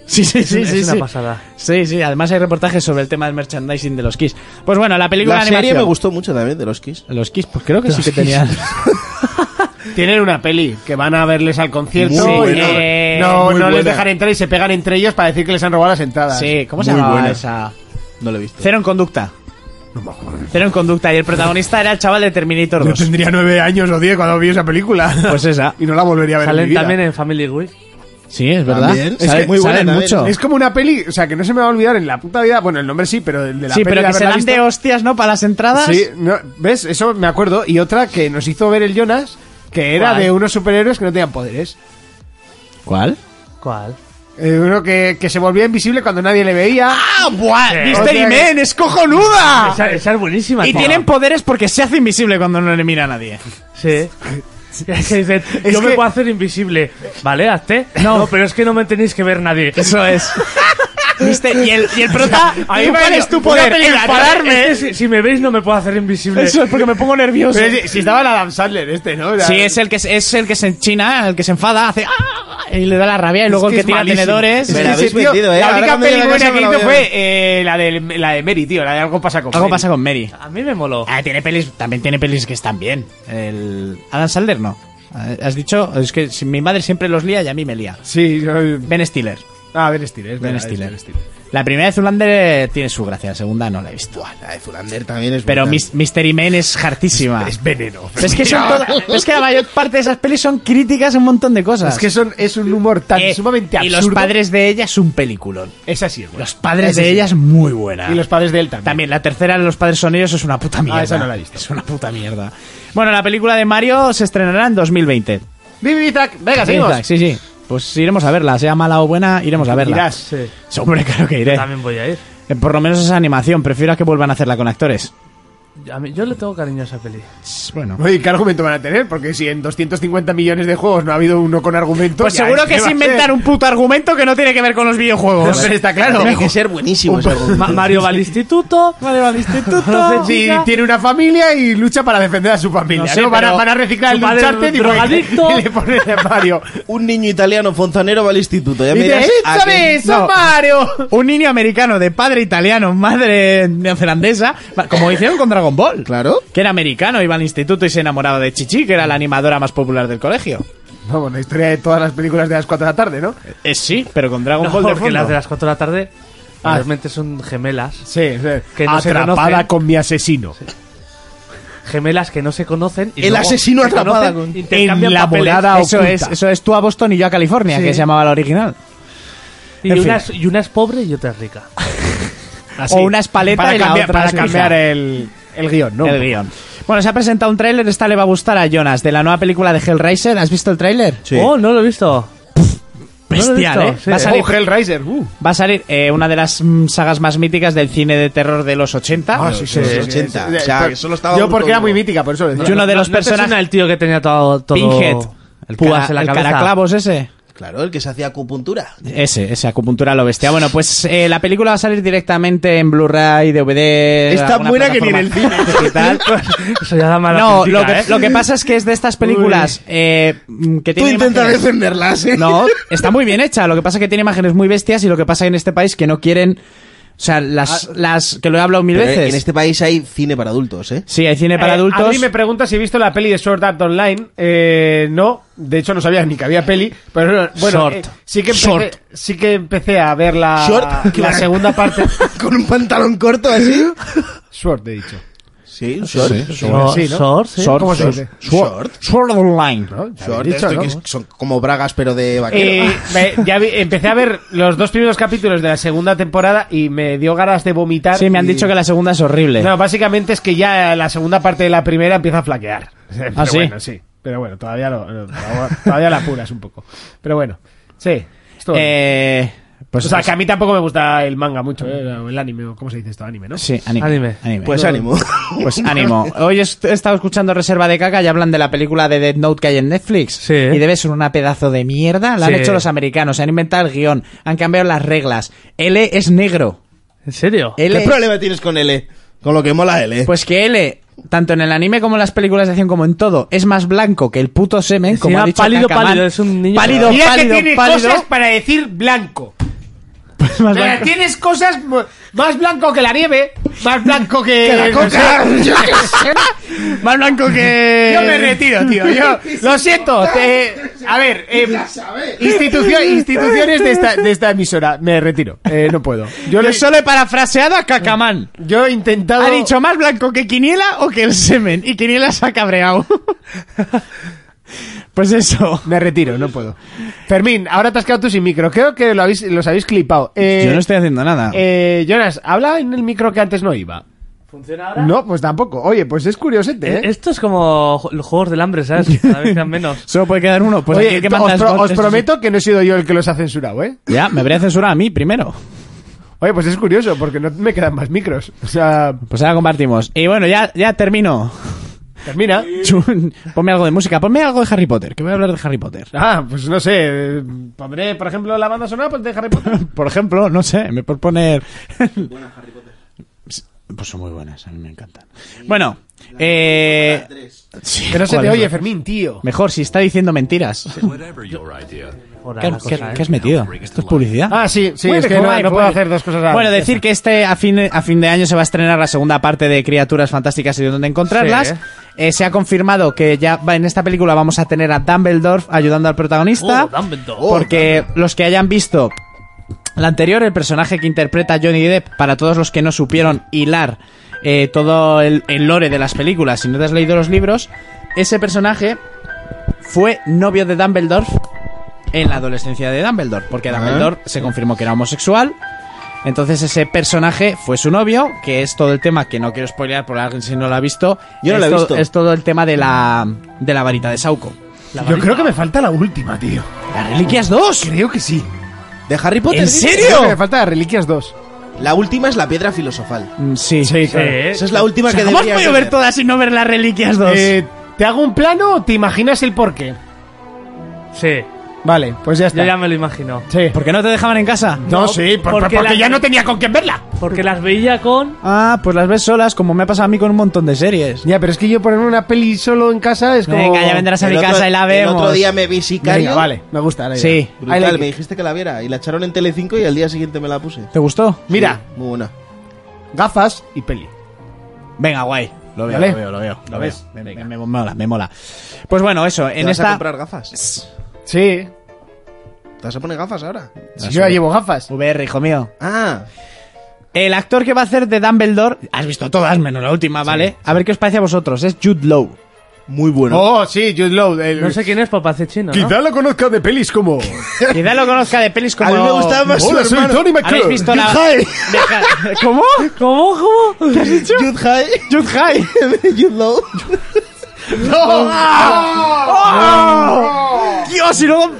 Speaker 2: Sí, sí, sí,
Speaker 4: es
Speaker 2: sí,
Speaker 4: una
Speaker 2: sí.
Speaker 4: pasada.
Speaker 2: Sí, sí, además hay reportajes sobre el tema del merchandising de los Kiss. Pues bueno, la película
Speaker 3: La
Speaker 2: de animación.
Speaker 3: serie me gustó mucho también, de los Kiss.
Speaker 2: Los Kiss, pues creo que sí que tenían.
Speaker 1: Tienen una peli que van a verles al concierto.
Speaker 3: Muy
Speaker 1: y
Speaker 3: buena.
Speaker 1: no-
Speaker 2: Eh,
Speaker 1: no
Speaker 3: muy
Speaker 1: no les
Speaker 3: buena.
Speaker 1: dejan entrar y se pegan entre ellos para decir que les han robado las entradas.
Speaker 2: sí, ¿cómo se
Speaker 3: Muy
Speaker 2: llamaba
Speaker 3: buena.
Speaker 2: esa?
Speaker 3: No lo he visto.
Speaker 2: Cero en conducta. Cero en conducta. Y el protagonista era el chaval de Terminator 2.
Speaker 1: tendría nueve años o diez cuando vi esa película.
Speaker 2: Pues esa.
Speaker 1: y no la volvería a ver en mi
Speaker 4: Salen
Speaker 1: vida.
Speaker 4: también en Family Guy.
Speaker 2: Sí, es verdad.
Speaker 3: También. Es
Speaker 2: Sale-
Speaker 3: que muy buena
Speaker 2: salen
Speaker 3: también.
Speaker 2: mucho.
Speaker 1: Es como una peli, o sea, que no se me va a olvidar en la puta vida. Bueno, el nombre sí, pero el de la
Speaker 2: sí,
Speaker 1: peli
Speaker 2: pero
Speaker 1: de
Speaker 2: que se
Speaker 1: haberla
Speaker 2: dan de
Speaker 1: visto-
Speaker 2: hostias, ¿no? Para las entradas.
Speaker 1: Sí, no, ¿ves? Eso me acuerdo. Y otra que nos hizo ver el Jonas, que era
Speaker 4: ¿Cuál?
Speaker 1: de unos superhéroes que no tenían poderes.
Speaker 2: ¿Cuál?
Speaker 4: ¿Cuál?
Speaker 1: Eh, uno que, que se volvía invisible cuando nadie le veía.
Speaker 2: ¡Ah, buah! ¡Mystery
Speaker 1: O sea que-
Speaker 2: Man! ¡Es cojonuda!
Speaker 4: Esa, esa es buenísima.
Speaker 2: Ah. Y
Speaker 4: tío.
Speaker 2: tienen poderes porque se hace invisible cuando no le mira a nadie.
Speaker 4: Sí. Es que dicen, yo
Speaker 1: que-
Speaker 4: me puedo hacer invisible. Vale, hazte. No. pero es que no me tenéis que ver nadie.
Speaker 2: Eso es. ¿Viste? Y el, y el prota.
Speaker 1: ahí va
Speaker 2: ¿Cuál
Speaker 1: el-
Speaker 2: es tu
Speaker 1: una
Speaker 2: poder?
Speaker 1: película-
Speaker 2: Enfadarme.
Speaker 4: Es que ¿eh? si, si me veis no me puedo hacer invisible.
Speaker 2: Eso es porque me pongo nervioso.
Speaker 1: Pero si, si estaba el Adam Sandler este, ¿no? Era-
Speaker 2: Sí, es el que se- es el que se enchina, el que se enfada, hace ¡ah! y le da la rabia y
Speaker 1: que
Speaker 2: luego el que
Speaker 1: es
Speaker 2: tira
Speaker 1: malísimo.
Speaker 2: tenedores.
Speaker 3: Me
Speaker 1: Sí,
Speaker 3: la
Speaker 1: sí,
Speaker 3: habéis
Speaker 1: tío,
Speaker 3: metido, ¿eh?
Speaker 1: La
Speaker 3: Ahora
Speaker 1: única
Speaker 3: cuando llegue a
Speaker 1: peli buena
Speaker 3: casa me
Speaker 1: que hizo
Speaker 3: la voy a
Speaker 1: fue
Speaker 3: ver.
Speaker 1: eh, la, de, la de Mary, tío, la de Algo pasa con
Speaker 2: Algo
Speaker 1: Mary.
Speaker 2: pasa con Mary.
Speaker 4: A mí me moló.
Speaker 2: Ah, tiene pelis, también tiene pelis que están bien. El Adam Sandler Eh, no. Ah, Has dicho, es que si- mi madre siempre los lía y a mí me lía.
Speaker 1: Sí, yo-
Speaker 2: Ben Stiller.
Speaker 1: Ah, Ben Stiller, es
Speaker 2: Ben
Speaker 1: verdad, es
Speaker 2: Stiller.
Speaker 1: Ben Stiller.
Speaker 2: La primera de Zoolander eh, tiene su gracia, la segunda no la he visto.
Speaker 3: Buah, la de Zulander también es
Speaker 2: Pero
Speaker 3: brutal.
Speaker 2: Mis- Mystery Man es hartísima.
Speaker 1: Es veneno.
Speaker 2: Pero es que, son todas- es que la mayor parte de esas pelis son críticas a un montón de cosas.
Speaker 1: Es que son, es un humor tan
Speaker 2: Eh,
Speaker 1: sumamente
Speaker 2: Y
Speaker 1: absurdo.
Speaker 2: los padres de ella es un peliculón.
Speaker 1: Es así, es bueno.
Speaker 2: Los padres
Speaker 1: Ese
Speaker 2: de
Speaker 1: sí.
Speaker 2: ella es muy buena.
Speaker 1: Y los padres de él también.
Speaker 2: También la tercera de los padres son ellos es una puta mierda.
Speaker 1: Ah, esa no la he visto.
Speaker 2: Es una puta mierda. Bueno, la película de Mario se estrenará en 2020.
Speaker 1: Vivi Isaac, venga, seguimos.
Speaker 2: Sí, sí, sí. Pues iremos a verla, sea mala o buena, iremos a verla.
Speaker 1: Irás, eh,
Speaker 2: Sí, Hombre, claro que iré.
Speaker 4: También voy a ir.
Speaker 2: Eh, Por lo menos esa animación, prefiero a que vuelvan a hacerla con actores.
Speaker 4: A mí- yo le tengo cariño a esa peli.
Speaker 2: Bueno.
Speaker 1: Oye, ¿qué argumento van a tener? Porque si en 250 millones de juegos no ha habido uno con argumento.
Speaker 2: Pues
Speaker 1: ya
Speaker 2: seguro
Speaker 1: es
Speaker 2: que es
Speaker 1: va a
Speaker 2: inventar
Speaker 1: ser.
Speaker 2: un puto argumento que no tiene que ver con los videojuegos.
Speaker 1: Pero está claro.
Speaker 3: Tiene que ser buenísimo ese argumento.
Speaker 4: Ma- Mario va al instituto. Mario va al instituto.
Speaker 1: Sí, tiene una familia y lucha para defender a su familia.
Speaker 2: No sé,
Speaker 1: ¿no? Van, a,
Speaker 2: pero
Speaker 1: van a reciclar el
Speaker 4: su padre
Speaker 1: Uncharted y, ponen-
Speaker 4: drogadicto.
Speaker 1: y le ponen a Mario.
Speaker 3: Un niño italiano fontanero va al instituto. Ya
Speaker 1: Y
Speaker 3: me
Speaker 1: dice,
Speaker 3: dirás a
Speaker 1: ¡Échame,
Speaker 3: qué-
Speaker 1: soy
Speaker 2: ¿eh? No.
Speaker 1: Mario!
Speaker 2: Un niño americano de padre italiano, madre neozelandesa, como hicieron con Dragon Ball.
Speaker 3: Claro.
Speaker 2: Que era americano, iba al instituto y se enamoraba de Chichi, que era la animadora más popular del colegio.
Speaker 1: Vamos, la historia de todas las películas de las 4 de la tarde, ¿no?
Speaker 2: Es Eh, sí, pero con Dragon
Speaker 4: No,
Speaker 2: Ball de
Speaker 4: porque
Speaker 2: fondo. Ah.
Speaker 4: las de las 4 de la tarde realmente son gemelas.
Speaker 1: Sí, sí.
Speaker 4: Que no se
Speaker 1: Atrapada
Speaker 4: conocen.
Speaker 1: con mi asesino.
Speaker 4: Gemelas que no se conocen. Y
Speaker 3: El
Speaker 4: luego
Speaker 3: asesinó
Speaker 4: se
Speaker 3: atrapada
Speaker 4: conocen,
Speaker 3: con-
Speaker 4: intercambian
Speaker 1: en la
Speaker 4: papeles.
Speaker 1: volada
Speaker 2: eso
Speaker 1: oculta.
Speaker 2: es, eso es tú a Boston y yo a California,
Speaker 4: Sí.
Speaker 2: que se llamaba la original.
Speaker 4: Y,
Speaker 2: en
Speaker 4: una es, y una es pobre y otra es rica.
Speaker 1: Así.
Speaker 2: O una es paleta
Speaker 1: Ah, para
Speaker 2: y la
Speaker 1: cambiar,
Speaker 2: otra
Speaker 1: para
Speaker 2: es
Speaker 1: cambiar
Speaker 2: pizza.
Speaker 1: el, el guión, ¿no?
Speaker 2: El guión. Bueno, se ha presentado un tráiler, esta le va a gustar a Jonas, de la nueva película de Hellraiser. ¿Has visto el tráiler?
Speaker 3: Sí.
Speaker 4: Oh, no lo he visto.
Speaker 2: Bestial,
Speaker 4: No lo he
Speaker 2: ¿eh?
Speaker 4: visto, sí.
Speaker 2: Va a salir,
Speaker 1: Oh, Hellraiser. uh.
Speaker 2: va a salir, eh, una de las mm, sagas más míticas del cine de terror de los 80.
Speaker 3: sí, sí, 80. O sea, que solo estaba
Speaker 1: Yo
Speaker 3: un
Speaker 1: porque era
Speaker 3: código.
Speaker 1: muy mítica, por eso lo decía.
Speaker 2: Y uno de
Speaker 4: ¿No-
Speaker 2: los
Speaker 4: no te suena
Speaker 2: personajes-
Speaker 4: el tío que tenía todo. todo
Speaker 2: Pinhead. El,
Speaker 4: Púas
Speaker 2: cara-
Speaker 4: en la
Speaker 2: el
Speaker 4: cabeza.
Speaker 2: caraclavos ese.
Speaker 3: Claro, el que se hacía acupuntura.
Speaker 2: Ese, ese acupuntura lo bestia. Bueno, pues eh, la película va a salir directamente en Blu-ray, DVD.
Speaker 3: Es tan
Speaker 2: alguna
Speaker 3: buena que ni en el
Speaker 2: plataforma digital.
Speaker 4: Eso ya da mala
Speaker 2: No,
Speaker 4: crítica,
Speaker 2: lo que,
Speaker 4: ¿eh?
Speaker 2: lo que pasa es que es de estas películas eh, mm, que
Speaker 3: Tú
Speaker 2: tienen
Speaker 3: intentas
Speaker 2: imágenes-
Speaker 3: defenderlas, ¿eh?
Speaker 2: No, está muy bien hecha. Lo que pasa es que tiene imágenes muy bestias y lo que pasa en este país que no quieren. O sea, las, las que lo he hablado mil
Speaker 3: Pero
Speaker 2: veces.
Speaker 3: En este país hay cine para adultos, ¿eh?
Speaker 2: Sí, hay cine para
Speaker 1: Eh,
Speaker 2: adultos.
Speaker 1: Adri me pregunta si he visto la peli de Sword Art Online. Eh, no, de hecho no sabía ni que había peli. Pero no, bueno,
Speaker 4: Short.
Speaker 1: eh, sí, que empecé,
Speaker 2: Short.
Speaker 1: sí que empecé a ver la,
Speaker 3: Short.
Speaker 1: la segunda parte.
Speaker 3: Con un pantalón corto así.
Speaker 1: Short, he dicho.
Speaker 3: Sí, un short.
Speaker 4: Short,
Speaker 1: Sí, ¿no?
Speaker 4: short, sí.
Speaker 2: Short,
Speaker 1: ¿Cómo se
Speaker 2: short,
Speaker 1: dice?
Speaker 3: Short.
Speaker 2: Sword Online.
Speaker 1: ¿No? Ya
Speaker 3: Short,
Speaker 1: habéis dicho,
Speaker 3: esto
Speaker 1: ¿no?
Speaker 3: que es- son como bragas, pero de vaquero. Ah,
Speaker 1: Eh, me- ya vi- empecé a ver los dos primeros capítulos de la segunda temporada y me dio ganas de vomitar.
Speaker 2: Sí, me han
Speaker 1: y-
Speaker 2: dicho que la segunda es horrible.
Speaker 1: No, básicamente es que ya la segunda parte de la primera empieza a flaquear. Pero
Speaker 2: ¿Ah, sí?
Speaker 1: bueno, sí. Pero bueno, todavía, lo- lo- todavía la apuras un poco. Pero bueno, sí. estuvo bien.
Speaker 2: Eh, pues,
Speaker 1: o sea, que a mí tampoco me gusta el manga mucho, eh, o el anime, o cómo se dice esto, anime, ¿no?
Speaker 2: Sí, anime.
Speaker 4: Anime.
Speaker 3: pues ánimo.
Speaker 2: Pues ánimo. Hoy est- he estado escuchando Reserva de Caca y hablan de la película de Dead Note que hay en Netflix.
Speaker 4: Sí.
Speaker 2: Y debe ser una pedazo de mierda. La han
Speaker 4: Sí.
Speaker 2: hecho los americanos, se han inventado el guión, han cambiado las reglas. L es negro.
Speaker 4: ¿En serio?
Speaker 2: L
Speaker 3: ¿Qué
Speaker 2: es-
Speaker 3: problema tienes con L? Con lo que mola L.
Speaker 2: Pues que L, tanto en el anime como en las películas de acción como en todo, es más blanco que el puto semen,
Speaker 4: Se
Speaker 2: como ha
Speaker 4: llama
Speaker 2: dicho
Speaker 4: pálido,
Speaker 2: Kakamán.
Speaker 4: pálido, es un niño-
Speaker 2: Pálido,
Speaker 1: Mira
Speaker 2: pálido,
Speaker 1: que tiene
Speaker 2: pálido.
Speaker 1: cosas para decir blanco.
Speaker 2: Pues más
Speaker 1: O sea,
Speaker 2: blanco.
Speaker 1: tienes cosas mo- más blanco que la nieve, más blanco que... no sé.
Speaker 2: Más blanco que...
Speaker 1: Yo me retiro, tío. Yo, lo siento. te- a ver, eh, institucio- instituciones de esta, de esta emisora. Me retiro. Eh, no puedo. Yo,
Speaker 2: Yo
Speaker 1: lo-
Speaker 2: solo he parafraseado a Cacamán.
Speaker 1: yo he intentado.
Speaker 2: Ha dicho más blanco que Quiniela o que el semen. Y Quiniela se ha cabreado. pues eso.
Speaker 1: Me retiro, no puedo. Fermín, ahora te has quedado tú sin micro. Creo que lo habéis, los habéis clipado. Eh,
Speaker 2: haciendo nada.
Speaker 1: eh, Jonas, habla en el micro que antes no iba.
Speaker 4: ¿Funciona
Speaker 1: No, pues tampoco. Oye, pues es curiosete, ¿eh?
Speaker 4: Esto es como jo- los juegos del hambre, ¿sabes? Cada vez quedan menos.
Speaker 2: Solo puede quedar uno. Pues
Speaker 1: Oye,
Speaker 2: aquí el que
Speaker 1: os,
Speaker 2: manda es
Speaker 1: pro-
Speaker 2: Bob.
Speaker 1: os
Speaker 2: Esto sí.
Speaker 1: prometo que no he sido yo el que los ha censurado, ¿eh?
Speaker 2: Ya, me habría censurado a mí primero.
Speaker 1: Oye, pues es curioso, porque no me quedan más micros. O sea,
Speaker 2: Pues ahora compartimos. Y bueno, ya, ya termino.
Speaker 1: termina.
Speaker 2: Chun, ponme algo de música. Ponme algo de Harry Potter, que voy a hablar de Harry Potter.
Speaker 1: Ah, pues no sé. eh, Pondré, por ejemplo, la banda sonora pues, de Harry Potter.
Speaker 2: Por ejemplo, no sé, me por poner. Harry Potter. Pues son muy buenas, a mí me encantan. Bueno, eh. sí,
Speaker 1: Que no se
Speaker 2: ¿cuál
Speaker 1: te
Speaker 2: es?
Speaker 1: oye, Fermín, tío.
Speaker 2: Mejor si está diciendo mentiras.
Speaker 4: Ahora,
Speaker 2: ¿Qué,
Speaker 4: la
Speaker 2: qué-
Speaker 4: cosa, ¿eh?
Speaker 2: qué has metido? ¿Esto es publicidad?
Speaker 1: Ah, sí, sí,
Speaker 2: Mueve,
Speaker 1: es que no,
Speaker 2: Kubai,
Speaker 1: no puedo
Speaker 2: mueve.
Speaker 1: hacer dos cosas a la
Speaker 2: Bueno,
Speaker 1: vez.
Speaker 2: decir que este a fin, a fin de año se va a estrenar la segunda parte de Criaturas Fantásticas y dónde encontrarlas.
Speaker 4: Sí.
Speaker 2: Eh, se ha confirmado que ya va- en esta película vamos
Speaker 4: Uh,
Speaker 2: a tener a Dumbledore ayudando al protagonista.
Speaker 4: Oh, Dumbledore.
Speaker 2: Porque los que hayan visto La anterior, el personaje que interpreta Johnny Depp, para todos los que no supieron hilar eh, todo el, el lore de las películas, si no te has leído los libros, ese personaje fue novio de Dumbledore en la adolescencia de Dumbledore, porque Dumbledore se confirmó que era homosexual. Entonces ese personaje fue su novio, que es todo el tema que no quiero spoilear por alguien si no lo ha visto.
Speaker 3: Yo no
Speaker 2: es
Speaker 3: lo he
Speaker 2: todo-
Speaker 3: visto.
Speaker 2: Es todo el tema de la de la varita de Sauco.
Speaker 1: Yo creo que me falta la última, tío.
Speaker 2: Las reliquias 2.
Speaker 1: Creo que sí.
Speaker 3: ¿De Harry Potter?
Speaker 2: ¿En
Speaker 3: dices?
Speaker 2: serio?
Speaker 1: Creo que me falta las Reliquias 2.
Speaker 3: La última es la piedra filosofal.
Speaker 2: Sí.
Speaker 4: ¿eh?
Speaker 3: Esa es
Speaker 2: Pues,
Speaker 3: la última que
Speaker 2: ¿Cómo has
Speaker 3: deberías
Speaker 2: podido
Speaker 3: de
Speaker 2: ver todas y no ver las reliquias 2?
Speaker 1: Eh, ¿Te hago un plano o te imaginas el porqué?
Speaker 4: Sí,
Speaker 1: Vale, pues ya está.
Speaker 4: yo ya me lo imagino.
Speaker 1: Sí.
Speaker 2: ¿Por qué no te dejaban en casa?
Speaker 1: No, sí, por-
Speaker 4: porque
Speaker 1: porque,
Speaker 4: la-
Speaker 1: ya no tenía con quién verla.
Speaker 4: Porque las veía con.
Speaker 2: Ah, pues las ves solas, como me ha pasado a mí con un montón de series.
Speaker 1: Ya, pero es que yo ponerme una peli solo en casa es como...
Speaker 2: Venga, ya vendrás a
Speaker 3: El
Speaker 2: mi
Speaker 3: otro-
Speaker 2: casa y la
Speaker 3: El
Speaker 2: vemos.
Speaker 3: otro día me vi Sicario.
Speaker 1: Venga, vale, me gusta la idea.
Speaker 2: Sí.
Speaker 3: Brutal,
Speaker 1: Ahí la-
Speaker 3: me dijiste que la viera y la echaron en Telecinco y al día siguiente me la puse.
Speaker 2: ¿Te gustó?
Speaker 1: Mira,
Speaker 3: Sí, muy buena.
Speaker 1: gafas y peli.
Speaker 2: Venga, guay. Lo veo,
Speaker 1: ¿Vale?
Speaker 2: lo veo, lo veo. Lo veo.
Speaker 1: ves?
Speaker 2: Me, me- me mola, me mola. Pues bueno, eso,
Speaker 3: ¿Te
Speaker 2: en
Speaker 3: vas a
Speaker 2: esta
Speaker 3: comprar gafas?
Speaker 1: Sí,
Speaker 3: Ah, ¿Te vas a poner gafas ahora?
Speaker 1: si yo ya llevo gafas.
Speaker 2: VR, hijo mío.
Speaker 3: Ah,
Speaker 2: El actor que va a hacer de Dumbledore, has visto todas menos la última, ¿vale? A ver qué os parece a vosotros, es Jude Law.
Speaker 3: muy bueno.
Speaker 1: Oh, sí, Jude Law. el-
Speaker 4: No sé quién es papacechino, ¿no?
Speaker 1: lo conozca de pelis como...
Speaker 2: Quizá lo conozca de pelis como
Speaker 3: a mí me gustaba más
Speaker 1: Hola,
Speaker 3: su
Speaker 1: soy
Speaker 3: hermano.
Speaker 1: Tony
Speaker 2: ¿Habéis
Speaker 1: McClure.
Speaker 2: visto la Deja- ¿Cómo?
Speaker 4: ¿Cómo? ¿Cómo?
Speaker 3: Jude High.
Speaker 2: Jude High.
Speaker 3: Jude Law.
Speaker 2: ¡Ah!
Speaker 4: ¡Ah!
Speaker 2: Dios, y luego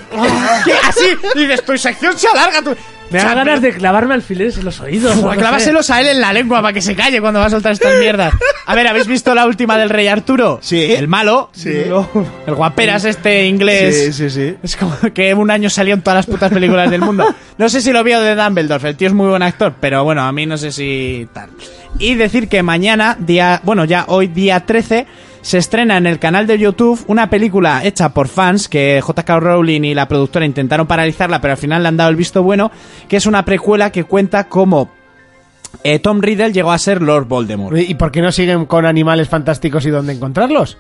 Speaker 2: ¿Qué? así dices, tu sección se alarga tú.
Speaker 4: Me dan ganas de clavarme alfileres en los oídos. no
Speaker 2: Uf,
Speaker 4: lo sé.
Speaker 2: Clávaselos a él en la lengua para que se calle cuando va a soltar estas mierdas. A ver, ¿habéis visto la última del rey Arturo?
Speaker 3: Sí.
Speaker 2: El malo.
Speaker 3: Sí.
Speaker 2: El guaperas este inglés.
Speaker 3: Sí, sí, sí.
Speaker 2: Es como que un año salió en todas las putas películas del mundo. No sé si lo vio de Dumbledore, el tío es muy buen actor, pero bueno, a mí no sé si tal. Y decir que mañana, día, bueno, ya hoy día 13, se estrena en el canal de YouTube una película hecha por fans que JK Rowling y la productora intentaron paralizarla, pero al final le han dado el visto bueno, que es una precuela que cuenta cómo eh, Tom Riddle llegó a ser Lord Voldemort.
Speaker 1: ¿Y por qué no siguen con animales fantásticos y dónde encontrarlos?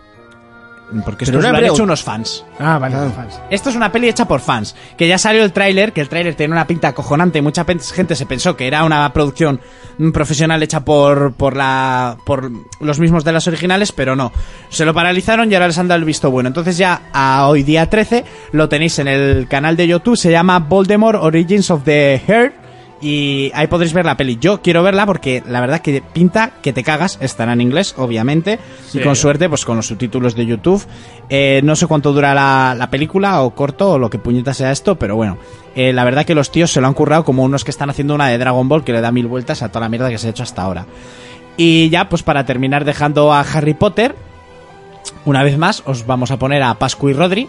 Speaker 2: Porque esto
Speaker 3: Pero
Speaker 2: lo
Speaker 3: una
Speaker 2: han hecho
Speaker 3: pregunta-
Speaker 2: unos fans.
Speaker 1: Ah, vale, son fans.
Speaker 2: Esto es una peli hecha por fans, que ya salió el tráiler, que el tráiler tenía una pinta acojonante y mucha pen- gente se pensó que era una producción mm, profesional hecha por por la por los mismos de las originales, pero no. Se lo paralizaron y ahora les han dado el visto bueno. Entonces ya a hoy día 13 lo tenéis en el canal de YouTube, se llama Voldemort Origins of the Heart y ahí podréis ver la peli. Yo quiero verla porque la verdad que pinta que te cagas. Estará en inglés, obviamente. Y con suerte, pues con los subtítulos de YouTube. Eh, no sé cuánto dura la, la película o corto o lo que puñeta sea esto, pero bueno. Eh, la verdad que los tíos se lo han currado como unos que están haciendo una de Dragon Ball que le da mil vueltas a toda la mierda que se ha hecho hasta ahora. Y ya, pues para terminar dejando a Harry Potter, una vez más os vamos a poner a Pascu y Rodri.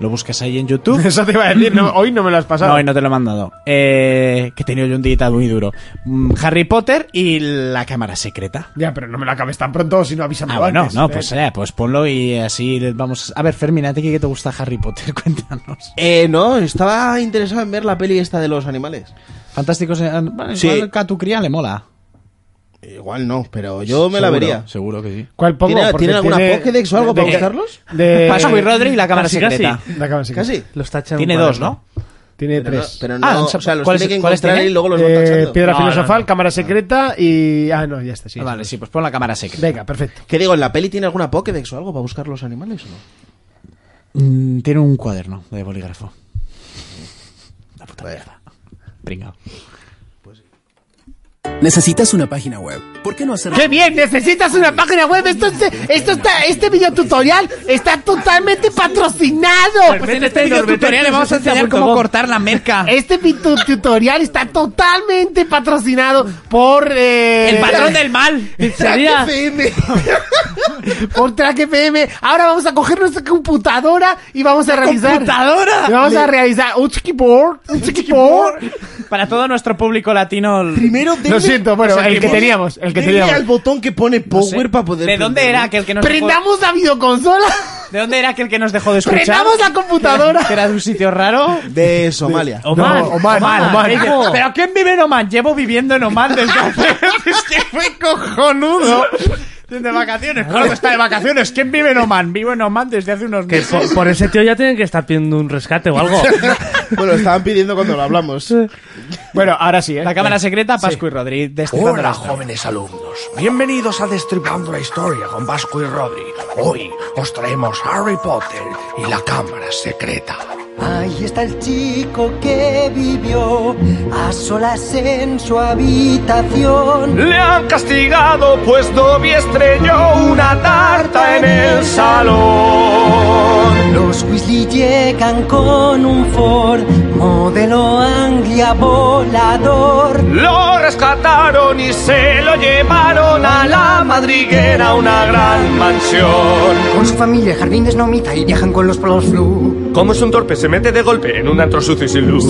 Speaker 2: Lo buscas ahí en YouTube.
Speaker 1: Eso te iba a decir, no, hoy no me lo has pasado.
Speaker 2: No, hoy no te lo he mandado. Eh, que he tenido yo un día muy duro. Mm, Harry Potter y la cámara secreta.
Speaker 1: Ya, pero no me lo acabes tan pronto, si no avísame
Speaker 2: Ah, bueno,
Speaker 1: antes.
Speaker 2: no, pues, eh, pues ponlo y así les vamos. A ver, Fermín, ¿a ti qué te gusta Harry Potter? Cuéntanos.
Speaker 3: Eh, no, estaba interesado en ver la peli esta de los animales.
Speaker 2: Fantásticos. eh, Bueno,
Speaker 3: Sí.
Speaker 2: igual que a tu cría le mola.
Speaker 3: Igual no, pero yo me la
Speaker 2: Seguro,
Speaker 3: vería.
Speaker 2: Seguro que sí.
Speaker 1: ¿Cuál pongo?
Speaker 3: ¿Tiene-
Speaker 1: Porque
Speaker 3: tiene alguna Pokédex o algo para buscarlos?
Speaker 1: De...
Speaker 2: Paso y Rodri y la cámara
Speaker 4: casi,
Speaker 2: secreta.
Speaker 4: casi.
Speaker 1: La cámara, sí.
Speaker 3: Casi.
Speaker 4: Los tachan
Speaker 2: Tiene
Speaker 4: un
Speaker 2: dos,
Speaker 4: cuaderno.
Speaker 2: ¿no?
Speaker 1: Tiene
Speaker 3: Pero no,
Speaker 1: tres.
Speaker 3: pero no,
Speaker 2: Ah,
Speaker 3: o sea, los
Speaker 2: ¿cuáles-
Speaker 3: tiene que
Speaker 2: cuáles
Speaker 3: encontrar
Speaker 2: tiene?
Speaker 3: y luego los
Speaker 1: Eh,
Speaker 3: va tachando.
Speaker 1: piedra
Speaker 4: No,
Speaker 1: filosofal,
Speaker 4: no, no.
Speaker 1: cámara secreta y... Ah, no, ya está, sí.
Speaker 2: Ah, vale, sí, pues pon la cámara secreta.
Speaker 1: Venga, perfecto.
Speaker 3: ¿Qué digo? ¿En la peli tiene alguna Pokédex o algo para buscar los animales o no?
Speaker 2: Mm, tiene un cuaderno de bolígrafo. La puta mierda. Pringao.
Speaker 6: ¿Necesitas una página web? ¿Por qué no hacer
Speaker 1: ¡Qué bien! ¿Necesitas una página web? Esto, es- esto está, este videotutorial está totalmente patrocinado.
Speaker 4: Pues en este videotutorial le vamos a enseñar cómo
Speaker 2: cortar la merca.
Speaker 1: Este videotutorial está totalmente patrocinado por... eh,
Speaker 2: El patrón del mal.
Speaker 4: Pizzería.
Speaker 1: Por Track FM. Ahora vamos a coger nuestra computadora y vamos a realizar... Y
Speaker 2: ¡Computadora!
Speaker 1: vamos a realizar un chiquiboard, un chiquiboard.
Speaker 2: Para todo nuestro público latino.
Speaker 3: Primero denle...
Speaker 1: Lo siento, bueno, el que teníamos, el que
Speaker 3: denle al
Speaker 1: teníamos.
Speaker 3: botón que pone
Speaker 2: no
Speaker 3: Power
Speaker 2: sé,
Speaker 3: para poder...
Speaker 2: ¿De dónde
Speaker 3: prenderlo.
Speaker 2: era aquel que nos dejó,
Speaker 1: Prendamos la videoconsola,
Speaker 2: ¿De dónde era aquel que nos dejó de escuchar?
Speaker 1: prendamos la computadora.
Speaker 2: ¿Que era de un sitio raro?
Speaker 3: De Somalia.
Speaker 1: Oman, Oman, Oman.
Speaker 2: Dice, ¿Pero quién vive en Oman? Llevo viviendo en Oman desde hace... es que fue cojonudo. De vacaciones, claro que está de vacaciones. ¿Quién vive en Oman? Vivo en Oman desde hace unos
Speaker 4: Que
Speaker 2: meses.
Speaker 4: por, por ese tío ya tienen que estar pidiendo un rescate o algo.
Speaker 3: Bueno, estaban pidiendo cuando lo hablamos.
Speaker 1: Bueno, ahora sí, ¿eh?
Speaker 2: La cámara secreta, Pascu y Rodríguez. destripando
Speaker 7: Hola
Speaker 2: la historia.
Speaker 7: jóvenes alumnos, bienvenidos a Destripando la Historia con Vasco y Rodri. Hoy os traemos Harry Potter y la Cámara Secreta.
Speaker 8: Ahí está el chico que vivió a solas en su habitación.
Speaker 7: Le han castigado pues Dobby estrelló una tarta en el salón.
Speaker 8: Los Weasley llegan con un Ford, modelo Anglia volador.
Speaker 7: Lo rescataron y se lo llevaron a la madriguera, una gran mansión.
Speaker 8: Con su familia, jardines nomita y viajan con los polos flu.
Speaker 7: Como es un torpe, se mete de golpe en un antro sucio y sin luz.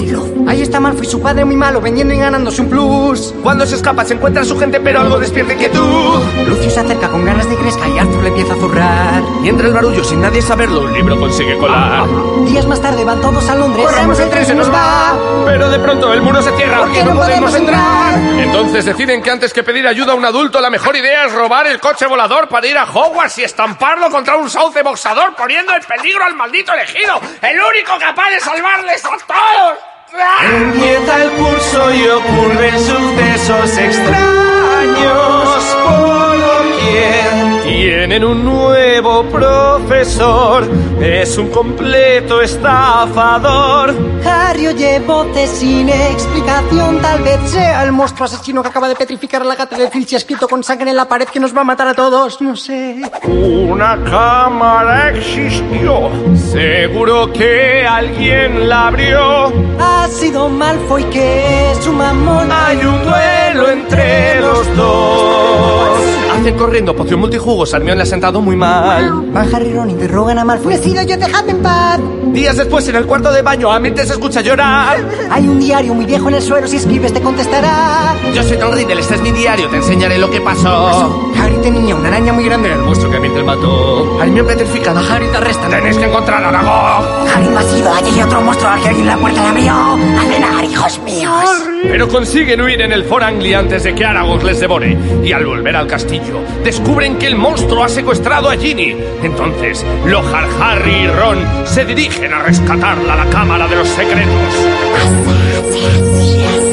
Speaker 8: Ahí está Malfoy, su padre muy malo, vendiendo y ganándose un plus.
Speaker 7: Cuando se escapa se encuentra a su gente, pero algo despierta inquietud.
Speaker 8: Lucio se acerca con ganas de cresca y Arthur le empieza a zurrar.
Speaker 7: Mientras el barullo, sin nadie saberlo, un libro consigue colar.
Speaker 8: Días más tarde van todos a Londres.
Speaker 7: Corremos, el tren se nos va. Pero de pronto el muro se cierra
Speaker 8: Porque no podemos entrar.
Speaker 7: Entonces deciden que antes que pedir ayuda a un adulto, la mejor idea es robar el coche volador para ir a Hogwarts y estamparlo contra un sauce boxador, poniendo en peligro al maldito elegido, el único capaz de salvarles a todos. Empieza el curso y ocurren sucesos extraños. Tienen un nuevo profesor, es un completo estafador.
Speaker 8: Harry oye voces sin explicación, tal vez sea el monstruo asesino que acaba de petrificar a la gata de Filch y escrito con sangre en la pared que nos va a matar a todos, no sé.
Speaker 7: Una cámara existió. Seguro que alguien la abrió.
Speaker 8: Ha sido Malfoy que es un mamón.
Speaker 7: Hay un duelo entre los dos. Hacen corriendo poción multijugos. Hermione la ha sentado muy mal.
Speaker 8: Van Harry y Ron interrogan a Malfoy. he sido yo, dejadme en paz.
Speaker 7: Días después, en el cuarto de baño, a Mente se escucha llorar.
Speaker 8: Hay un diario muy viejo en el suelo, si escribes te contestará.
Speaker 7: Yo soy Tom Riddle, este es mi diario. Te enseñaré lo que pasó.
Speaker 8: Harry tenía una araña muy grande en el
Speaker 7: Vuestro que a Mente mató. Hermione petrificada. Harry te arrestan. Tenéis que encontrar a Aragog.
Speaker 8: Harry no ha sido, allí hay otro monstruo, al que alguien la puerta la abrió. Alvenar, hijos míos.
Speaker 7: Pero consiguen huir en el For Anglia antes de que Aragog les devore. Y al volver al castillo, descubren que el monstruo ha secuestrado a Ginny. Entonces, Lojar, Harry y Ron se dirigen a rescatarla a la Cámara de los Secretos.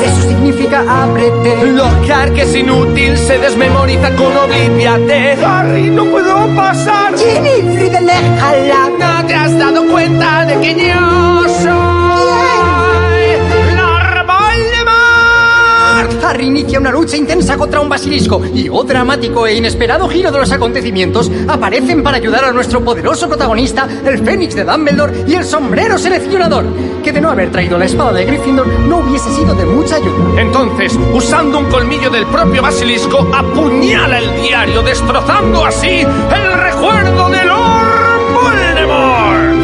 Speaker 8: Eso significa ábrete.
Speaker 7: Lojar, que es inútil, se desmemoriza con Obliviate. Harry, no puedo pasar.
Speaker 8: Ginny, Riddle, déjala.
Speaker 7: ¿No te has dado cuenta de que yo soy Lord Voldemort?
Speaker 8: Harry inicia una lucha intensa contra un basilisco y, oh dramático e inesperado giro de los acontecimientos, aparecen para ayudar a nuestro poderoso protagonista, el Fénix de Dumbledore y el sombrero seleccionador, que de no haber traído la espada de Gryffindor no hubiese sido de mucha ayuda.
Speaker 7: Entonces, usando un colmillo del propio basilisco, apuñala el diario, destrozando así el recuerdo de Lord Voldemort.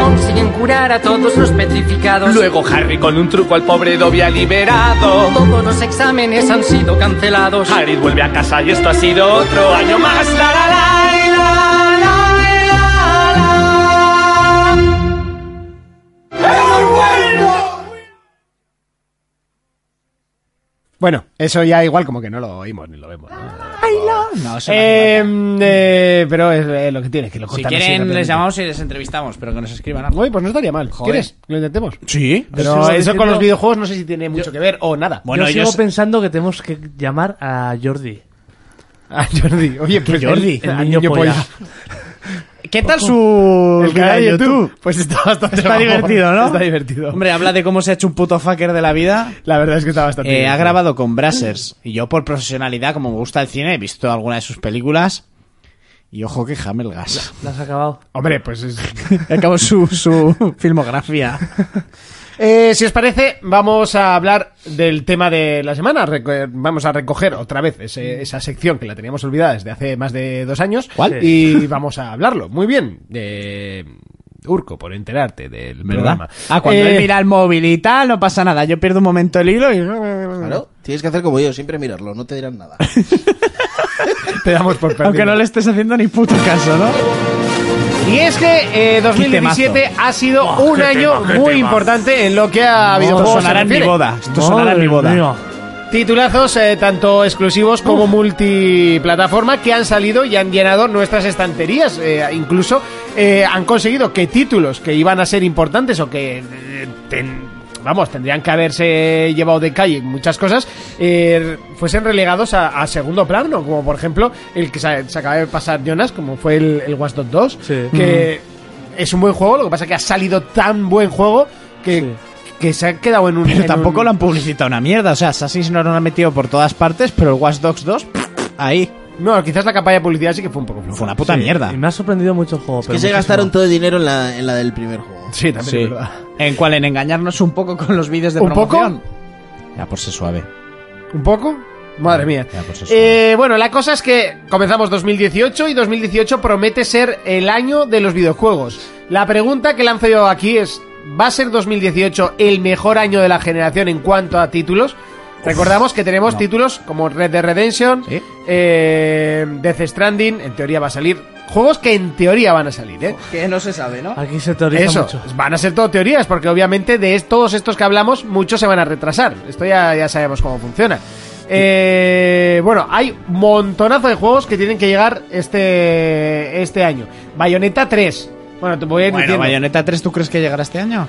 Speaker 8: Consiguen curar a todos los petrificados.
Speaker 7: Luego Harry con un truco al pobre Dobby ha liberado.
Speaker 8: todos los exámenes han sido cancelados.
Speaker 7: Harry vuelve a casa y esto ha sido otro año más. La, la, la, la, la, la, la.
Speaker 1: Bueno, eso ya igual como que no lo oímos ni lo vemos. ¿no?
Speaker 2: No, eso no hace
Speaker 1: Eh, eh, pero es eh, lo que tiene, que lo
Speaker 2: falta. Si
Speaker 1: cortan así
Speaker 2: quieren, les
Speaker 1: rápidamente.
Speaker 2: llamamos y les entrevistamos, pero que nos escriban algo.
Speaker 1: Uy, pues no estaría mal.
Speaker 2: Joder.
Speaker 1: ¿Quieres? Lo intentemos.
Speaker 2: Sí,
Speaker 1: Pero eso
Speaker 2: estoy
Speaker 1: con
Speaker 2: diciendo-
Speaker 1: los videojuegos no sé si tiene mucho que ver o nada.
Speaker 2: Bueno,
Speaker 4: yo
Speaker 2: yo
Speaker 4: sigo
Speaker 2: sé-
Speaker 4: pensando que tenemos que llamar a Jordi.
Speaker 1: A Ah, Jordi. Oye, pues
Speaker 4: Jordi?
Speaker 1: el-
Speaker 4: El
Speaker 1: al
Speaker 4: niño polla.
Speaker 2: ¿Qué tal su
Speaker 1: El canal de YouTube. Pues está bastante
Speaker 2: Está
Speaker 1: guapo.
Speaker 2: divertido, ¿no?
Speaker 1: Está divertido.
Speaker 2: Hombre, habla de cómo se ha hecho un puto fucker de la vida.
Speaker 1: La verdad es que está bastante
Speaker 2: Eh, ha
Speaker 1: divertido.
Speaker 2: grabado con Brassers. Y yo, por profesionalidad, como me gusta el cine, he visto alguna de sus películas. Y ojo que Hamelgas.
Speaker 4: ¿La has acabado?
Speaker 1: Hombre, pues es...
Speaker 2: Acabo su, su filmografía.
Speaker 1: Eh, si os parece, vamos a hablar del tema de la semana. Reco- Vamos a recoger otra vez ese- esa sección que la teníamos olvidada desde hace más de dos años.
Speaker 2: ¿Cuál?
Speaker 1: Y vamos a hablarlo. Muy bien. Eh, Urco, por enterarte del
Speaker 2: ¿Verdad?
Speaker 1: programa.
Speaker 2: Ah, cuando
Speaker 1: Eh,
Speaker 2: él mira el móvil y tal, no pasa nada. Yo pierdo un momento el hilo y...
Speaker 3: Claro, tienes que hacer como yo, siempre mirarlo, no te dirán nada.
Speaker 1: Te damos por perdido.
Speaker 2: Aunque no le estés haciendo ni puto caso, ¿no?
Speaker 1: Y es que eh, 2017 ha sido un año muy importante en lo que ha habido
Speaker 2: Esto sonará en mi boda. Esto sonará en mi boda.
Speaker 1: Titulazos eh, tanto exclusivos como multiplataforma que han salido y han llenado nuestras estanterías. Eh, incluso eh, han conseguido que títulos que iban a ser importantes o que eh, ten- vamos, tendrían que haberse llevado de calle muchas cosas, eh, fuesen relegados a, a segundo plano, como por ejemplo el que se, se acaba de pasar Jonas, como fue el, el Watch Dogs 2,
Speaker 4: Sí.
Speaker 1: que es un buen juego, lo que pasa es que ha salido tan buen juego que, que se ha quedado en un...
Speaker 2: Pero
Speaker 1: en
Speaker 2: tampoco
Speaker 1: un-
Speaker 2: lo han publicitado una mierda. O sea, Assassin's no lo han metido por todas partes, pero el Watch Dogs 2, ahí.
Speaker 1: No, quizás la campaña de publicidad sí que fue un poco floja.
Speaker 2: Fue una puta
Speaker 4: Sí,
Speaker 2: mierda.
Speaker 4: Y me ha sorprendido mucho el juego.
Speaker 3: Es
Speaker 4: pero
Speaker 3: que se
Speaker 4: muchísimo.
Speaker 3: gastaron todo el dinero en la, en la del primer juego.
Speaker 1: Sí, también
Speaker 2: Sí.
Speaker 1: es verdad.
Speaker 2: En cual en engañarnos un poco con los vídeos de
Speaker 1: ¿Un poco?
Speaker 2: promoción. Ya por ser suave.
Speaker 1: ¿Un poco? Madre mía.
Speaker 2: Ya, pues eso.
Speaker 1: Eh, bueno, la cosa es que comenzamos 2018 y 2018 promete ser el año de los videojuegos. La pregunta que lanzo yo aquí es, ¿va a ser 2018 el mejor año de la generación en cuanto a títulos? Recordamos que tenemos títulos como Red Dead Redemption,
Speaker 2: Sí.
Speaker 1: eh, Death Stranding, en teoría va a salir. Juegos que en teoría van a salir, ¿eh?
Speaker 2: Que no se sabe, ¿no?
Speaker 4: Aquí se teoriza
Speaker 1: Eso,
Speaker 4: mucho.
Speaker 1: van a ser todo teorías, porque obviamente de es- todos estos que hablamos, muchos se van a retrasar. Esto ya, ya sabemos cómo funciona. Eh, bueno, hay montonazo de juegos que tienen que llegar este, este año. Bayonetta 3. Bueno, te voy a ir
Speaker 2: Bueno,
Speaker 1: diciendo.
Speaker 2: Bayonetta 3, ¿tú crees que llegará este año?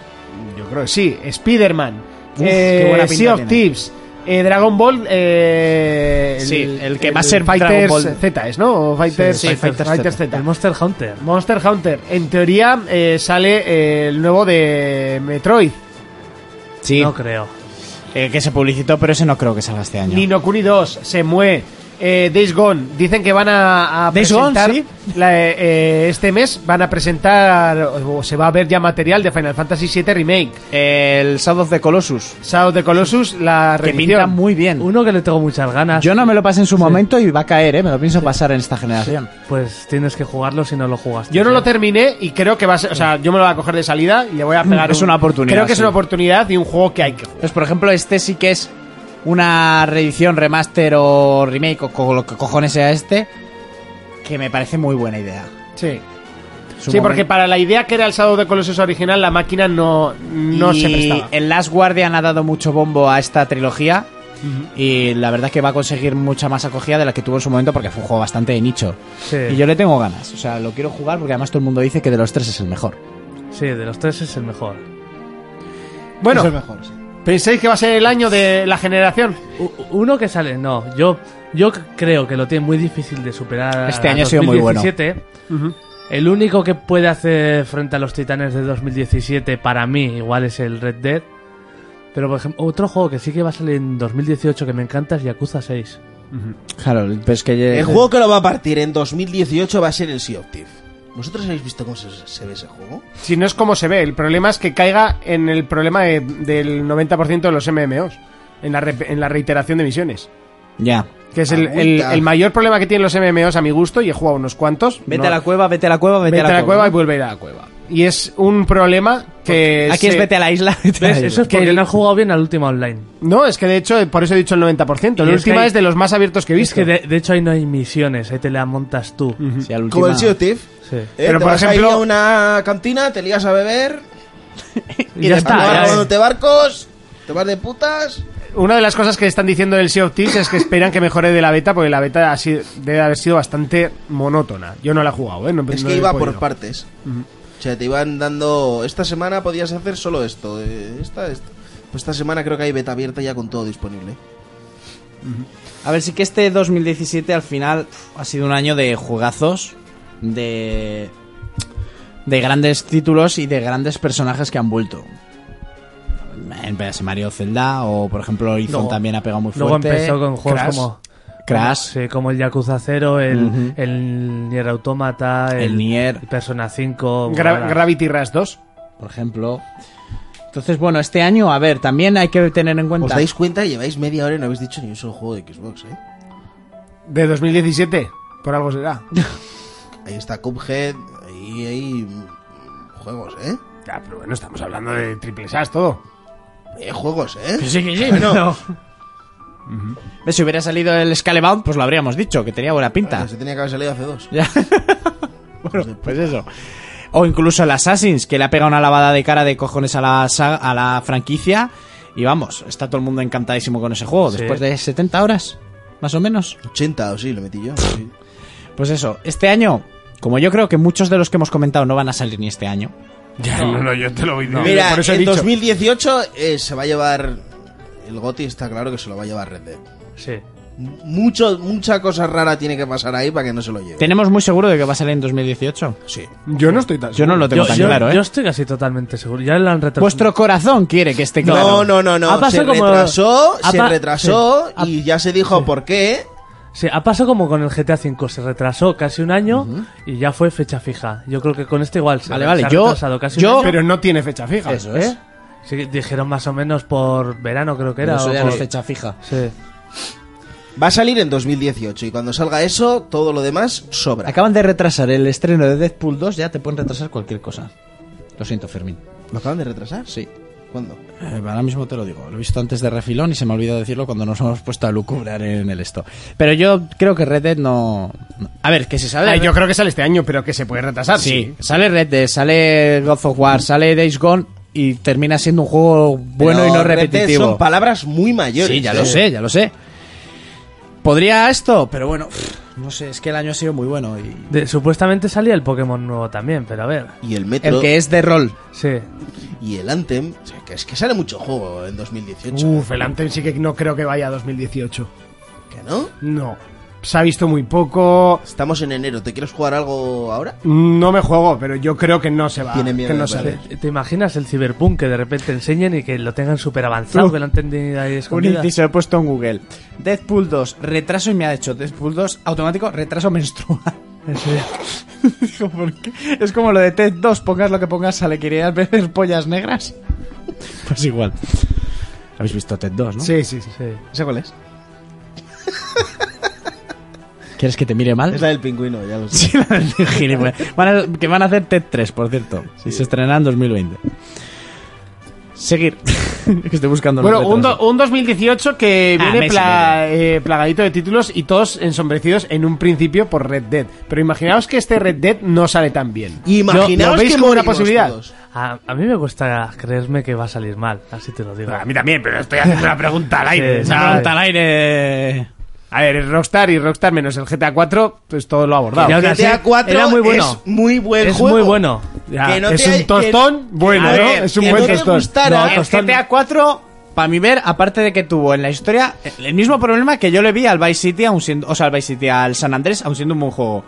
Speaker 1: Yo creo que sí. Spider-Man.
Speaker 2: Uf,
Speaker 1: eh,
Speaker 2: qué buena pinta
Speaker 1: sea of
Speaker 2: tiene.
Speaker 1: Thieves. eh, Dragon Ball. eh,
Speaker 2: Sí, el que va a ser Dragon
Speaker 1: Fighters
Speaker 2: Ball.
Speaker 1: Z, ¿es, ¿no? O Fighters,
Speaker 2: Sí, sí, Fighters Z.
Speaker 1: Z.
Speaker 4: El Monster Hunter.
Speaker 1: Monster Hunter. En teoría eh, sale eh, el nuevo de Metroid.
Speaker 2: Sí.
Speaker 4: No creo.
Speaker 2: Eh, que se publicitó, pero ese no creo que salga este año.
Speaker 1: Nino Kuni 2, se mueve. Eh, Days Gone, dicen que van a, a
Speaker 2: Days Gone,
Speaker 1: presentar
Speaker 2: sí.
Speaker 1: la- eh, eh, este mes van a presentar o se va a ver ya material de Final Fantasy VII Remake,
Speaker 2: El Shadow of the Colossus.
Speaker 1: Shadow of the Colossus, la
Speaker 2: Que pinta
Speaker 1: reedición.
Speaker 2: muy bien.
Speaker 4: Uno que le tengo muchas ganas.
Speaker 2: Yo no me lo pasé en su momento y va a caer, ¿eh? Me lo pienso pasar en esta generación.
Speaker 4: Pues tienes que jugarlo si no lo jugaste.
Speaker 1: Yo no lo terminé y creo que va a ser, o sea, yo me lo voy a coger de salida y le voy a pegar.
Speaker 2: Mm, Es
Speaker 1: un-
Speaker 2: una oportunidad,
Speaker 1: Creo que es
Speaker 2: sí.
Speaker 1: una oportunidad y un juego que hay que jugar.
Speaker 2: Pues, por ejemplo, este sí que es una reedición, remaster o remake o co- lo que cojones sea este, que me parece muy buena idea.
Speaker 1: Sí.
Speaker 2: Es un
Speaker 1: Sí, porque
Speaker 2: momento-
Speaker 1: para la idea que era el Shadow of the Colossus original, la máquina no, no
Speaker 2: y eh,
Speaker 1: se prestaba.
Speaker 2: El Last Guardian ha dado mucho bombo a esta trilogía. Y la verdad es que va a conseguir mucha más acogida de la que tuvo en su momento porque fue un juego bastante de nicho.
Speaker 4: Sí.
Speaker 2: Y yo le tengo ganas. O sea, lo quiero jugar porque además todo el mundo dice que de los tres es el mejor.
Speaker 4: Sí, de los tres es el mejor.
Speaker 1: Bueno,
Speaker 3: Es el mejor, sí.
Speaker 1: ¿pensáis que va a ser el año de la generación?
Speaker 4: U- uno que sale, no, yo, yo c- creo que lo tiene muy difícil de superar.
Speaker 2: Este
Speaker 4: a
Speaker 2: año ha sido muy bueno.
Speaker 4: 2017. El único que puede hacer frente a los titanes de 2017 para mí igual es el Red Dead. Pero por ejemplo, otro juego que sí que va a salir en 2018 que me encanta es Yakuza 6.
Speaker 2: Claro, pero es que...
Speaker 3: El juego que lo va a partir en 2018 va a ser el Sea of Thieves. ¿Vosotros habéis visto cómo se, se ve ese juego?
Speaker 1: Si no es como se ve, el problema es que caiga en el problema de- del 90% de los MMOs, en la, rep- en la reiteración de misiones.
Speaker 2: Ya.
Speaker 1: Que es el,
Speaker 3: Aguanta.
Speaker 1: el- el mayor problema que tienen los MMOs a mi gusto, y he jugado unos cuantos.
Speaker 2: Vete
Speaker 1: No-
Speaker 2: a la cueva, vete a la cueva, vete,
Speaker 1: vete a la cueva y
Speaker 2: ¿no?
Speaker 1: vuelve a ir a la cueva. Y es un problema que...
Speaker 2: Aquí es
Speaker 1: se-
Speaker 2: vete a la isla. vete a la
Speaker 4: ¿Ves?
Speaker 2: isla.
Speaker 4: Eso es porque
Speaker 1: Que-
Speaker 4: no han jugado bien al último online.
Speaker 1: No, es que de hecho, eh, por eso he dicho el 90%.
Speaker 4: Y
Speaker 1: La
Speaker 4: es que
Speaker 1: última
Speaker 4: hay-
Speaker 1: es de los más abiertos que he
Speaker 4: Es
Speaker 1: visto.
Speaker 4: que de, de hecho ahí no hay misiones, ahí te la montas tú.
Speaker 2: Sí, al
Speaker 3: Como
Speaker 2: última-
Speaker 3: el Sea of Thieves.
Speaker 4: Sí.
Speaker 1: Pero,
Speaker 3: Pero
Speaker 1: por
Speaker 3: por vas
Speaker 1: ejemplo-
Speaker 3: a ir a una cantina, te lías a beber,
Speaker 4: Y ya está.
Speaker 3: andas
Speaker 4: ya es.
Speaker 3: robándote barcos, te vas de putas.
Speaker 1: Una de las cosas que están diciendo del Sea of Thieves es que esperan que mejore de la beta, porque la beta ha sido- debe haber sido bastante monótona. Yo no la he jugado, ¿eh? No-
Speaker 3: Es
Speaker 1: no
Speaker 3: que
Speaker 1: he
Speaker 3: iba
Speaker 1: podido.
Speaker 3: por partes. O sea, te iban dando. Esta semana podías hacer solo esto. eh, Esta, esta. Pues esta semana creo que hay beta abierta ya con todo disponible.
Speaker 2: A ver, sí que este 2017 al final pf, ha sido un año de juegazos, de de grandes títulos y de grandes personajes que han vuelto. Empecé Mario Zelda o por ejemplo Horizon
Speaker 4: Luego-
Speaker 2: también ha pegado muy
Speaker 4: Luego
Speaker 2: fuerte.
Speaker 4: empezó con juegos
Speaker 2: Crash,
Speaker 4: como
Speaker 2: Crash.
Speaker 4: Sí, como el Yakuza 0, el,
Speaker 2: Ujú.
Speaker 4: el Nier Automata, el,
Speaker 2: El Nier.
Speaker 4: el Persona 5.
Speaker 1: Gra-
Speaker 4: bueno,
Speaker 1: Gravity Rush 2.
Speaker 2: por ejemplo. Entonces, bueno, este año, a ver, también hay que tener en
Speaker 3: ¿Os
Speaker 2: cuenta
Speaker 3: dais cuenta? Lleváis media hora y no habéis dicho ni un solo juego de Xbox, ¿eh?
Speaker 1: De 2017, por algo será.
Speaker 3: Ahí está Cuphead, ahí hay mm, juegos, ¿eh?
Speaker 1: Ya, pero bueno, estamos hablando de triple SAS todo.
Speaker 3: Eh, juegos, ¿eh?
Speaker 1: Pues
Speaker 4: no.
Speaker 2: si hubiera salido el Scalebound, pues lo habríamos dicho, que tenía buena pinta.
Speaker 3: Bueno, se tenía que haber salido hace dos.
Speaker 2: Ya. bueno, pues eso. O incluso el Assassin's, que le ha pegado una lavada de cara de cojones a la, sa- a la franquicia. Y vamos, está todo el mundo encantadísimo con ese juego.
Speaker 4: Sí.
Speaker 2: Después de 70 horas, más o menos.
Speaker 3: 80 o sí, le metí yo. sí.
Speaker 2: Pues eso, este año, como yo creo que muchos de los que hemos comentado no van a salir ni este año,
Speaker 4: Ya, no, no, yo te lo voy no.
Speaker 3: Mira,
Speaker 2: por eso he
Speaker 3: en
Speaker 2: dicho.
Speaker 3: 2018 eh, se va a llevar. El Goti está claro que se lo va a llevar Red Dead.
Speaker 4: Sí.
Speaker 3: M- Mucho, mucha cosa rara tiene que pasar ahí para que no se lo lleve.
Speaker 2: tenemos muy seguro de que va a salir en 2018.
Speaker 3: Sí.
Speaker 1: Yo no estoy tan.
Speaker 2: Yo no lo tengo
Speaker 4: Yo,
Speaker 2: tan
Speaker 4: yo-
Speaker 2: claro, ¿eh?
Speaker 4: yo estoy casi totalmente seguro. Ya lo han retrasado.
Speaker 2: Vuestro corazón quiere que esté claro.
Speaker 3: No, no, no, no.
Speaker 4: Ha
Speaker 3: Se
Speaker 4: pasado como-
Speaker 3: retrasó,
Speaker 4: ha
Speaker 3: se
Speaker 4: pa-
Speaker 3: retrasó
Speaker 4: sí. Ha-
Speaker 3: y ya se dijo por qué.
Speaker 4: Sí, ha pasado como con el GTA V. Se retrasó casi un año y ya fue fecha fija. Yo creo que con este igual se,
Speaker 2: Vale, vale,
Speaker 4: se ha
Speaker 2: yo-
Speaker 4: retrasado casi
Speaker 2: yo-
Speaker 4: un año.
Speaker 1: Pero no tiene fecha fija. ¿Eh?
Speaker 2: Eso es.
Speaker 4: Sí, dijeron más o menos por verano, creo que
Speaker 2: Pero
Speaker 4: era.
Speaker 2: eso
Speaker 4: o
Speaker 2: ya no es
Speaker 4: por-
Speaker 2: fecha fija.
Speaker 4: Sí.
Speaker 3: Va a salir en 2018 y cuando salga eso, todo lo demás sobra.
Speaker 2: Acaban de retrasar el estreno de Deadpool 2, ya te pueden retrasar cualquier cosa. Lo siento, Fermín.
Speaker 3: ¿Lo acaban de retrasar?
Speaker 2: Sí.
Speaker 3: ¿Cuándo?
Speaker 2: Eh, ahora mismo te lo digo, lo he visto antes de refilón y se me ha olvidado decirlo cuando nos hemos puesto a lucubrar en el esto. Pero yo creo que Red Dead no... no. A ver, que si sale...
Speaker 1: Ah, yo creo que sale este año, pero que se puede retrasar.
Speaker 2: Sí, sale Red Dead, sale God of War, sale Days Gone y termina siendo un juego bueno
Speaker 3: Pero
Speaker 2: y no
Speaker 3: Red Dead
Speaker 2: repetitivo.
Speaker 3: Son palabras muy mayores.
Speaker 2: Sí, ya
Speaker 3: ¿eh?
Speaker 2: lo sé, ya lo sé. Podría esto, pero bueno, pff, no sé, es que el año ha sido muy bueno y...
Speaker 4: De- supuestamente salía el Pokémon nuevo también, pero a ver.
Speaker 3: Y el Metro
Speaker 2: El que es de rol.
Speaker 4: Sí.
Speaker 3: y el Anthem. O sea, que es que sale mucho juego en 2018.
Speaker 1: Uf, el Anthem sí que no creo que vaya a 2018.
Speaker 3: ¿Que no?
Speaker 1: No. Se ha visto muy poco.
Speaker 3: Estamos en enero. ¿Te quieres jugar algo ahora?
Speaker 1: No me juego, pero yo creo Ah, que no se va.
Speaker 3: Tiene miedo
Speaker 1: que no
Speaker 3: de
Speaker 1: sale.
Speaker 3: perder.
Speaker 4: ¿Te te imaginas el Cyberpunk que de repente enseñen y que lo tengan súper avanzado,
Speaker 2: Uh.
Speaker 4: que lo han tenido ahí
Speaker 2: Un
Speaker 4: escondido?
Speaker 2: inciso he puesto en Google. Deadpool 2, retraso y me ha hecho Deadpool 2 automático, retraso menstrual. Digo, ¿por qué? Es como lo de Ted 2, pongas lo que pongas, sale. ¿Querías ver pollas negras? Pues igual. Habéis visto Ted 2, ¿no?
Speaker 1: Sí, sí, sí.
Speaker 4: Sí.
Speaker 3: ¿Ese cuál es?
Speaker 2: ¿Quieres que te mire mal?
Speaker 3: Es la del pingüino, ya lo sé.
Speaker 2: Sí, la del gilipollas. Van a- que van a hacer TED 3, por cierto. Y se estrenará en 2020. Seguir. que estoy buscando los
Speaker 1: Bueno, un,
Speaker 2: retrasos.
Speaker 1: do- un 2018 que
Speaker 2: Ah,
Speaker 1: viene
Speaker 2: mes y
Speaker 1: pla- eh, plagadito de títulos y todos ensombrecidos en un principio por Red Dead. Pero imaginaos que este Red Dead no sale tan bien.
Speaker 3: Imaginaos
Speaker 1: ¿Lo veis
Speaker 3: que
Speaker 1: como una
Speaker 3: morimos
Speaker 1: posibilidad?
Speaker 3: todos.
Speaker 4: A, a mí me cuesta creerme que va a salir mal, así te lo digo.
Speaker 1: A mí también, pero estoy haciendo una pregunta al aire.
Speaker 4: Sí,
Speaker 1: ¿sabes?
Speaker 4: una
Speaker 2: Salta al aire.
Speaker 1: A ver, el Rockstar y Rockstar menos el GTA 4, pues todo lo ha abordado.
Speaker 4: Ya,
Speaker 3: GTA
Speaker 4: Ahora sí,
Speaker 3: 4
Speaker 4: era muy bueno.
Speaker 3: es muy buen
Speaker 4: es
Speaker 3: juego.
Speaker 4: muy bueno. Ya.
Speaker 3: Que no
Speaker 1: es
Speaker 3: te-
Speaker 1: un
Speaker 3: que-
Speaker 1: tostón bueno,
Speaker 3: A
Speaker 1: ¿no?
Speaker 3: ver,
Speaker 1: Es un
Speaker 3: que
Speaker 1: buen
Speaker 3: no te
Speaker 1: tostón.
Speaker 3: gustara.
Speaker 2: El GTA 4, para mi ver, aparte de que tuvo en la historia el mismo problema que yo le vi al Vice City, aun siendo, o sea, al Vice City, al San Andrés, aun siendo un buen juego.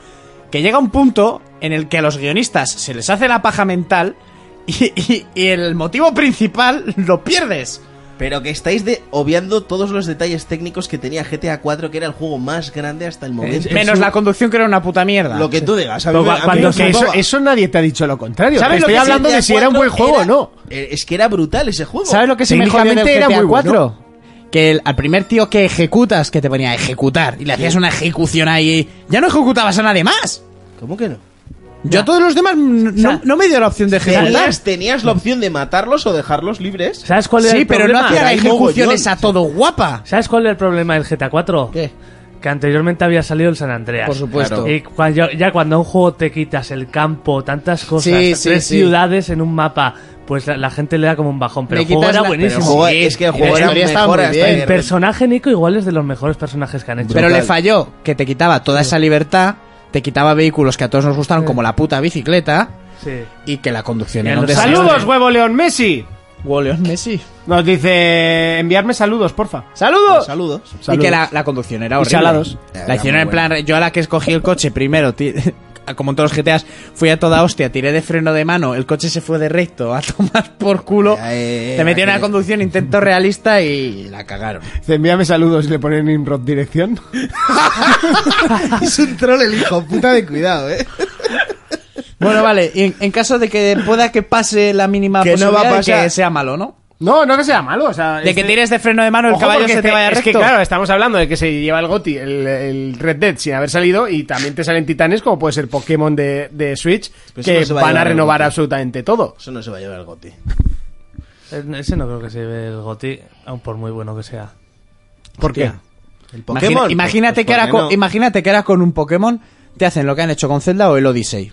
Speaker 2: Que llega un punto en el que a los guionistas se les hace la paja mental y, y- y el motivo principal lo pierdes.
Speaker 3: Pero que estáis de, obviando todos los detalles técnicos que tenía GTA 4, que era el juego más grande hasta el momento.
Speaker 2: Menos la conducción que era una puta mierda.
Speaker 3: Lo que tú digas. A mí,
Speaker 4: Pero
Speaker 3: me- a
Speaker 4: cua-
Speaker 3: mí
Speaker 4: cuando
Speaker 3: me
Speaker 4: se-
Speaker 1: Que eso,
Speaker 3: flipaba.
Speaker 1: eso nadie te ha dicho lo contrario.
Speaker 2: ¿Sabes
Speaker 1: Te
Speaker 2: lo
Speaker 1: Estoy
Speaker 2: que
Speaker 1: hablando
Speaker 3: GTA
Speaker 1: de si era un buen juego o
Speaker 3: era-
Speaker 1: no.
Speaker 3: eh, Es que era brutal ese juego.
Speaker 2: ¿Sabes lo que se mejoró en el
Speaker 1: Técnicamente
Speaker 2: GTA
Speaker 1: era muy
Speaker 2: 4? Que el- al primer tío que ejecutas, que te ponía a ejecutar, y le hacías una ejecución ahí, ya no ejecutabas a nadie más.
Speaker 3: ¿Cómo que no?
Speaker 2: Yo a todos los demás mm, no, no me dio la opción de ejecutar.
Speaker 3: Tenías, tenías la opción de matarlos o dejarlos libres.
Speaker 4: ¿Sabes cuál era
Speaker 2: Sí,
Speaker 4: el
Speaker 2: pero no
Speaker 4: problema?
Speaker 2: hacía
Speaker 3: Hay
Speaker 2: ejecuciones
Speaker 3: mogollón.
Speaker 2: a todo guapa.
Speaker 4: ¿Sabes cuál era el problema del GTA 4? Que anteriormente había salido el San Andreas.
Speaker 2: Por supuesto.
Speaker 4: Y cuando, ya cuando a un juego te quitas el campo, tantas cosas,
Speaker 2: Sí, sí,
Speaker 4: tres
Speaker 2: sí.
Speaker 4: ciudades en un mapa, pues la, la gente le da como un bajón.
Speaker 2: Le
Speaker 4: Pero el juego
Speaker 2: quitas
Speaker 4: era
Speaker 2: la-
Speaker 3: Pero
Speaker 4: buenísimo.
Speaker 3: el juego-
Speaker 2: Sí,
Speaker 3: es que el
Speaker 2: y la
Speaker 3: juego era
Speaker 2: historia estaba
Speaker 3: mejor
Speaker 2: muy
Speaker 3: hasta
Speaker 2: bien.
Speaker 3: el-
Speaker 4: El personaje Nico igual es de los mejores personajes que han hecho.
Speaker 2: Pero le
Speaker 3: Brutal.
Speaker 2: falló que te quitaba toda esa libertad, te quitaba vehículos que a todos nos gustaron, como la puta bicicleta,
Speaker 4: Sí.
Speaker 2: y que la conducción
Speaker 4: Y
Speaker 2: era
Speaker 4: a
Speaker 2: un
Speaker 4: los
Speaker 2: desastre.
Speaker 1: Saludos, huevo León Messi.
Speaker 2: Wallion Messi.
Speaker 1: Nos dice enviarme saludos, porfa.
Speaker 2: ¡Saludos!
Speaker 3: Pues Saludos.
Speaker 2: Y
Speaker 1: Saludos.
Speaker 2: que la, la conducción era
Speaker 1: Y
Speaker 2: horrible.
Speaker 1: salados.
Speaker 2: La hicieron en plan. Yo a la que escogí el coche primero, ti- como en todos los GTAs, fui a toda hostia, tiré de freno de mano, el coche se fue de recto a tomar por culo.
Speaker 3: Ya, eh,
Speaker 2: te metí en
Speaker 3: aquel-
Speaker 2: una conducción intento realista y la cagaron.
Speaker 1: Dice, envíame saludos y le ponen Inrod dirección.
Speaker 3: es un troll el hijo puta de cuidado, eh.
Speaker 2: Bueno, vale, y en, en caso de que pueda que pase la mínima
Speaker 3: Que no
Speaker 2: posibilidad
Speaker 3: va a
Speaker 2: de
Speaker 3: pasar. Este-
Speaker 2: que sea malo, ¿no?
Speaker 1: No, no que sea malo, o sea.
Speaker 2: De que tires de freno de mano, el caballo se te vaya
Speaker 1: Es
Speaker 2: recto.
Speaker 1: que claro, estamos hablando de que se lleva el GOTI, el, el Red Dead sin haber salido y también te salen titanes como puede ser Pokémon de, de Switch
Speaker 3: Pero eso
Speaker 1: que
Speaker 3: no se va a
Speaker 1: van a
Speaker 3: llevar el
Speaker 1: renovar
Speaker 3: GOTY.
Speaker 1: absolutamente todo.
Speaker 3: Eso no se va a llevar el goti.
Speaker 4: Eh, Ese no creo que se lleve el goti, aun por muy bueno que sea.
Speaker 1: ¿Por qué?
Speaker 3: El
Speaker 2: Imagina-
Speaker 3: Pokémon.
Speaker 2: imagínate,
Speaker 3: pues,
Speaker 2: que ahora
Speaker 3: ¿por
Speaker 2: con,
Speaker 3: qué no?
Speaker 2: imagínate que ahora con un Pokémon te hacen lo que han hecho con Zelda o el Odyssey.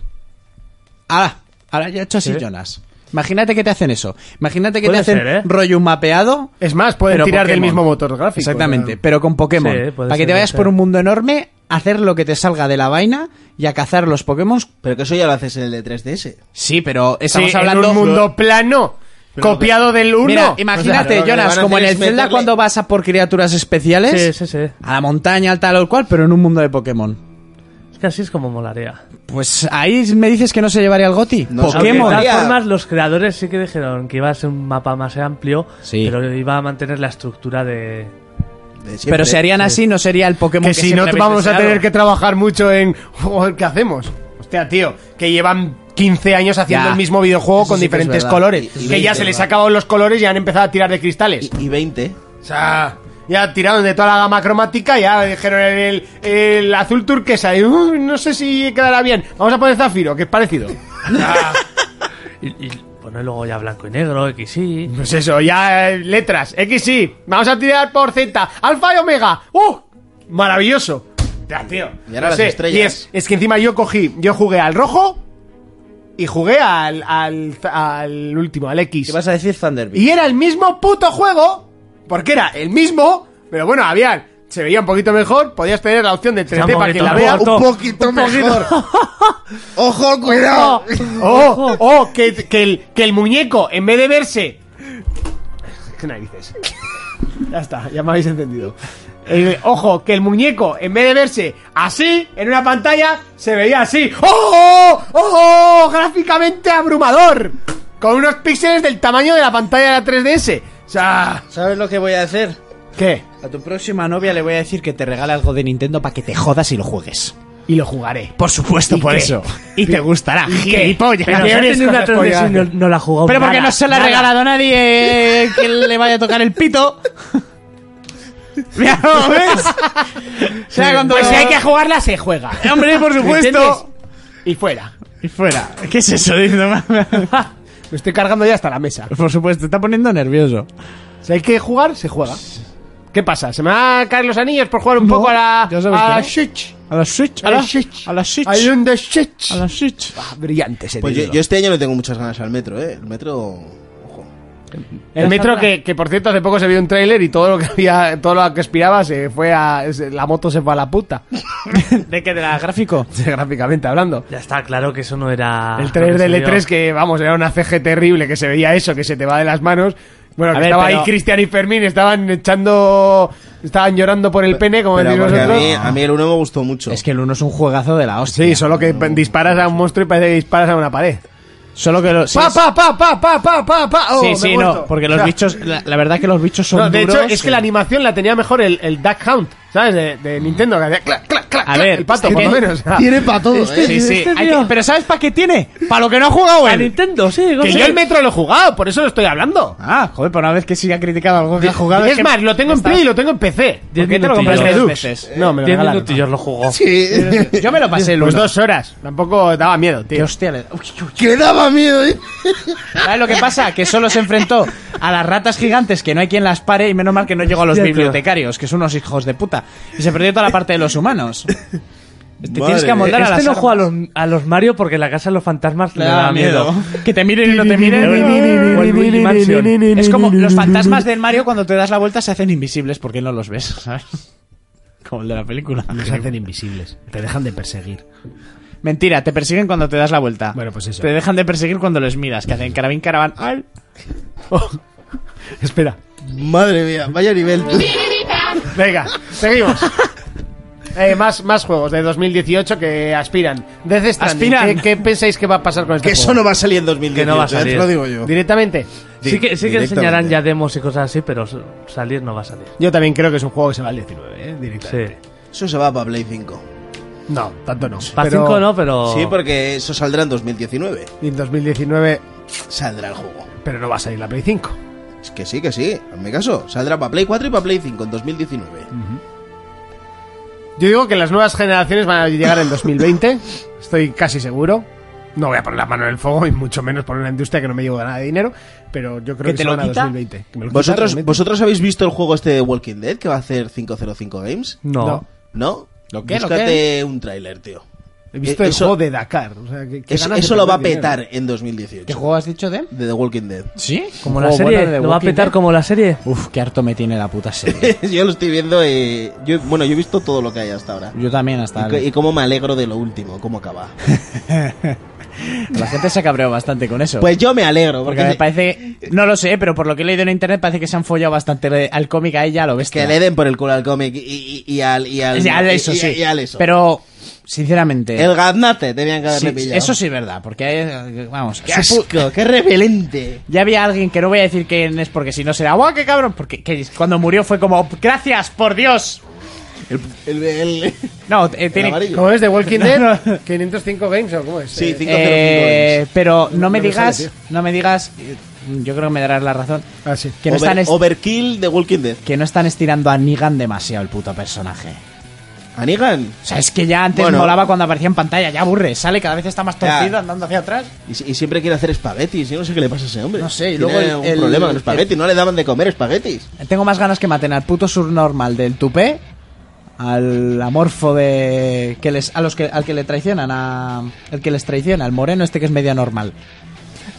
Speaker 2: Ahora, ahora ya he hecho así,
Speaker 4: Sí.
Speaker 2: Jonas. Imagínate que te hacen eso. Imagínate que te
Speaker 4: Puede
Speaker 2: hacen
Speaker 4: ser, ¿eh?
Speaker 2: rollo un mapeado.
Speaker 1: Es más, pueden
Speaker 2: pero
Speaker 1: tirar del
Speaker 2: Pokémon.
Speaker 1: mismo motor gráfico.
Speaker 2: Exactamente,
Speaker 1: o sea.
Speaker 2: pero con Pokémon.
Speaker 4: Sí, puede
Speaker 2: para que
Speaker 4: ser,
Speaker 2: te vayas
Speaker 4: puede
Speaker 2: por
Speaker 4: ser.
Speaker 2: un mundo enorme, hacer lo que te salga de la vaina y a cazar los Pokémon.
Speaker 3: Pero que eso ya lo haces en el de 3DS.
Speaker 2: Sí, pero
Speaker 1: Sí,
Speaker 2: estamos hablando.
Speaker 1: en un mundo plano, copiado del 1.
Speaker 2: Mira, imagínate,
Speaker 3: lo que
Speaker 2: Jonas,
Speaker 3: van a
Speaker 2: como en
Speaker 3: hacer
Speaker 2: el
Speaker 3: es
Speaker 2: Zelda
Speaker 3: meterle-
Speaker 2: cuando vas a por criaturas especiales.
Speaker 4: Sí, sí, sí.
Speaker 2: A la montaña, al tal o cual, pero en un mundo de Pokémon.
Speaker 4: Es que así es como molaría.
Speaker 2: Pues ahí me dices que no se llevaría el goti.
Speaker 3: No,
Speaker 4: Aunque
Speaker 2: Pokémon.
Speaker 4: de
Speaker 3: molaría.
Speaker 4: todas formas, los creadores sí que dijeron que iba a ser un mapa más amplio,
Speaker 2: Sí.
Speaker 4: pero iba a mantener la estructura
Speaker 3: De
Speaker 4: de...
Speaker 3: siempre.
Speaker 2: Pero se harían así, no sería el Pokémon
Speaker 1: que si no
Speaker 2: siempre
Speaker 1: vamos
Speaker 2: habéis
Speaker 1: a tener
Speaker 2: deseado.
Speaker 1: que trabajar mucho en joder, ¿qué hacemos? Hostia, tío, que llevan 15 años haciendo
Speaker 2: Ya.
Speaker 1: el mismo videojuego
Speaker 2: Eso
Speaker 1: con
Speaker 2: sí que es
Speaker 1: diferentes
Speaker 2: verdad.
Speaker 1: colores,
Speaker 3: Y- y
Speaker 1: que ya
Speaker 3: 20,
Speaker 1: se les
Speaker 3: va.
Speaker 1: ha acabado los colores y han empezado a tirar de cristales.
Speaker 3: Y, y 20.
Speaker 1: O sea, ya tiraron de toda la gama cromática, ya dijeron el, el- el azul turquesa y "Uh, no sé si quedará bien. Vamos a poner zafiro, que es parecido.
Speaker 4: Y, y poner luego ya blanco y negro, XY...
Speaker 1: Pues eso, ya eh, letras, X sí. Vamos a tirar por Z, alfa y omega. ¡Uh! Maravilloso. Ya, tío.
Speaker 3: Y
Speaker 1: No
Speaker 3: ahora las
Speaker 1: sé,
Speaker 3: estrellas.
Speaker 1: y es, es que encima yo cogí, yo jugué al rojo y jugué al, al, al último, al X.
Speaker 3: ¿Qué vas a decir Thunderbird?
Speaker 1: Y era el mismo puto juego, porque era el mismo, pero bueno, había, se veía un poquito mejor, podías tener la opción de 3D
Speaker 4: un
Speaker 1: para que
Speaker 4: poquito
Speaker 1: la vea.
Speaker 4: mejor.
Speaker 3: un poquito mejor. Ojo, cuidado.
Speaker 1: Oh, oh, que, que el, que el muñeco, en vez de verse. ¿Qué narices? Ya está, ya me habéis entendido. El- ojo, que el muñeco, en vez de verse así, en una pantalla, se veía así. ¡Oh! ¡Oh! oh! Gráficamente abrumador. Con unos píxeles del tamaño de la pantalla de la 3DS. O sea.
Speaker 2: ¿Sabes lo que voy a hacer?
Speaker 1: ¿Qué?
Speaker 2: A tu próxima novia le voy a decir que te regale algo de Nintendo para que te jodas y lo juegues.
Speaker 1: Y lo jugaré.
Speaker 2: Por supuesto, por eso. Y te gustará. gilipollas.
Speaker 4: Pero si ha tenido una 3DS y no, no la ha jugado
Speaker 2: Pero porque
Speaker 4: nada,
Speaker 2: no se la ha
Speaker 4: nada.
Speaker 2: regalado a nadie eh, que le vaya a tocar el pito. Mira, ¿lo ves? O sea, cuando-
Speaker 1: Pues si hay que jugarla, se juega.
Speaker 2: Hombre, por supuesto.
Speaker 1: Y fuera.
Speaker 2: Y fuera. ¿Qué es eso? Dice, no,
Speaker 1: Me estoy cargando ya hasta la mesa.
Speaker 2: Por supuesto, está poniendo nervioso.
Speaker 1: Si hay que jugar, se juega. ¿Qué pasa? ¿Se me van a caer los anillos por jugar un poco a la.
Speaker 2: ya sabes
Speaker 1: a
Speaker 2: que
Speaker 1: la
Speaker 2: no.
Speaker 1: Switch?
Speaker 2: A la Switch.
Speaker 1: A la
Speaker 2: ala.
Speaker 1: Switch.
Speaker 2: A la Switch.
Speaker 1: A la Switch.
Speaker 2: A la Switch.
Speaker 1: Ah, brillante ese
Speaker 3: Pues yo,
Speaker 1: título.
Speaker 3: yo este año no tengo muchas ganas al metro, ¿eh? El metro... Ojo.
Speaker 1: El metro que, que, por cierto, hace poco se vio un tráiler y todo lo que había, todo lo que aspiraba se fue a. se- la moto se fue a la puta.
Speaker 2: ¿De qué? ¿De la gráfico?
Speaker 1: gráficamente hablando.
Speaker 4: Ya está claro que eso no era...
Speaker 2: Ah,
Speaker 1: el trailer
Speaker 4: lo que
Speaker 1: del
Speaker 4: se vio.
Speaker 1: E3 que, vamos, era una CG terrible que se veía eso, que se te va de las manos. Bueno,
Speaker 2: A
Speaker 1: que
Speaker 2: ver,
Speaker 1: estaba
Speaker 2: pero-
Speaker 1: ahí Cristian y Fermín, estaban echando. Estaban llorando por el pene, como
Speaker 3: Pero
Speaker 1: decís
Speaker 3: porque a
Speaker 1: vosotros.
Speaker 3: mí, a mí el uno me gustó mucho.
Speaker 2: Es que el 1 es un juegazo de la hostia.
Speaker 1: Sí, solo que disparas a un monstruo y parece que disparas a una pared.
Speaker 2: Solo que los.
Speaker 1: pa, pa, pa, pa, pa, pa, pa, pa. Oh, me
Speaker 2: sí,
Speaker 1: he
Speaker 2: sí,
Speaker 1: muerto.
Speaker 2: no. Porque los
Speaker 1: O sea,
Speaker 2: bichos. La, la verdad que los bichos son.
Speaker 1: no, de
Speaker 2: duros,
Speaker 1: hecho, es que la animación la tenía mejor el, el Duck Hunt, ¿sabes? De, de Nintendo. Que hacía clac, clac, clac,
Speaker 2: A
Speaker 1: clac,
Speaker 2: ver,
Speaker 1: el pato,
Speaker 2: es
Speaker 1: por
Speaker 2: que
Speaker 1: lo menos. o sea,
Speaker 3: para todo,
Speaker 8: este
Speaker 3: ¿eh?
Speaker 2: Sí, sí. hay que-
Speaker 4: tío.
Speaker 2: pero ¿sabes para qué tiene? Para lo que no ha jugado
Speaker 4: A
Speaker 2: él.
Speaker 4: Nintendo, sí.
Speaker 1: que
Speaker 4: coño.
Speaker 1: yo el metro lo he jugado, por eso lo estoy hablando.
Speaker 2: Ah, joder, por una vez que sí ha criticado algo que ha jugado.
Speaker 1: es más, lo tengo en Play y lo tengo en PC.
Speaker 4: Diez
Speaker 1: ¿Por qué te lo
Speaker 4: minutillos.
Speaker 1: compraste
Speaker 4: Tres
Speaker 1: Redux?
Speaker 2: veces.
Speaker 1: No, me lo
Speaker 4: Diez
Speaker 1: regalaron.
Speaker 4: minutillos lo jugó.
Speaker 2: Yo me lo pasé el
Speaker 1: Pues
Speaker 2: 1.
Speaker 1: dos horas. Tampoco daba miedo, tío.
Speaker 2: hostia le-
Speaker 3: Que daba miedo, ¿eh?
Speaker 2: ¿Sabes lo que pasa? Que solo se enfrentó a las ratas gigantes que no hay quien las pare y menos mal que no llegó a los
Speaker 4: Ya, tío.
Speaker 2: bibliotecarios, que son unos hijos de puta. Y se perdió toda la parte de los humanos. Te tienes
Speaker 3: Madre.
Speaker 2: que amoldar a las
Speaker 4: Este no
Speaker 2: armas.
Speaker 4: juega a los, a los Mario porque la casa de los fantasmas le da miedo.
Speaker 2: Que te miren y no te miren.
Speaker 4: O el Luigi Mansion.
Speaker 2: Es como los fantasmas del Mario cuando te das la vuelta se hacen invisibles porque no los ves, ¿sabes? Como el de la película.
Speaker 1: Se hacen invisibles. Te dejan de perseguir.
Speaker 2: Mentira, te persiguen cuando te das la vuelta.
Speaker 1: Bueno, pues eso.
Speaker 2: Te dejan de perseguir cuando les miras, que hacen carabín, caraván. ¡Ay!
Speaker 1: Espera.
Speaker 3: Madre mía, vaya nivel.
Speaker 1: Venga, seguimos. Eh, más, más juegos de 2018 que aspiran. Death Stranding,
Speaker 2: Aspiran.
Speaker 1: ¿Qué, qué pensáis que va a pasar con este
Speaker 3: Que eso
Speaker 1: juego?
Speaker 3: no va a salir en 2018,
Speaker 4: Que no va a salir.
Speaker 3: ya eh, te lo digo yo.
Speaker 1: Directamente.
Speaker 4: Sí que, sí que
Speaker 3: Directamente.
Speaker 4: enseñarán ya demos y cosas así, pero s- salir no va a salir.
Speaker 1: Yo también creo que es un juego que se va al 19, ¿eh?
Speaker 4: Sí.
Speaker 1: Directamente.
Speaker 3: Eso se va para Play 5.
Speaker 1: No, tanto no.
Speaker 4: Para
Speaker 1: Pero
Speaker 4: 5 no, pero...
Speaker 3: Sí, porque eso saldrá en 2019.
Speaker 1: En 2019,
Speaker 3: Saldrá el juego.
Speaker 1: pero no va a salir la Play 5.
Speaker 3: Es que sí, que sí. En mi caso, saldrá para Play 4 y para Play 5 en 2019.
Speaker 1: Yo digo que las nuevas generaciones van a llegar en 2020. Estoy casi seguro. No voy a poner la mano en el fuego y mucho menos por una industria que no me lleva nada de dinero. Pero yo creo que,
Speaker 2: ¿Que te
Speaker 1: se
Speaker 2: lo
Speaker 1: van a
Speaker 2: quita?
Speaker 1: 2020. Que me lo quita
Speaker 3: ¿Vosotros,
Speaker 1: realmente.
Speaker 3: ¿Vosotros habéis visto el juego este de Walking Dead que va a hacer 505 Games?
Speaker 4: No.
Speaker 1: No.
Speaker 3: ¿No?
Speaker 2: ¿Lo qué, lo
Speaker 3: Búscate un tráiler, tío.
Speaker 1: He visto
Speaker 3: Eh,
Speaker 1: el
Speaker 3: eso-
Speaker 1: juego de Dakar. o sea, que- que
Speaker 3: Eso,
Speaker 1: ganas de
Speaker 3: eso lo va a
Speaker 1: perder dinero.
Speaker 3: petar en
Speaker 2: ¿Qué
Speaker 3: 2018.
Speaker 2: juego has dicho de?
Speaker 3: De The Walking Dead.
Speaker 2: Sí.
Speaker 4: Como la serie, ¿lo va a petar como la serie?
Speaker 2: Uf, qué harto me tiene la puta serie.
Speaker 3: yo lo estoy viendo y... Yo, bueno, yo he visto todo lo que hay hasta ahora.
Speaker 2: Yo también hasta...
Speaker 3: Y, co- y cómo me alegro de lo último, cómo acaba.
Speaker 2: La gente se cabreó bastante con eso.
Speaker 3: Pues yo me alegro,
Speaker 2: porque
Speaker 3: porque,
Speaker 2: me parece... No lo sé, pero por lo que he leído en internet parece que se han follado bastante al cómic a ella, lo ves.
Speaker 3: que le den por el culo al cómic y, y- y al... Y al,
Speaker 2: eso
Speaker 3: y- y-
Speaker 2: sí.
Speaker 3: y al eso.
Speaker 2: Pero, sinceramente...
Speaker 3: El gaznate tenían que haberle
Speaker 2: sí,
Speaker 3: pillado.
Speaker 2: eso sí es verdad, porque hay- Vamos.
Speaker 3: ¡Qué asco! ¡Qué repelente!
Speaker 2: Ya había alguien que no voy a decir quién es porque si no será, ¡guau, qué cabrón! Porque que cuando murió fue como, ¡gracias, por Dios!
Speaker 3: El, el- el
Speaker 2: No, eh, tiene...
Speaker 3: amarillo.
Speaker 1: ¿Cómo es? ¿De Walking
Speaker 2: No,
Speaker 1: Dead?
Speaker 2: no.
Speaker 1: 505 Games o cómo es?
Speaker 3: Sí,
Speaker 1: Eh,
Speaker 3: 505
Speaker 2: Eh, pero no me
Speaker 1: No me
Speaker 2: digas,
Speaker 1: sale,
Speaker 2: no me digas, eh, yo creo que me darás la razón,
Speaker 1: ah, sí.
Speaker 2: que no, este- están
Speaker 3: Over-
Speaker 2: est-
Speaker 3: Overkill de Walking Dead.
Speaker 2: que no están estirando a Negan demasiado el puto personaje.
Speaker 3: ¿Anigan?
Speaker 2: O sea, es que ya antes
Speaker 3: Bueno.
Speaker 2: molaba cuando aparecía en pantalla, ya aburre, sale, cada vez está más
Speaker 3: Ya.
Speaker 2: torcido andando hacia atrás.
Speaker 3: Y, si- y siempre quiere hacer espaguetis. Yo no sé qué le pasa a ese hombre.
Speaker 2: No sé, y
Speaker 3: Tiene
Speaker 2: luego el-
Speaker 3: un
Speaker 2: el-
Speaker 3: problema con los espaguetis. No le daban de comer espaguetis.
Speaker 2: Tengo más ganas que maten al puto subnormal del tupé, al amorfo de que les a los que al que le traicionan a el que les traiciona, al moreno este que es media normal.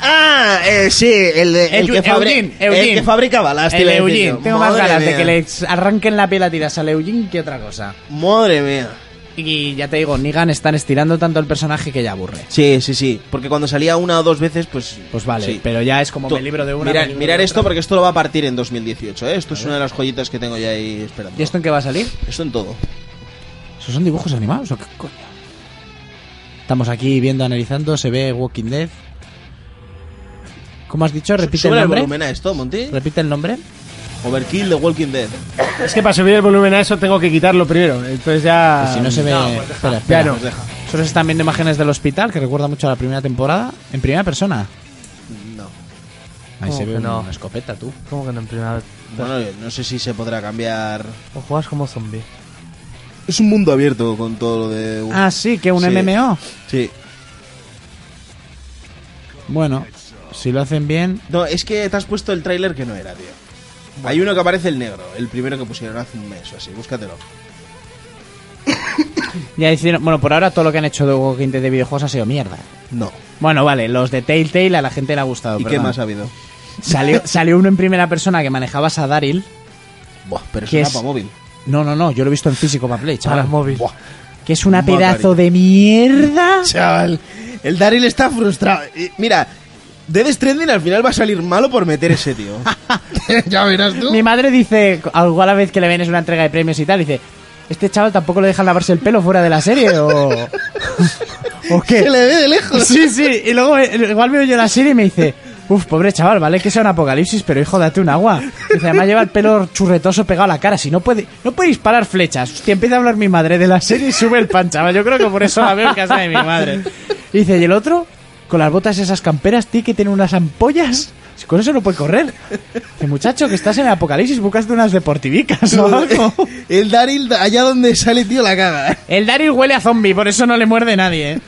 Speaker 3: Ah, eh, sí, el, de- el,
Speaker 2: Eu-
Speaker 3: que, fabri-
Speaker 2: Eugene,
Speaker 3: el
Speaker 2: Eugene.
Speaker 3: que fabrica balas.
Speaker 2: El
Speaker 3: te iba a decir
Speaker 2: Eugene.
Speaker 3: yo.
Speaker 2: Tengo más
Speaker 3: Madre
Speaker 2: ganas de
Speaker 3: mía.
Speaker 2: que le arranquen la piel a tiras al Eugene que otra cosa.
Speaker 3: Madre mía.
Speaker 2: Y ya te digo, Negan están estirando tanto el personaje que ya aburre.
Speaker 3: Sí, sí, sí. Porque cuando salía una o dos veces, pues.
Speaker 2: Pues vale,
Speaker 3: sí.
Speaker 2: pero ya es como
Speaker 3: Tú,
Speaker 2: me libro de una.
Speaker 3: mirar,
Speaker 2: me libro
Speaker 3: mirar
Speaker 2: de
Speaker 3: esto
Speaker 2: otra.
Speaker 3: porque esto lo va a partir en 2018, ¿eh? Esto es una de las joyitas que tengo ya ahí esperando.
Speaker 2: ¿Y esto en qué va a salir?
Speaker 3: Esto en todo.
Speaker 2: ¿Esos son dibujos animados o qué coño? Estamos aquí viendo, analizando, se ve Walking Dead. ¿Cómo has dicho? Repite
Speaker 3: Sube
Speaker 2: el
Speaker 3: el
Speaker 2: nombre.
Speaker 3: volumen a esto, Monty.
Speaker 2: Repite el nombre.
Speaker 3: Overkill de Walking Dead.
Speaker 1: Es que para subir el volumen a eso tengo que quitarlo primero. Entonces ya.
Speaker 3: Ah,
Speaker 2: Pues si no se ve.
Speaker 3: pues
Speaker 2: espera, espera. pues
Speaker 1: Ya no.
Speaker 2: Solo se están viendo imágenes del hospital que recuerda mucho a la primera temporada. En primera persona.
Speaker 3: No.
Speaker 2: Ahí
Speaker 4: ¿Cómo
Speaker 2: se ve
Speaker 4: que no?
Speaker 2: una escopeta, tú.
Speaker 4: ¿Cómo que no en primera vez?
Speaker 3: Bueno, no sé si se podrá cambiar.
Speaker 4: O juegas como zombie.
Speaker 3: Es un mundo abierto con todo lo de.
Speaker 2: Ah, sí, que un
Speaker 3: Sí.
Speaker 2: MMO.
Speaker 3: Sí.
Speaker 2: Bueno, si lo hacen bien,
Speaker 3: No, es que te has puesto el tráiler que no era, tío. Hay uno que aparece el negro, el primero que pusieron hace un mes o así, búscatelo.
Speaker 2: Ya hicieron, bueno, por ahora todo lo que han hecho de Walking Dead de videojuegos ha sido mierda.
Speaker 3: No.
Speaker 2: Bueno, vale, los de Telltale a la gente le ha gustado.
Speaker 3: ¿Y
Speaker 2: perdón.
Speaker 3: qué más ha habido?
Speaker 2: Salió, salió uno en primera persona que manejabas a Daryl.
Speaker 3: Buah, pero es
Speaker 2: ¿Qué
Speaker 3: un
Speaker 2: es?
Speaker 3: mapa móvil.
Speaker 2: No, no, no, yo lo he visto en físico para Play,
Speaker 4: Para
Speaker 2: chaval.
Speaker 4: móvil.
Speaker 2: Que es una
Speaker 3: Madre.
Speaker 2: pedazo de mierda.
Speaker 3: Chaval, el Daryl está frustrado. Y mira, Dead Stranding al final va a salir malo por meter ese tío. ya verás tú.
Speaker 2: Mi madre dice, algo a la vez que le vienes una entrega de premios y tal, dice, este chaval tampoco le dejan lavarse el pelo fuera de la serie o... ¿O
Speaker 3: Que le
Speaker 2: qué?
Speaker 3: ve de lejos.
Speaker 2: Sí, sí, y luego eh, igual veo yo la serie y me dice, uff, pobre chaval, vale que sea un apocalipsis, pero hijo, date un agua. Dice, además lleva el pelo churretoso pegado a la cara, si no puede, no puede disparar flechas. Hostia, empieza a hablar mi madre de la serie y sube el pan, chaval, yo creo que por eso la veo en casa de mi madre. Y dice, ¿y el otro? Con las botas esas camperas, ti que tiene unas ampollas. Si Con eso no puede correr. Dice, muchacho, que estás en el apocalipsis, buscaste unas deportivicas o algo.
Speaker 3: El Daryl, allá donde sale, tío, la caga.
Speaker 2: El Daryl huele a zombie, por eso no le muerde nadie, ¿eh?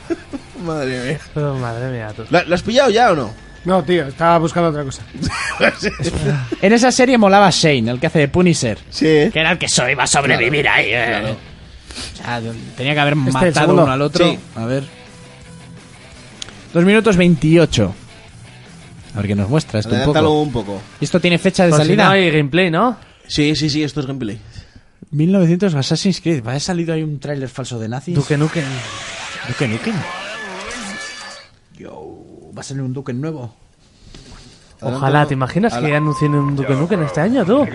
Speaker 3: Madre mía.
Speaker 4: Oh, madre mía, tú.
Speaker 3: ¿Lo, lo has pillado ya o no?
Speaker 1: No, tío, estaba buscando otra cosa.
Speaker 2: En esa serie molaba Shane, el que hace de Punisher.
Speaker 3: Sí.
Speaker 2: Que era el que soy, va a sobrevivir ahí. eh. O sea, tenía que haber
Speaker 1: el
Speaker 2: matado
Speaker 1: segundo.
Speaker 2: uno al otro.
Speaker 3: Sí.
Speaker 2: A ver. Dos minutos 28. A ver qué nos muestra esto un
Speaker 3: Adelántalo
Speaker 2: poco.
Speaker 3: un poco.
Speaker 2: Esto tiene fecha de
Speaker 4: Por si
Speaker 2: salida.
Speaker 4: no hay gameplay, ¿no?
Speaker 3: Sí, sí, sí, esto es gameplay.
Speaker 2: 1900 Assassin's Creed. ¿Ha salido ahí un tráiler falso de nazis?
Speaker 4: Duque Nukem.
Speaker 2: Duque Nukem. Yo, va a salir un Duque nuevo.
Speaker 4: Ojalá, ¿te imaginas que ya anuncien un Duque Nukem este año, tú?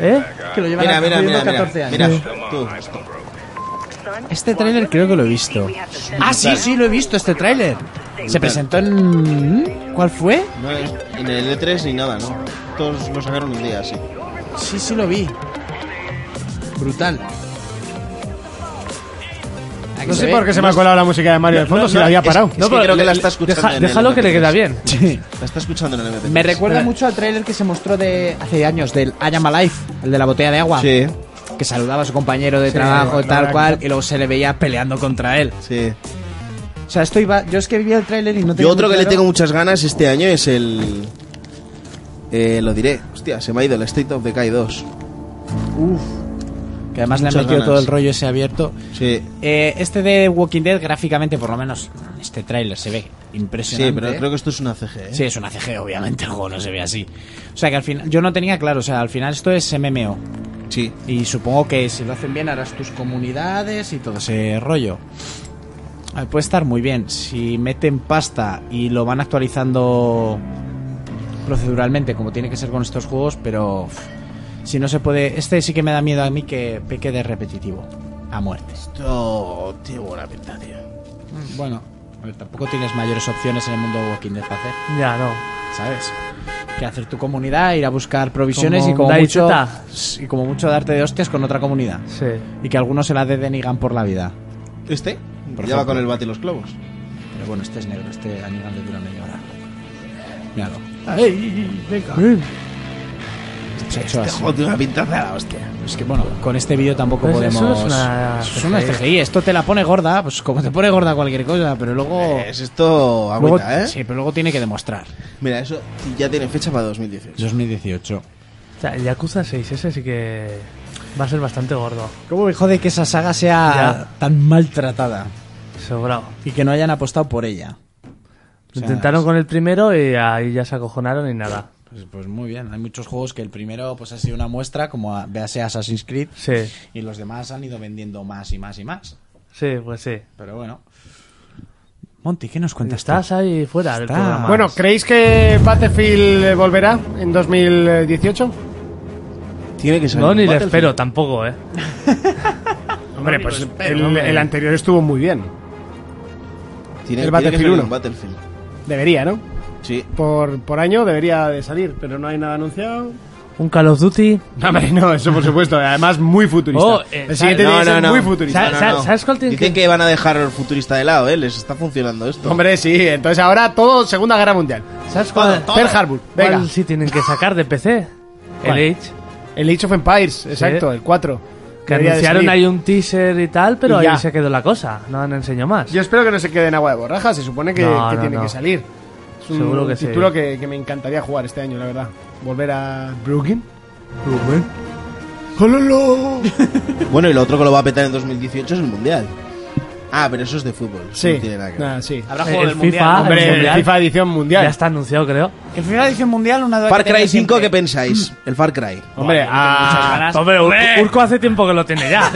Speaker 4: ¿Eh?
Speaker 2: Que lo llevan
Speaker 3: Mira, mira,
Speaker 2: haciendo
Speaker 3: mira, mira.
Speaker 2: 14
Speaker 3: Mira,
Speaker 2: años.
Speaker 3: tú.
Speaker 2: Este tráiler creo que lo he visto. Ah, sí, sí, lo he visto este tráiler. Se presentó en... ¿Cuál fue?
Speaker 3: No, en el E3 ni nada, ¿no? Todos lo sacaron un día, sí.
Speaker 2: Sí, sí lo vi. Brutal.
Speaker 1: No sé por qué se me ha colado la música de Mario de fondo, si la había parado.
Speaker 3: Es que creo que la está escuchando
Speaker 4: Deja-
Speaker 3: en el
Speaker 4: déjalo que le
Speaker 3: MP3.
Speaker 4: queda bien.
Speaker 3: La está escuchando en el E MP3.
Speaker 2: Me recuerda mucho al tráiler que se mostró de hace años del I Am Alive, el de la botella de agua,
Speaker 3: Sí,
Speaker 2: que saludaba a su compañero de trabajo
Speaker 1: la
Speaker 2: tal
Speaker 1: verdad
Speaker 2: cual y luego se le veía peleando contra él.
Speaker 3: sí.
Speaker 2: O sea, esto iba, yo es que vi el tráiler y no tenía
Speaker 3: Yo otro
Speaker 2: muy
Speaker 3: que le
Speaker 2: claro-
Speaker 3: tengo muchas ganas este año es el... Eh, lo diré. Hostia, se me ha ido el State of Decay 2. Uf.
Speaker 2: que además le han
Speaker 3: Muchas
Speaker 2: metido
Speaker 3: ganas.
Speaker 2: todo el rollo ese abierto.
Speaker 3: Sí.
Speaker 2: Eh, este de Walking Dead, gráficamente, por lo menos, este tráiler se ve
Speaker 3: Sí,
Speaker 2: impresionante.
Speaker 3: pero creo que esto es una CG. ¿eh?
Speaker 2: Sí, es una CG, obviamente, el juego no se ve así. O sea que al final, yo no tenía claro, o sea, al final esto es MMO.
Speaker 3: Sí.
Speaker 2: Y supongo que si lo hacen bien harás tus comunidades y todo ese rollo. Ah, Puede estar muy bien. Si meten pasta y lo van actualizando proceduralmente, como tiene que ser con estos juegos, pero uf, si no se puede. Este sí que me da miedo a mí que peque de repetitivo. A muerte.
Speaker 3: Esto tiene buena pinta, tío.
Speaker 2: Bueno, a ver, tampoco tienes mayores opciones en el mundo de Walking Dead ¿eh? para hacer,
Speaker 4: Ya, no.
Speaker 2: ¿sabes? Que hacer tu comunidad, ir a buscar provisiones
Speaker 4: Como
Speaker 2: y como
Speaker 4: Dai
Speaker 2: mucho.
Speaker 4: Zeta.
Speaker 2: Y como mucho darte de hostias con otra comunidad.
Speaker 4: Sí.
Speaker 2: Y que algunos se la denigan por la vida.
Speaker 3: ¿Este?
Speaker 2: Por
Speaker 3: Ya va
Speaker 2: ejemplo.
Speaker 3: con el bate y los clavos.
Speaker 2: Pero bueno, este es negro, este Anigan le dura media hora. Míralo.
Speaker 4: Mm.
Speaker 2: Se ha Este hecho
Speaker 4: este
Speaker 2: así.
Speaker 3: Joder, tiene una pintaza de la hostia.
Speaker 2: Es que bueno, con este vídeo tampoco
Speaker 4: Pues eso
Speaker 2: podemos.
Speaker 4: es una
Speaker 2: Eso es una
Speaker 4: CGI.
Speaker 2: CGI. Esto te la pone gorda, pues como te pone gorda cualquier cosa, pero luego.
Speaker 3: Es esto
Speaker 2: luego-
Speaker 3: agüita, ¿eh?
Speaker 2: Sí, pero luego tiene que demostrar.
Speaker 3: Mira, eso ya tiene fecha para 2018.
Speaker 2: 2018.
Speaker 4: O sea, el Yakuza 6, ese sí que va a ser bastante gordo.
Speaker 2: ¿Cómo me jode que esa saga sea tan maltratada
Speaker 4: Sobrado.
Speaker 2: y que no hayan apostado por ella?
Speaker 4: Lo
Speaker 2: sea,
Speaker 4: intentaron con el primero y ahí ya se acojonaron y nada.
Speaker 2: Pues, pues muy bien, hay muchos juegos que el primero pues ha sido una muestra, como a- véase Assassin's Creed,
Speaker 4: Sí,
Speaker 2: y los demás han ido vendiendo más y más y más.
Speaker 4: sí, pues sí.
Speaker 2: Pero bueno. Monty, ¿qué nos cuentas?
Speaker 4: Estás ahí fuera del
Speaker 2: Está.
Speaker 4: programa.
Speaker 1: Bueno, ¿creéis que Battlefield volverá en 2018?
Speaker 3: Tiene que
Speaker 4: no ni le espero tampoco, ¿eh?
Speaker 1: Hombre, pues el, el anterior estuvo muy bien.
Speaker 3: Tiene,
Speaker 1: El
Speaker 3: el
Speaker 1: Battlefield
Speaker 3: Battlefield Este
Speaker 1: uno.
Speaker 3: Battlefield.
Speaker 1: Debería, ¿no?
Speaker 3: Sí.
Speaker 1: Por, por año debería de salir, pero no hay nada anunciado.
Speaker 4: Un Call of Duty.
Speaker 1: No, hombre, no, eso por supuesto. Además, muy futurista.
Speaker 4: Oh, eh,
Speaker 1: el siguiente
Speaker 4: no,
Speaker 1: día
Speaker 4: no,
Speaker 1: es
Speaker 4: no.
Speaker 1: muy futurista.
Speaker 4: Sa- sa- ¿Sabes cuál tiene
Speaker 3: Dicen
Speaker 4: que-
Speaker 3: que... van a dejar el futurista de lado, ¿eh? Les está funcionando esto.
Speaker 1: Hombre, sí. Entonces ahora todo Segunda Guerra Mundial.
Speaker 4: ¿Sabes cuál?
Speaker 3: Todo, todo.
Speaker 1: Pearl Harbor, venga.
Speaker 4: ¿Cuál sí tienen que sacar de PC?
Speaker 1: ¿Cuál?
Speaker 4: El Age.
Speaker 1: El Age of Empires, exacto, el 4.
Speaker 4: Que
Speaker 1: Debería de
Speaker 4: anunciaron
Speaker 1: salir.
Speaker 4: ahí un teaser y tal, pero
Speaker 1: Y ya.
Speaker 4: ahí se quedó la cosa. No han enseñado más.
Speaker 1: Yo espero que no se quede en agua de borraja. Se supone que,
Speaker 4: No,
Speaker 1: que
Speaker 4: no,
Speaker 1: tiene
Speaker 4: no.
Speaker 1: que salir. Es un
Speaker 4: Seguro que sí.
Speaker 1: título que, que me encantaría jugar este año, la verdad. Volver a Brooklyn.
Speaker 3: Bueno, y lo otro que lo va a petar en 2018 es el Mundial. Ah, pero eso es de fútbol. eso
Speaker 1: Sí.
Speaker 3: No tiene nada que ver.
Speaker 1: Nada, sí.
Speaker 2: Habrá
Speaker 4: juego Eh, El del FIFA, Mundial, ¿no?
Speaker 1: Hombre,
Speaker 4: el Mundial.
Speaker 1: FIFA edición mundial.
Speaker 4: Ya está anunciado, creo.
Speaker 2: El final edición mundial, una duda
Speaker 3: Far
Speaker 2: que tenía
Speaker 3: Cry 5, ¿qué
Speaker 2: siempre.
Speaker 3: pensáis? El Far Cry.
Speaker 1: Hombre, ah,
Speaker 4: Hombre, Ur- Urco hace tiempo que lo tiene ya.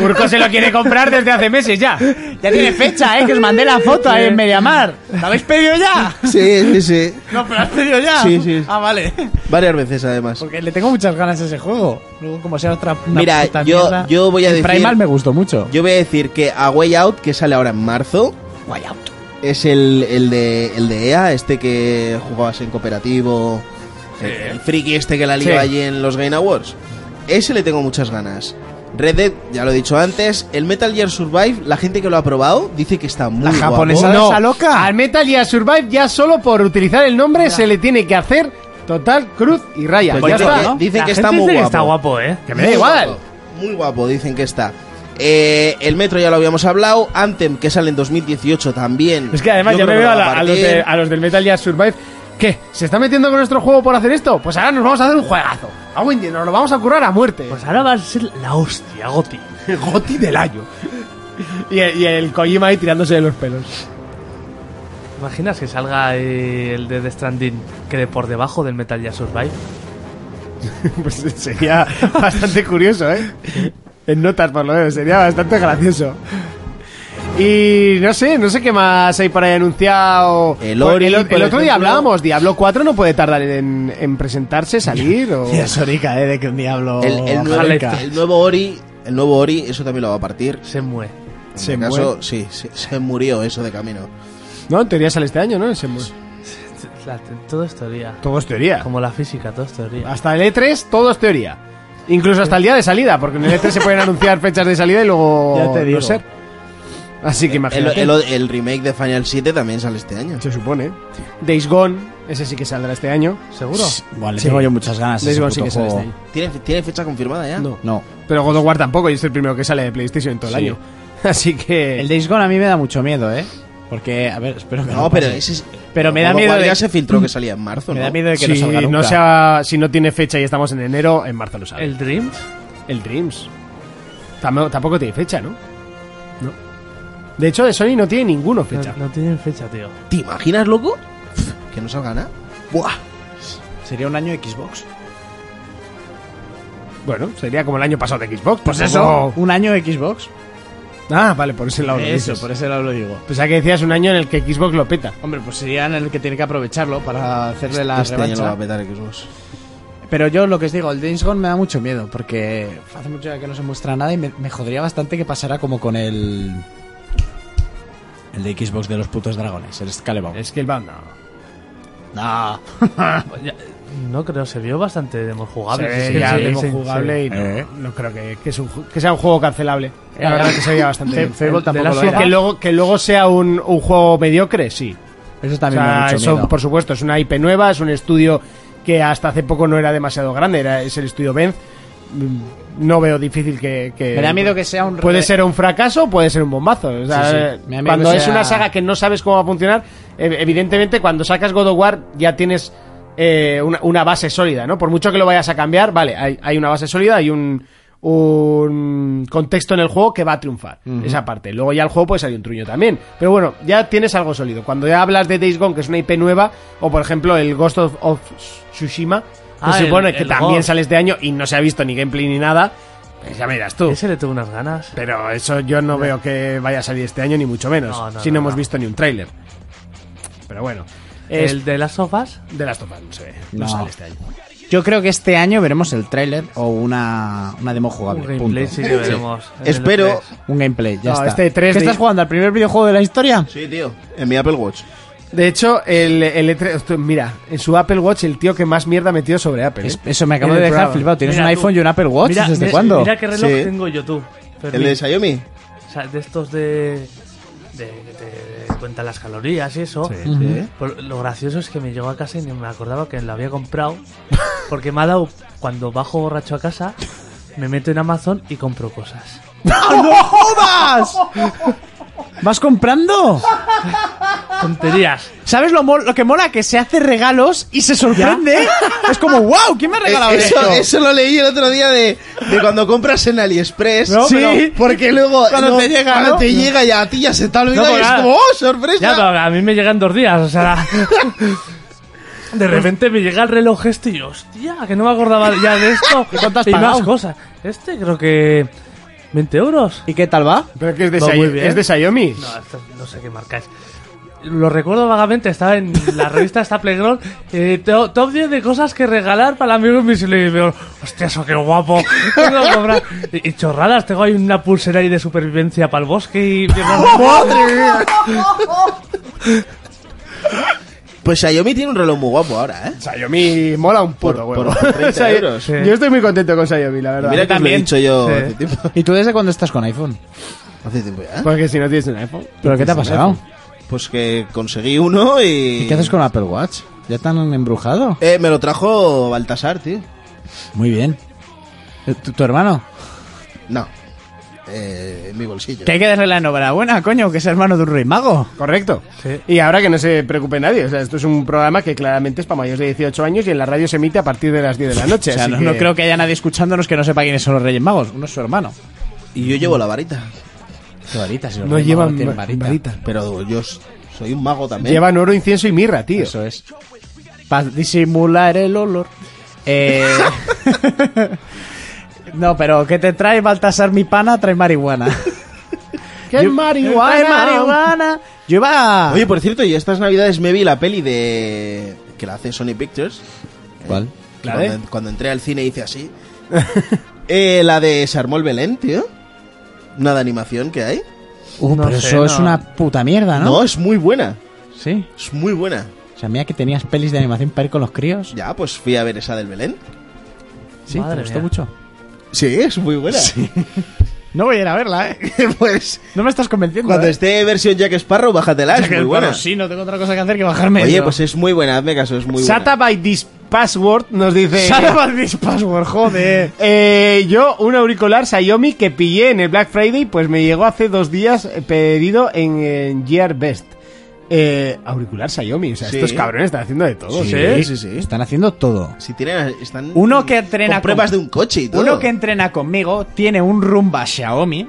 Speaker 1: Urco se lo quiere comprar desde hace meses ya.
Speaker 2: Ya tiene fecha, ¿eh? Que os mandé la foto ahí en Mediamar. ¿La habéis pedido ya?
Speaker 3: Sí, sí, sí.
Speaker 2: No, pero la has pedido ya.
Speaker 3: Sí, sí.
Speaker 2: Ah, vale.
Speaker 3: Varias veces, además.
Speaker 2: Porque le tengo muchas ganas a ese juego. Luego, como sea otra. una
Speaker 3: Mira,
Speaker 2: puta
Speaker 3: yo-
Speaker 2: mierda.
Speaker 3: yo voy a
Speaker 2: El
Speaker 3: decir-
Speaker 2: Primal me gustó mucho.
Speaker 3: Yo voy a decir que A Way Out, que sale ahora en marzo,
Speaker 2: Way out.
Speaker 3: es el, el, de, el de EA, este que jugabas en cooperativo, el, el friki este que la liga
Speaker 1: Sí.
Speaker 3: allí en los Game Awards. Ese le tengo muchas ganas. Red Dead, ya lo he dicho antes, el Metal Gear Survive, la gente que lo ha probado dice que está muy
Speaker 2: La
Speaker 3: guapo.
Speaker 2: japonesa
Speaker 1: No.
Speaker 2: esa loca.
Speaker 1: Al Metal Gear Survive ya solo por utilizar el nombre se le tiene que hacer total cruz y raya.
Speaker 3: Pues
Speaker 1: ya
Speaker 3: dice
Speaker 1: está.
Speaker 3: que- dice
Speaker 4: La
Speaker 3: que
Speaker 4: gente
Speaker 3: está muy
Speaker 4: dice
Speaker 3: guapo.
Speaker 4: está guapo, ¿eh?
Speaker 1: Que me da igual.
Speaker 3: guapo, muy guapo, dicen que está. Eh, el metro ya lo habíamos hablado. Anthem, que sale en 2018 también.
Speaker 1: Es que además
Speaker 3: Yo
Speaker 1: ya me
Speaker 3: creo que
Speaker 1: veo
Speaker 3: lo
Speaker 1: a,
Speaker 3: va
Speaker 1: la- a los de-
Speaker 3: partir.
Speaker 1: a los del Metal Gear Survive. ¿Qué? ¿Se está metiendo con nuestro juego por hacer esto? Pues ahora nos vamos a hacer un juegazo. A Wendy nos lo vamos a currar a muerte.
Speaker 4: Pues ahora va a ser la hostia, Goti.
Speaker 1: Goti del año. y, el- y el Kojima ahí tirándose de los pelos.
Speaker 4: ¿Te imaginas que salga ahí el de The Stranding quede por debajo del Metal Gear Survive?
Speaker 1: pues sería bastante curioso, ¿eh? En notas, por lo menos. Sería bastante gracioso. Y no sé, no sé qué más hay por ahí anunciado. Pues,
Speaker 3: El Ori,
Speaker 1: el, el
Speaker 3: por
Speaker 1: otro
Speaker 3: ejemplo.
Speaker 1: día hablábamos, Diablo 4 no puede tardar en, en presentarse, salir o...
Speaker 2: Tía Sorica, ¿eh? De que un diablo.
Speaker 3: el, el nuevo, este,
Speaker 2: Jamaica.
Speaker 3: el nuevo Ori, el nuevo Ori, eso también lo va a partir.
Speaker 4: Se mue.
Speaker 3: En mi caso, sí, sí, se murió eso de camino.
Speaker 1: No, en teoría sale este año, ¿no? Ese-
Speaker 4: La- Todo es teoría.
Speaker 1: Todo es teoría.
Speaker 4: Como la física, todo es teoría.
Speaker 1: Hasta el E3 todo es teoría. Incluso hasta el día de salida, porque en el E3 se pueden anunciar fechas de salida y luego
Speaker 2: Ya te
Speaker 1: no
Speaker 2: digo.
Speaker 1: ser. Así que
Speaker 3: El,
Speaker 1: imagínate.
Speaker 3: el- el remake de Final 7 también sale este año.
Speaker 1: se supone. Days Gone, ese sí que saldrá este año.
Speaker 4: ¿Seguro?
Speaker 2: Igual, le tengo yo muchas ganas. a
Speaker 1: Days
Speaker 2: ese
Speaker 1: Gone sí
Speaker 2: puto
Speaker 1: que sale
Speaker 2: juego.
Speaker 1: este año.
Speaker 3: ¿Tiene, tiene fecha confirmada ya?
Speaker 1: No.
Speaker 2: No.
Speaker 1: Pero God of War tampoco, y es el primero que sale de PlayStation en todo
Speaker 2: Sí.
Speaker 1: el año. Así que.
Speaker 2: El Days Gone a mí me da mucho miedo, ¿eh? Porque, a ver, espero que no.
Speaker 3: No, pero
Speaker 2: pase.
Speaker 3: ese es-
Speaker 2: Pero me da
Speaker 3: Como
Speaker 2: miedo.
Speaker 3: cual
Speaker 2: de-
Speaker 3: Ya se filtró que salía en marzo,
Speaker 2: Me
Speaker 3: ¿no?
Speaker 2: da miedo de que
Speaker 1: si,
Speaker 2: no salga
Speaker 1: no
Speaker 2: nunca.
Speaker 1: sea- si no tiene fecha y estamos en enero, en marzo lo sale.
Speaker 4: ¿El Dreams?
Speaker 1: El Dreams. Tamp- tampoco tiene fecha, ¿no? No. De hecho, de Sony no tiene ninguno fecha.
Speaker 4: No, no tienen fecha, tío.
Speaker 3: ¿Te imaginas, loco? Pff, Que no salga nada. Buah.
Speaker 2: Sería un año Xbox.
Speaker 1: Bueno, sería como el año pasado de Xbox.
Speaker 2: Pues eso,
Speaker 1: tampoco-
Speaker 2: un año Xbox.
Speaker 1: Ah, vale, por ese lado lo
Speaker 2: Eso,
Speaker 1: dices.
Speaker 2: por ese lado lo digo.
Speaker 1: Pues que decías un año en el que Xbox lo peta.
Speaker 2: Hombre, pues sería en el que tiene que aprovecharlo para hacerle la
Speaker 3: este año lo
Speaker 2: revancha.
Speaker 3: va a petar Xbox.
Speaker 2: Pero yo lo que os digo, el Days Gone me da mucho miedo porque hace mucho que no se muestra nada y me, me jodería bastante que pasara como con el. El de Xbox de los putos dragones, el Scalebound.
Speaker 1: Es que el bando.
Speaker 2: No.
Speaker 4: Ya, No creo, se vio bastante demo jugable. Sí,
Speaker 1: ya
Speaker 4: sí,
Speaker 1: demo
Speaker 4: sí,
Speaker 1: jugable
Speaker 4: sí.
Speaker 1: y no,
Speaker 2: Eh.
Speaker 1: no creo que, que, es un ju- que sea un juego cancelable. La verdad que sería bastante.
Speaker 2: Fe- Fable
Speaker 1: El-
Speaker 2: tampoco
Speaker 1: The Last
Speaker 4: lo
Speaker 1: of
Speaker 4: era.
Speaker 1: Us, Que luego, que luego sea un, un juego mediocre, sí.
Speaker 2: Eso
Speaker 1: O
Speaker 2: también me da
Speaker 1: sea,
Speaker 2: mucho
Speaker 1: eso,
Speaker 2: miedo.
Speaker 1: por supuesto, es una IP nueva, es un estudio que hasta hace poco no era demasiado grande, era, es el estudio Benz. Mm, No veo difícil que, que-
Speaker 2: Me da miedo que sea un.
Speaker 1: Eh, Puede ser un fracaso, puede ser un bombazo. O sea,
Speaker 2: Sí, sí.
Speaker 1: eh,
Speaker 2: Me da miedo
Speaker 1: Cuando
Speaker 2: que
Speaker 1: es
Speaker 2: sea-
Speaker 1: una saga que no sabes cómo va a funcionar, ev- evidentemente cuando sacas God of War ya tienes eh, una, una base sólida, ¿no? Por mucho que lo vayas a cambiar, vale, hay, hay una base sólida, hay un, un contexto en el juego que va a triunfar. Esa parte. Luego ya el juego puede salir un truño también. Pero bueno, ya tienes algo sólido. Cuando ya hablas de Days Gone, que es una IP nueva, o por ejemplo el Ghost of, of Tsushima, que
Speaker 4: Ah,
Speaker 1: se
Speaker 4: el-
Speaker 1: supone que
Speaker 4: el
Speaker 1: también
Speaker 4: Ghost.
Speaker 1: sale este año y no se ha visto ni gameplay ni nada, pues ya me dirás tú.
Speaker 4: Ese le tuvo unas ganas.
Speaker 1: Pero eso yo no veo que vaya a salir este año, ni mucho menos.
Speaker 4: No, no,
Speaker 1: si no,
Speaker 4: no,
Speaker 1: hemos
Speaker 4: no.
Speaker 1: visto ni un tráiler. Pero bueno, es
Speaker 4: El de las sofas.
Speaker 1: de las topas, no se ve. No,
Speaker 2: No.
Speaker 1: sale este año.
Speaker 2: Yo creo que este año veremos el tráiler o una, una demo jugable.
Speaker 4: Un
Speaker 2: punto.
Speaker 4: gameplay sí que veremos. en el E
Speaker 3: Espero.
Speaker 4: E3.
Speaker 2: Un gameplay, ya
Speaker 1: No,
Speaker 2: está.
Speaker 1: este 3D.
Speaker 2: ¿Qué estás jugando? ¿Al primer videojuego de la historia?
Speaker 3: Sí, tío. En mi Apple Watch.
Speaker 1: De hecho, el, el E3 esto- Mira, en su Apple Watch, el tío que más mierda ha metido sobre Apple.
Speaker 2: Es-
Speaker 1: ¿eh?
Speaker 2: eso me acabo
Speaker 1: En
Speaker 2: de
Speaker 1: el
Speaker 2: dejar
Speaker 1: programa.
Speaker 2: flipado. ¿Tienes
Speaker 4: Mira
Speaker 2: un
Speaker 4: tú.
Speaker 2: iPhone y una Apple Watch?
Speaker 4: Mira,
Speaker 2: ¿Desde
Speaker 4: mira-
Speaker 2: cuándo?
Speaker 4: Mira qué reloj
Speaker 3: Sí.
Speaker 4: tengo yo tú.
Speaker 3: El
Speaker 4: Fermín.
Speaker 3: de Xiaomi.
Speaker 4: O sea, de estos de. de que te cuentan las calorías y eso. Por- lo gracioso es que me llegó a casa y ni me acordaba que lo había comprado. Porque me ha dado. Cuando bajo borracho a casa, me meto en Amazon y compro cosas.
Speaker 2: ¡No jodas! ¿Vas comprando?
Speaker 4: Tonterías.
Speaker 2: ¿Sabes lo, mol- lo que mola? Que se hace regalos y se sorprende. Es como, wow, ¿quién me ha regalado
Speaker 3: Eh, eso,
Speaker 2: esto?
Speaker 3: eso lo leí el otro día de, de cuando compras en AliExpress.
Speaker 2: No,
Speaker 3: Sí.
Speaker 2: pero-
Speaker 3: Porque luego.
Speaker 2: Cuando
Speaker 3: no,
Speaker 2: te llega,
Speaker 3: cuando
Speaker 2: ¿no?
Speaker 3: te llega y a ti ya se te ha olvidado. y
Speaker 4: No, pues
Speaker 3: es
Speaker 4: nada.
Speaker 3: como, ¡oh, sorpresa!
Speaker 4: Ya, pero a mí me llegan dos días, o sea. De
Speaker 3: Pues
Speaker 4: repente me llega el reloj este y yo, hostia, que no me acordaba ya de esto. ¿Y
Speaker 2: cuánto has
Speaker 4: más
Speaker 2: pagado?
Speaker 4: cosas. Este creo que. 20 euros.
Speaker 2: ¿Y qué tal va?
Speaker 1: Pero que es de,
Speaker 4: Va
Speaker 1: Xiaomi-
Speaker 4: muy bien.
Speaker 1: es de Xiaomi.
Speaker 4: No, esto no sé qué marca es. Lo recuerdo vagamente, estaba en la revista esta Playground, eh, to- top 10 de cosas que regalar para el amigo invisible. Y veo, hostia, eso qué guapo. Tengo que comprar. Y, y chorradas, tengo ahí una pulsera ahí de supervivencia para el bosque y...
Speaker 3: Pues Xiaomi tiene un reloj muy guapo ahora, ¿eh?
Speaker 1: Xiaomi mola un puto
Speaker 3: Por-
Speaker 1: huevo.
Speaker 3: por 30 euros.
Speaker 1: yo, yo estoy muy contento con Xiaomi, la verdad.
Speaker 3: Mira que os lo he
Speaker 4: también.
Speaker 3: dicho yo
Speaker 4: Sí.
Speaker 3: hace tiempo.
Speaker 2: ¿Y tú desde cuándo estás con iPhone?
Speaker 3: Hace tiempo ya. ¿eh?
Speaker 1: Porque si no tienes un iPhone.
Speaker 2: ¿Pero qué te ha pasado?
Speaker 3: Pues que conseguí uno y.
Speaker 2: ¿Y qué haces con Apple Watch? ¿Ya tan embrujado?
Speaker 3: Eh, me lo trajo Baltasar, tío.
Speaker 2: Muy bien. Eh, ¿Tu, tu hermano?
Speaker 3: No. Eh, en mi bolsillo.
Speaker 2: Que hay que darle la enhorabuena, coño, que es hermano de un rey mago.
Speaker 1: Correcto. Y ahora que no se preocupe nadie. O sea, esto es un programa que claramente es para mayores de 18 años y en la radio se emite a partir de las 10 de la noche.
Speaker 2: O sea,
Speaker 1: así
Speaker 2: no,
Speaker 1: que-
Speaker 2: no creo que haya nadie escuchándonos que no sepa quiénes son los Reyes Magos. Uno es su hermano.
Speaker 3: Y yo llevo la varita.
Speaker 2: Qué varita, si los
Speaker 1: No
Speaker 2: Reyes Magos
Speaker 1: llevan
Speaker 2: tienen
Speaker 1: va-
Speaker 2: varita.
Speaker 1: varita.
Speaker 3: Pero yo s- soy un mago también.
Speaker 1: Llevan oro, incienso y mirra, tío.
Speaker 2: Eso es. Para disimular el olor. Eh, no, pero ¿qué te trae Baltasar mi pana? Trae marihuana.
Speaker 1: ¡Qué
Speaker 2: Yo- Trae marihuana. Yo
Speaker 1: Ah.
Speaker 2: iba...
Speaker 3: Oye, por cierto, yo estas navidades me vi la peli de. que la hace Sony Pictures. Eh,
Speaker 2: ¿Cuál?
Speaker 1: ¿La
Speaker 3: Cuando,
Speaker 1: de?
Speaker 3: cuando entré al cine hice así. Eh, la de Se armó el Belén, tío. Una de animación que hay.
Speaker 2: Uh,
Speaker 4: No
Speaker 2: pero
Speaker 4: sé,
Speaker 2: eso es
Speaker 4: no.
Speaker 2: una puta mierda, ¿no?
Speaker 3: No, es muy buena.
Speaker 2: Sí.
Speaker 3: Es muy buena.
Speaker 2: O sea, mira que tenías pelis de animación para ir con los críos.
Speaker 3: Ya, pues fui a ver esa del Belén.
Speaker 2: Sí,
Speaker 4: Madre
Speaker 2: te gustó
Speaker 4: mía.
Speaker 2: mucho.
Speaker 3: Sí, es muy buena.
Speaker 2: No voy a ir a verla, ¿eh?
Speaker 3: pues
Speaker 2: No me estás convenciendo.
Speaker 3: cuando
Speaker 2: ¿eh?
Speaker 3: esté versión Jack Sparrow, bájatela.
Speaker 2: Ya
Speaker 3: Es
Speaker 2: que
Speaker 3: muy
Speaker 2: el
Speaker 3: buena.
Speaker 2: perro sí, no tengo otra cosa que hacer que bajarme.
Speaker 3: Oye,
Speaker 2: eso.
Speaker 3: pues es muy buena, hazme caso, es muy buena.
Speaker 1: Shut up by this password nos
Speaker 3: eh,
Speaker 1: dice.
Speaker 2: Shut up and this password, joder.
Speaker 1: Eh, yo un auricular Xiaomi que pillé en el Black Friday, pues me llegó hace dos días eh, pedido en, en Gear Best. eh, auricular Xiaomi. O sea,
Speaker 3: Sí.
Speaker 1: estos cabrones están haciendo de todo.
Speaker 3: Sí,
Speaker 1: ¿eh?
Speaker 3: sí, sí.
Speaker 2: Están haciendo todo.
Speaker 3: Si tienen, están
Speaker 2: Uno que entrena
Speaker 3: con pruebas
Speaker 2: con-
Speaker 3: de un coche y todo.
Speaker 2: Uno que entrena conmigo tiene un rumba Xiaomi.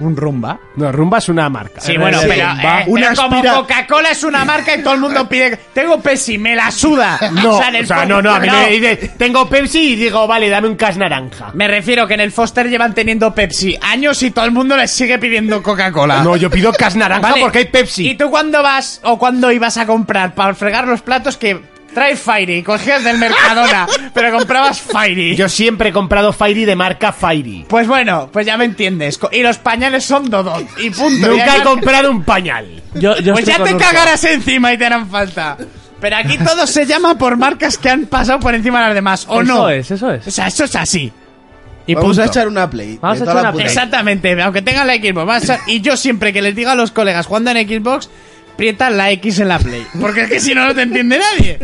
Speaker 2: Un rumba.
Speaker 1: No, Rumba es una marca.
Speaker 2: Sí, bueno,
Speaker 3: Sí,
Speaker 2: pero,
Speaker 3: va.
Speaker 2: eh,
Speaker 3: Una
Speaker 2: pero como
Speaker 3: aspira-
Speaker 2: Coca-Cola es una marca y todo el mundo pide. Tengo Pepsi, me la suda.
Speaker 1: No,
Speaker 2: O sea, en el
Speaker 1: o sea,
Speaker 2: fondo-
Speaker 1: no, no, a mí me dice, tengo Pepsi y digo, vale, dame un cas naranja.
Speaker 2: Me refiero que en el Foster llevan teniendo Pepsi años y todo el mundo les sigue pidiendo Coca-Cola.
Speaker 1: No, yo pido cas naranja
Speaker 2: Vale.
Speaker 1: porque hay Pepsi.
Speaker 2: ¿Y tú cuándo vas o cuándo ibas a comprar para fregar los platos que trae Fairy y cogías del Mercadona, pero comprabas Fairy?
Speaker 1: Yo siempre he comprado Fairy de marca Fairy.
Speaker 2: Pues bueno, pues ya me entiendes. Co- Y los pañales son Dodot y punto. Y
Speaker 1: Nunca he
Speaker 2: además-
Speaker 1: comprado un pañal.
Speaker 4: Yo, yo
Speaker 2: Pues
Speaker 4: estoy
Speaker 2: ya
Speaker 4: con
Speaker 2: te
Speaker 4: Urco.
Speaker 2: cagarás encima y te harán falta. Pero aquí todo se llama por marcas que han pasado por encima de las demás, ¿o
Speaker 4: Eso
Speaker 2: no?
Speaker 4: es, eso es.
Speaker 2: O sea, eso es así.
Speaker 4: Y
Speaker 3: Vamos
Speaker 4: punto.
Speaker 3: a echar una play.
Speaker 4: Vamos
Speaker 3: de
Speaker 4: a
Speaker 3: toda
Speaker 4: echar
Speaker 3: la
Speaker 4: una
Speaker 3: puta.
Speaker 4: play.
Speaker 2: Exactamente, aunque tengan la Xbox. van a ser- y yo siempre que les diga a los colegas jugando en Xbox, prieta la X en la Play. Porque es que si no, no te entiende nadie.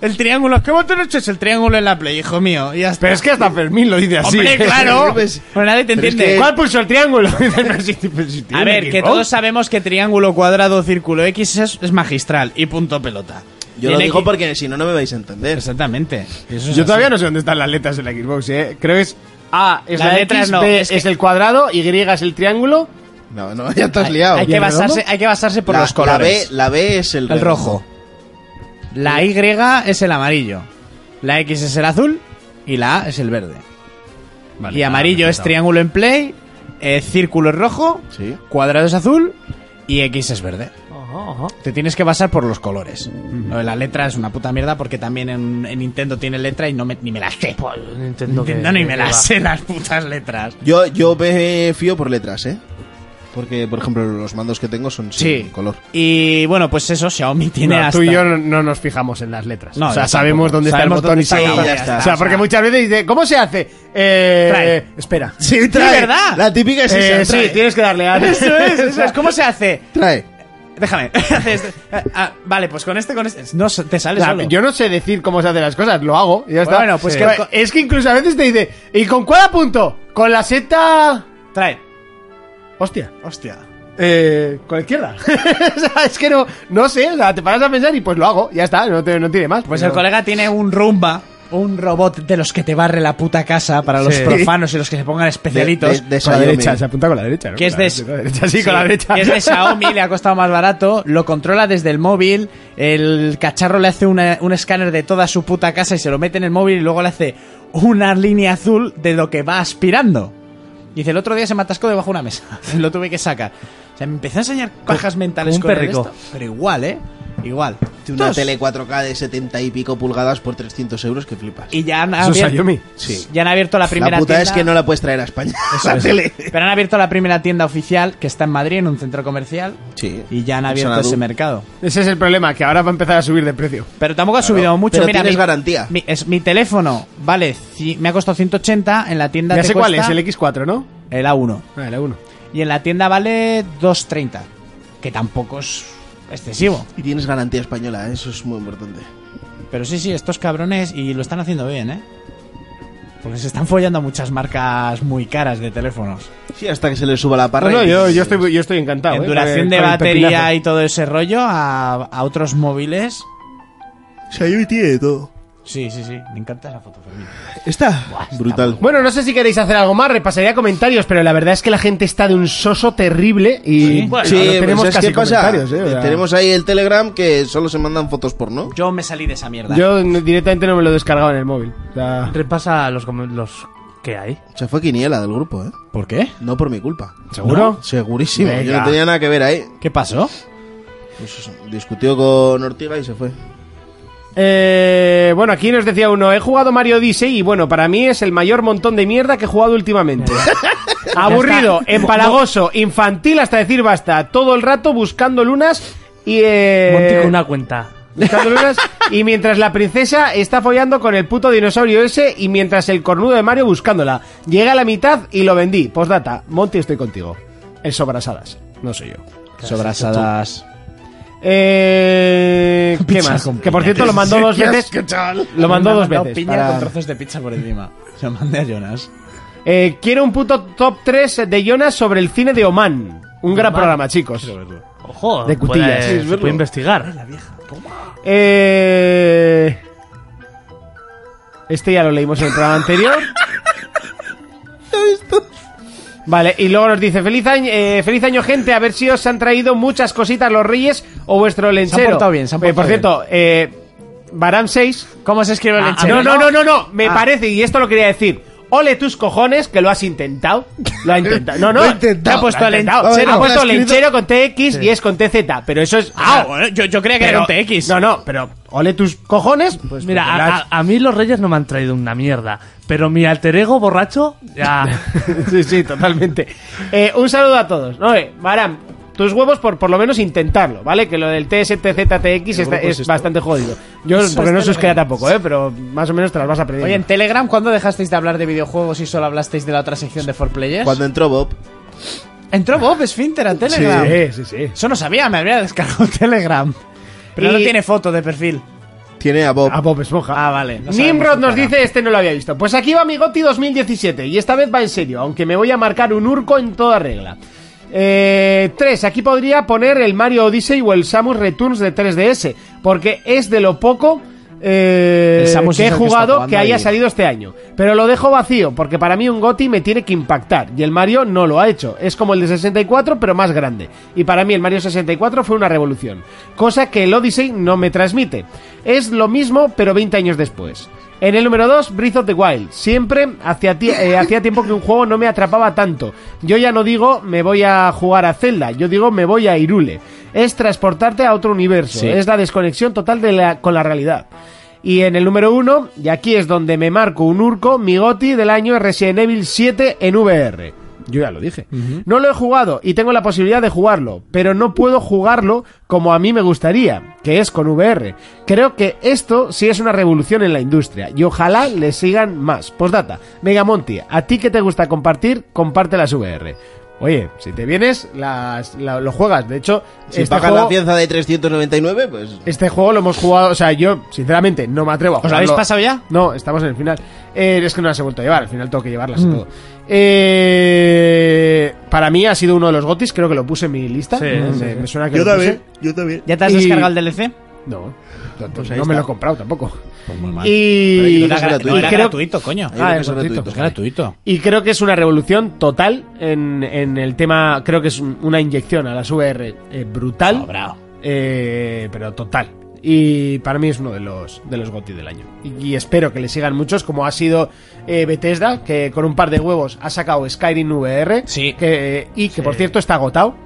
Speaker 2: El triángulo, ¿cómo te lo echas el triángulo en la Play, hijo mío? Y ya está.
Speaker 1: Pero es que hasta Fermín lo dice así.
Speaker 2: Hombre, claro.
Speaker 3: Pues-
Speaker 2: Pues nadie te
Speaker 3: pero es
Speaker 2: entiende.
Speaker 3: que-
Speaker 1: ¿Cuál pulso el triángulo? Pero si- pero si tiene
Speaker 2: A ver, pues que
Speaker 1: Xbox.
Speaker 2: todos sabemos que triángulo, cuadrado, círculo, X es, es magistral y punto pelota.
Speaker 3: Yo
Speaker 2: Y
Speaker 3: lo
Speaker 2: en
Speaker 3: digo
Speaker 2: X-
Speaker 3: porque si no, no me vais a entender.
Speaker 2: Exactamente.
Speaker 1: Yo todavía no sé dónde están las letras de la Xbox, ¿eh? Creo que es A es
Speaker 2: Las
Speaker 1: la, letra,
Speaker 2: letras no,
Speaker 1: B
Speaker 2: es
Speaker 1: es,
Speaker 2: que-
Speaker 1: el cuadrado, Y es el triángulo.
Speaker 3: No, no, ya estás liado.
Speaker 2: Hay que, basarse, hay que basarse por
Speaker 3: la,
Speaker 2: los
Speaker 3: la B,
Speaker 2: colores.
Speaker 3: la B es el,
Speaker 2: el rojo. La Y es el amarillo. La X es el azul y la A es el verde. y amarillo es triángulo en play, eh, círculo es rojo,
Speaker 3: Sí.
Speaker 2: cuadrado es azul y X es verde.
Speaker 4: Ajá, ajá.
Speaker 2: Te tienes que basar por los colores. Lo de la letra es una puta mierda porque también en, en Nintendo tiene letra y no me- ni me la sé.
Speaker 4: Pues, Nintendo que-
Speaker 2: Nintendo ni me
Speaker 4: que
Speaker 2: las
Speaker 4: va.
Speaker 2: sé las putas letras.
Speaker 3: Yo, yo me fío por letras, ¿eh? Porque, por ejemplo, los mandos que tengo son sin color.
Speaker 2: Y bueno, pues eso, Xiaomi tiene
Speaker 1: No,
Speaker 2: hasta...
Speaker 1: tú y yo no, no nos fijamos en las letras.
Speaker 2: No,
Speaker 1: o
Speaker 2: yo
Speaker 1: sea,
Speaker 2: tampoco.
Speaker 1: sabemos dónde
Speaker 2: Sabemos
Speaker 1: está el botón
Speaker 2: dónde
Speaker 1: y se
Speaker 2: está
Speaker 3: y
Speaker 1: acabó.
Speaker 3: ya está.
Speaker 1: O sea, porque muchas veces dice, ¿cómo se hace? Eh,
Speaker 2: Trae.
Speaker 1: Espera.
Speaker 3: Sí, trae.
Speaker 2: ¿verdad?
Speaker 3: La típica es
Speaker 1: Eh,
Speaker 3: esa.
Speaker 1: sí,
Speaker 3: trae.
Speaker 1: tienes que darle a...
Speaker 2: Eso es, eso es. ¿Cómo se hace?
Speaker 3: Trae.
Speaker 2: Déjame. Haces- ah, vale, pues con este, con este... No, se- te
Speaker 1: O
Speaker 2: sales
Speaker 1: sea,
Speaker 2: solo.
Speaker 1: yo no sé decir cómo se hacen las cosas, lo hago y ya está.
Speaker 2: Bueno, pues
Speaker 1: Sí.
Speaker 2: que-
Speaker 1: Bueno, Es que incluso a veces te dice, ¿y con cuál apunto? Con la Z...
Speaker 2: Trae.
Speaker 1: Hostia.
Speaker 2: Hostia.
Speaker 1: Eh, con la izquierda. o sea, es que no, no sé, o sea, te paras a pensar y pues lo hago, ya está, no, te- no tiene más.
Speaker 2: Pues
Speaker 1: pero-
Speaker 2: el colega tiene un rumba, un robot de los que te barre la puta casa para los
Speaker 1: Sí.
Speaker 2: profanos y los que se pongan especialitos.
Speaker 3: De- de- de
Speaker 1: Con la
Speaker 3: Xiaomi.
Speaker 1: derecha, se apunta con la derecha, ¿no?
Speaker 2: que es
Speaker 1: Con la
Speaker 2: de,
Speaker 1: derecha, con la derecha, sí, con la derecha.
Speaker 2: que es de Xiaomi, le ha costado más barato, lo controla desde el móvil, el cacharro le hace una- un escáner de toda su puta casa y se lo mete en el móvil y luego le hace una línea azul de lo que va aspirando. Dice, el otro día se me atascó debajo de una mesa, lo tuve que sacar. O sea, me empezó a enseñar pajas mentales
Speaker 4: un
Speaker 2: con el
Speaker 4: perrico.
Speaker 2: esto, pero igual, ¿eh? Igual.
Speaker 3: Una
Speaker 2: Dos.
Speaker 3: tele 4K de 70 y pico pulgadas por 300 euros que flipas.
Speaker 2: Y ya han,
Speaker 1: Eso es
Speaker 2: abierto,
Speaker 1: Xiaomi.
Speaker 3: Sí.
Speaker 2: ya han abierto la primera
Speaker 3: La puta
Speaker 2: tienda.
Speaker 3: es que no la puedes traer a España. la tele.
Speaker 2: Pero han abierto la primera tienda oficial que está en Madrid, en un centro comercial.
Speaker 3: Sí.
Speaker 2: Y ya han
Speaker 3: En
Speaker 2: abierto
Speaker 3: Xanadu.
Speaker 2: ese mercado.
Speaker 1: Ese es el problema, que ahora va a empezar a subir de precio.
Speaker 2: Pero tampoco ha subido mucho.
Speaker 3: Pero
Speaker 2: Mira,
Speaker 3: tienes
Speaker 2: mi,
Speaker 3: garantía.
Speaker 2: Mi, es, mi teléfono vale, ci- me ha costado 180 en la tienda.
Speaker 1: Ya
Speaker 2: te
Speaker 1: sé cuál es,
Speaker 2: cuesta
Speaker 1: el X4, ¿no?
Speaker 2: el A1.
Speaker 1: Ah, era uno.
Speaker 2: Y en la tienda vale 230. Que tampoco es excesivo.
Speaker 3: Y tienes garantía española, ¿eh? eso es muy importante.
Speaker 2: Pero sí, sí, estos cabrones y lo están haciendo bien, ¿eh? Porque se están follando a muchas marcas muy caras de teléfonos.
Speaker 3: Sí, hasta que se le suba la
Speaker 1: No,
Speaker 3: parra.
Speaker 1: no,
Speaker 3: y-
Speaker 1: yo, yo estoy, yo estoy encantado.
Speaker 2: en
Speaker 1: eh,
Speaker 2: duración
Speaker 1: con el-
Speaker 2: de
Speaker 1: con el pepinazo.
Speaker 2: batería y todo ese rollo a, a otros móviles.
Speaker 3: Xiaomi tiene de todo.
Speaker 2: Sí, sí, sí. Me encanta esa foto, Fermín.
Speaker 3: Está brutal.
Speaker 1: Bueno, no sé si queréis hacer algo más, repasaría comentarios, pero la verdad es que la gente está de un soso terrible y bueno,
Speaker 3: sí,
Speaker 1: no
Speaker 3: pues,
Speaker 1: tenemos
Speaker 3: ¿sabes
Speaker 1: casi
Speaker 3: qué pasa?
Speaker 1: comentarios. eh, o sea,
Speaker 3: Tenemos ahí el Telegram que solo se mandan fotos porno.
Speaker 2: Yo me salí de esa mierda.
Speaker 1: Yo no- directamente no me lo he descargado en el móvil. o sea,
Speaker 4: Repasa los, com- los que hay.
Speaker 3: Se fue Quiniela del grupo, ¿eh?
Speaker 2: ¿Por qué?
Speaker 3: No por mi culpa.
Speaker 1: ¿Seguro?
Speaker 3: Segurísimo. Yo
Speaker 1: Venga.
Speaker 3: no tenía nada que ver ahí.
Speaker 2: ¿Qué pasó?
Speaker 3: Pues eso, discutió con Ortiga y se fue.
Speaker 1: Eh, bueno, aquí nos decía uno, he jugado Mario Odyssey y bueno, para mí es el mayor montón de mierda que he jugado últimamente. Aburrido, empalagoso, infantil hasta decir basta, todo el rato buscando lunas y... eh,
Speaker 4: Monti con una cuenta.
Speaker 1: buscando lunas, y mientras la princesa está follando con el puto dinosaurio ese y mientras el cornudo de Mario buscándola. Llega a la mitad y lo vendí. Postdata, Monty estoy contigo. En sobrasadas, no soy yo.
Speaker 2: Sobrasadas.
Speaker 1: Eh, ¿Qué
Speaker 2: Pizza
Speaker 1: más?
Speaker 2: con
Speaker 1: Que por cierto lo mandó dos veces. Lo mandó dos veces. Ah.
Speaker 2: Piña
Speaker 1: para-
Speaker 2: con trozos de pizza por encima. Se lo mandé a Jonas.
Speaker 1: Eh, quiero un puto top 3 de Jonas sobre el cine de Oman. Un gran programa, chicos.
Speaker 4: Ojo,
Speaker 1: De
Speaker 4: se puede-
Speaker 1: cutillas.
Speaker 4: se puede investigar.
Speaker 1: Eh... Este ya lo leímos en el programa anterior. Vale, y luego nos dice, feliz año, eh, feliz año gente, a ver si os han traído muchas cositas los reyes o vuestro lenchero.
Speaker 2: portado bien, se han
Speaker 1: Eh, Por
Speaker 2: portado
Speaker 1: cierto, eh, Barán 6...
Speaker 2: ¿Cómo se escribe el
Speaker 1: Ah, no,
Speaker 2: lechero?
Speaker 1: no, no, no, no, me
Speaker 2: Ah.
Speaker 1: parece, y esto lo quería decir. Ole tus cojones, que lo has intentado. Lo ha intentado. No, no.
Speaker 3: Lo he intentado,
Speaker 1: te ha puesto
Speaker 3: lo he intentado.
Speaker 1: lenchero.
Speaker 3: Vamos,
Speaker 1: Ha
Speaker 3: lo
Speaker 1: puesto
Speaker 3: ha escrito-
Speaker 1: lenchero con TX y es con TZ. Pero eso es.
Speaker 2: Ah, bueno, yo, yo creía que era un
Speaker 1: Pero-
Speaker 2: TX.
Speaker 1: No, no, pero ole tus cojones. Pues
Speaker 4: Mira,
Speaker 1: porque lo
Speaker 4: a,
Speaker 1: has-
Speaker 4: a- a mí los reyes no me han traído una mierda, pero mi alter ego borracho ya...
Speaker 1: sí, sí, totalmente. Eh, un saludo a todos. No, eh, Baram, tus huevos por por lo menos intentarlo, ¿vale? Que lo del TSTZTX está- es, bastante jodido. Yo, porque no se os queda tampoco, ¿eh? Pero más o menos te las vas a perder.
Speaker 2: Oye, en Telegram, ¿cuándo dejasteis de hablar de videojuegos y solo hablasteis de la otra sección de 4Players?
Speaker 3: Cuando entró Bob.
Speaker 2: Entró Bob Sfinter a Telegram.
Speaker 1: Eh, sí, sí, sí.
Speaker 2: Eso no sabía, me habría descargado Telegram. Pero
Speaker 1: Y-
Speaker 2: no tiene foto de perfil.
Speaker 3: Tiene a Bob.
Speaker 1: A Bob Esponja.
Speaker 2: Ah, vale. no sabemos
Speaker 1: Nimrod
Speaker 2: su
Speaker 1: nos
Speaker 2: cara.
Speaker 1: dice, este no lo había visto. Pues aquí va mi Goti 2017 y esta vez va en serio, aunque me voy a marcar un urco en toda regla. Eh, 3. Aquí podría poner el Mario Odyssey o el Samus Returns de 3DS, porque es de lo poco eh,
Speaker 2: El Samus
Speaker 1: que he
Speaker 2: es el que está
Speaker 1: jugado que,
Speaker 2: jugando
Speaker 1: haya
Speaker 2: ahí.
Speaker 1: salido este año. Pero lo dejo vacío, porque para mí un Goti me tiene que impactar y el Mario no lo ha hecho. Es como el de 64, pero más grande. Y para mí el Mario 64 fue una revolución, cosa que el Odyssey no me transmite. Es lo mismo, pero 20 años después. En el número 2, Breath of the Wild. Siempre hacía, ti- eh, hacía tiempo que un juego no me atrapaba tanto. Yo ya no digo me voy a jugar a Zelda, yo digo me voy a Irule. Es transportarte a otro universo, es la desconexión total de la- con la realidad. Y en el número 1, y aquí es donde me marco un urco, mi goti del año es Resident Evil 7 en VR. Yo ya lo dije. No lo he jugado y tengo la posibilidad de jugarlo, pero no puedo jugarlo como a mí me gustaría, que es con VR. Creo que esto sí es una revolución en la industria y ojalá le sigan más. Postdata, Megamonti, ¿a ti que te gusta compartir? Comparte las VR. Oye, si te vienes, las, la- lo juegas. De hecho,
Speaker 3: Si
Speaker 1: este
Speaker 3: pagas
Speaker 1: juego-
Speaker 3: la fianza de 399, pues.
Speaker 1: este juego lo hemos jugado, o sea, yo sinceramente no me atrevo a
Speaker 2: ¿Os
Speaker 1: jugarlo.
Speaker 2: lo habéis pasado ya?
Speaker 1: No, estamos en el final. Eh, es que no las he vuelto a llevar, al final tengo que llevarlas y todo. Eh, para mí ha sido uno de los gotis, creo que lo puse en mi lista.
Speaker 4: Sí,
Speaker 1: me,
Speaker 4: sí,
Speaker 1: me suena que lo puse.
Speaker 3: yo también.
Speaker 2: ¿Ya te has
Speaker 1: Y-
Speaker 2: descargado el DLC?
Speaker 1: No, tanto,
Speaker 3: Pues
Speaker 1: no me
Speaker 3: ahí está. Pues
Speaker 1: lo he comprado tampoco.
Speaker 3: Pero
Speaker 1: Y,
Speaker 3: yo creo que es gratuito.
Speaker 2: no, era
Speaker 1: creo-
Speaker 2: gratuito, coño.
Speaker 3: Yo creo que es
Speaker 1: Ah, es
Speaker 3: gratuito.
Speaker 2: Es gratuito.
Speaker 1: y creo que es una revolución total en, en el tema. Creo que es un- una inyección a las VR eh, brutal,
Speaker 2: Sobrao.
Speaker 1: eh, pero total. Y para mí es uno de los de los GOTY del año. Y, y espero que le sigan muchos, como ha sido eh, Bethesda, que con un par de huevos ha sacado Skyrim VR.
Speaker 2: Sí.
Speaker 1: Que, y que por
Speaker 4: Sí.
Speaker 1: cierto está agotado.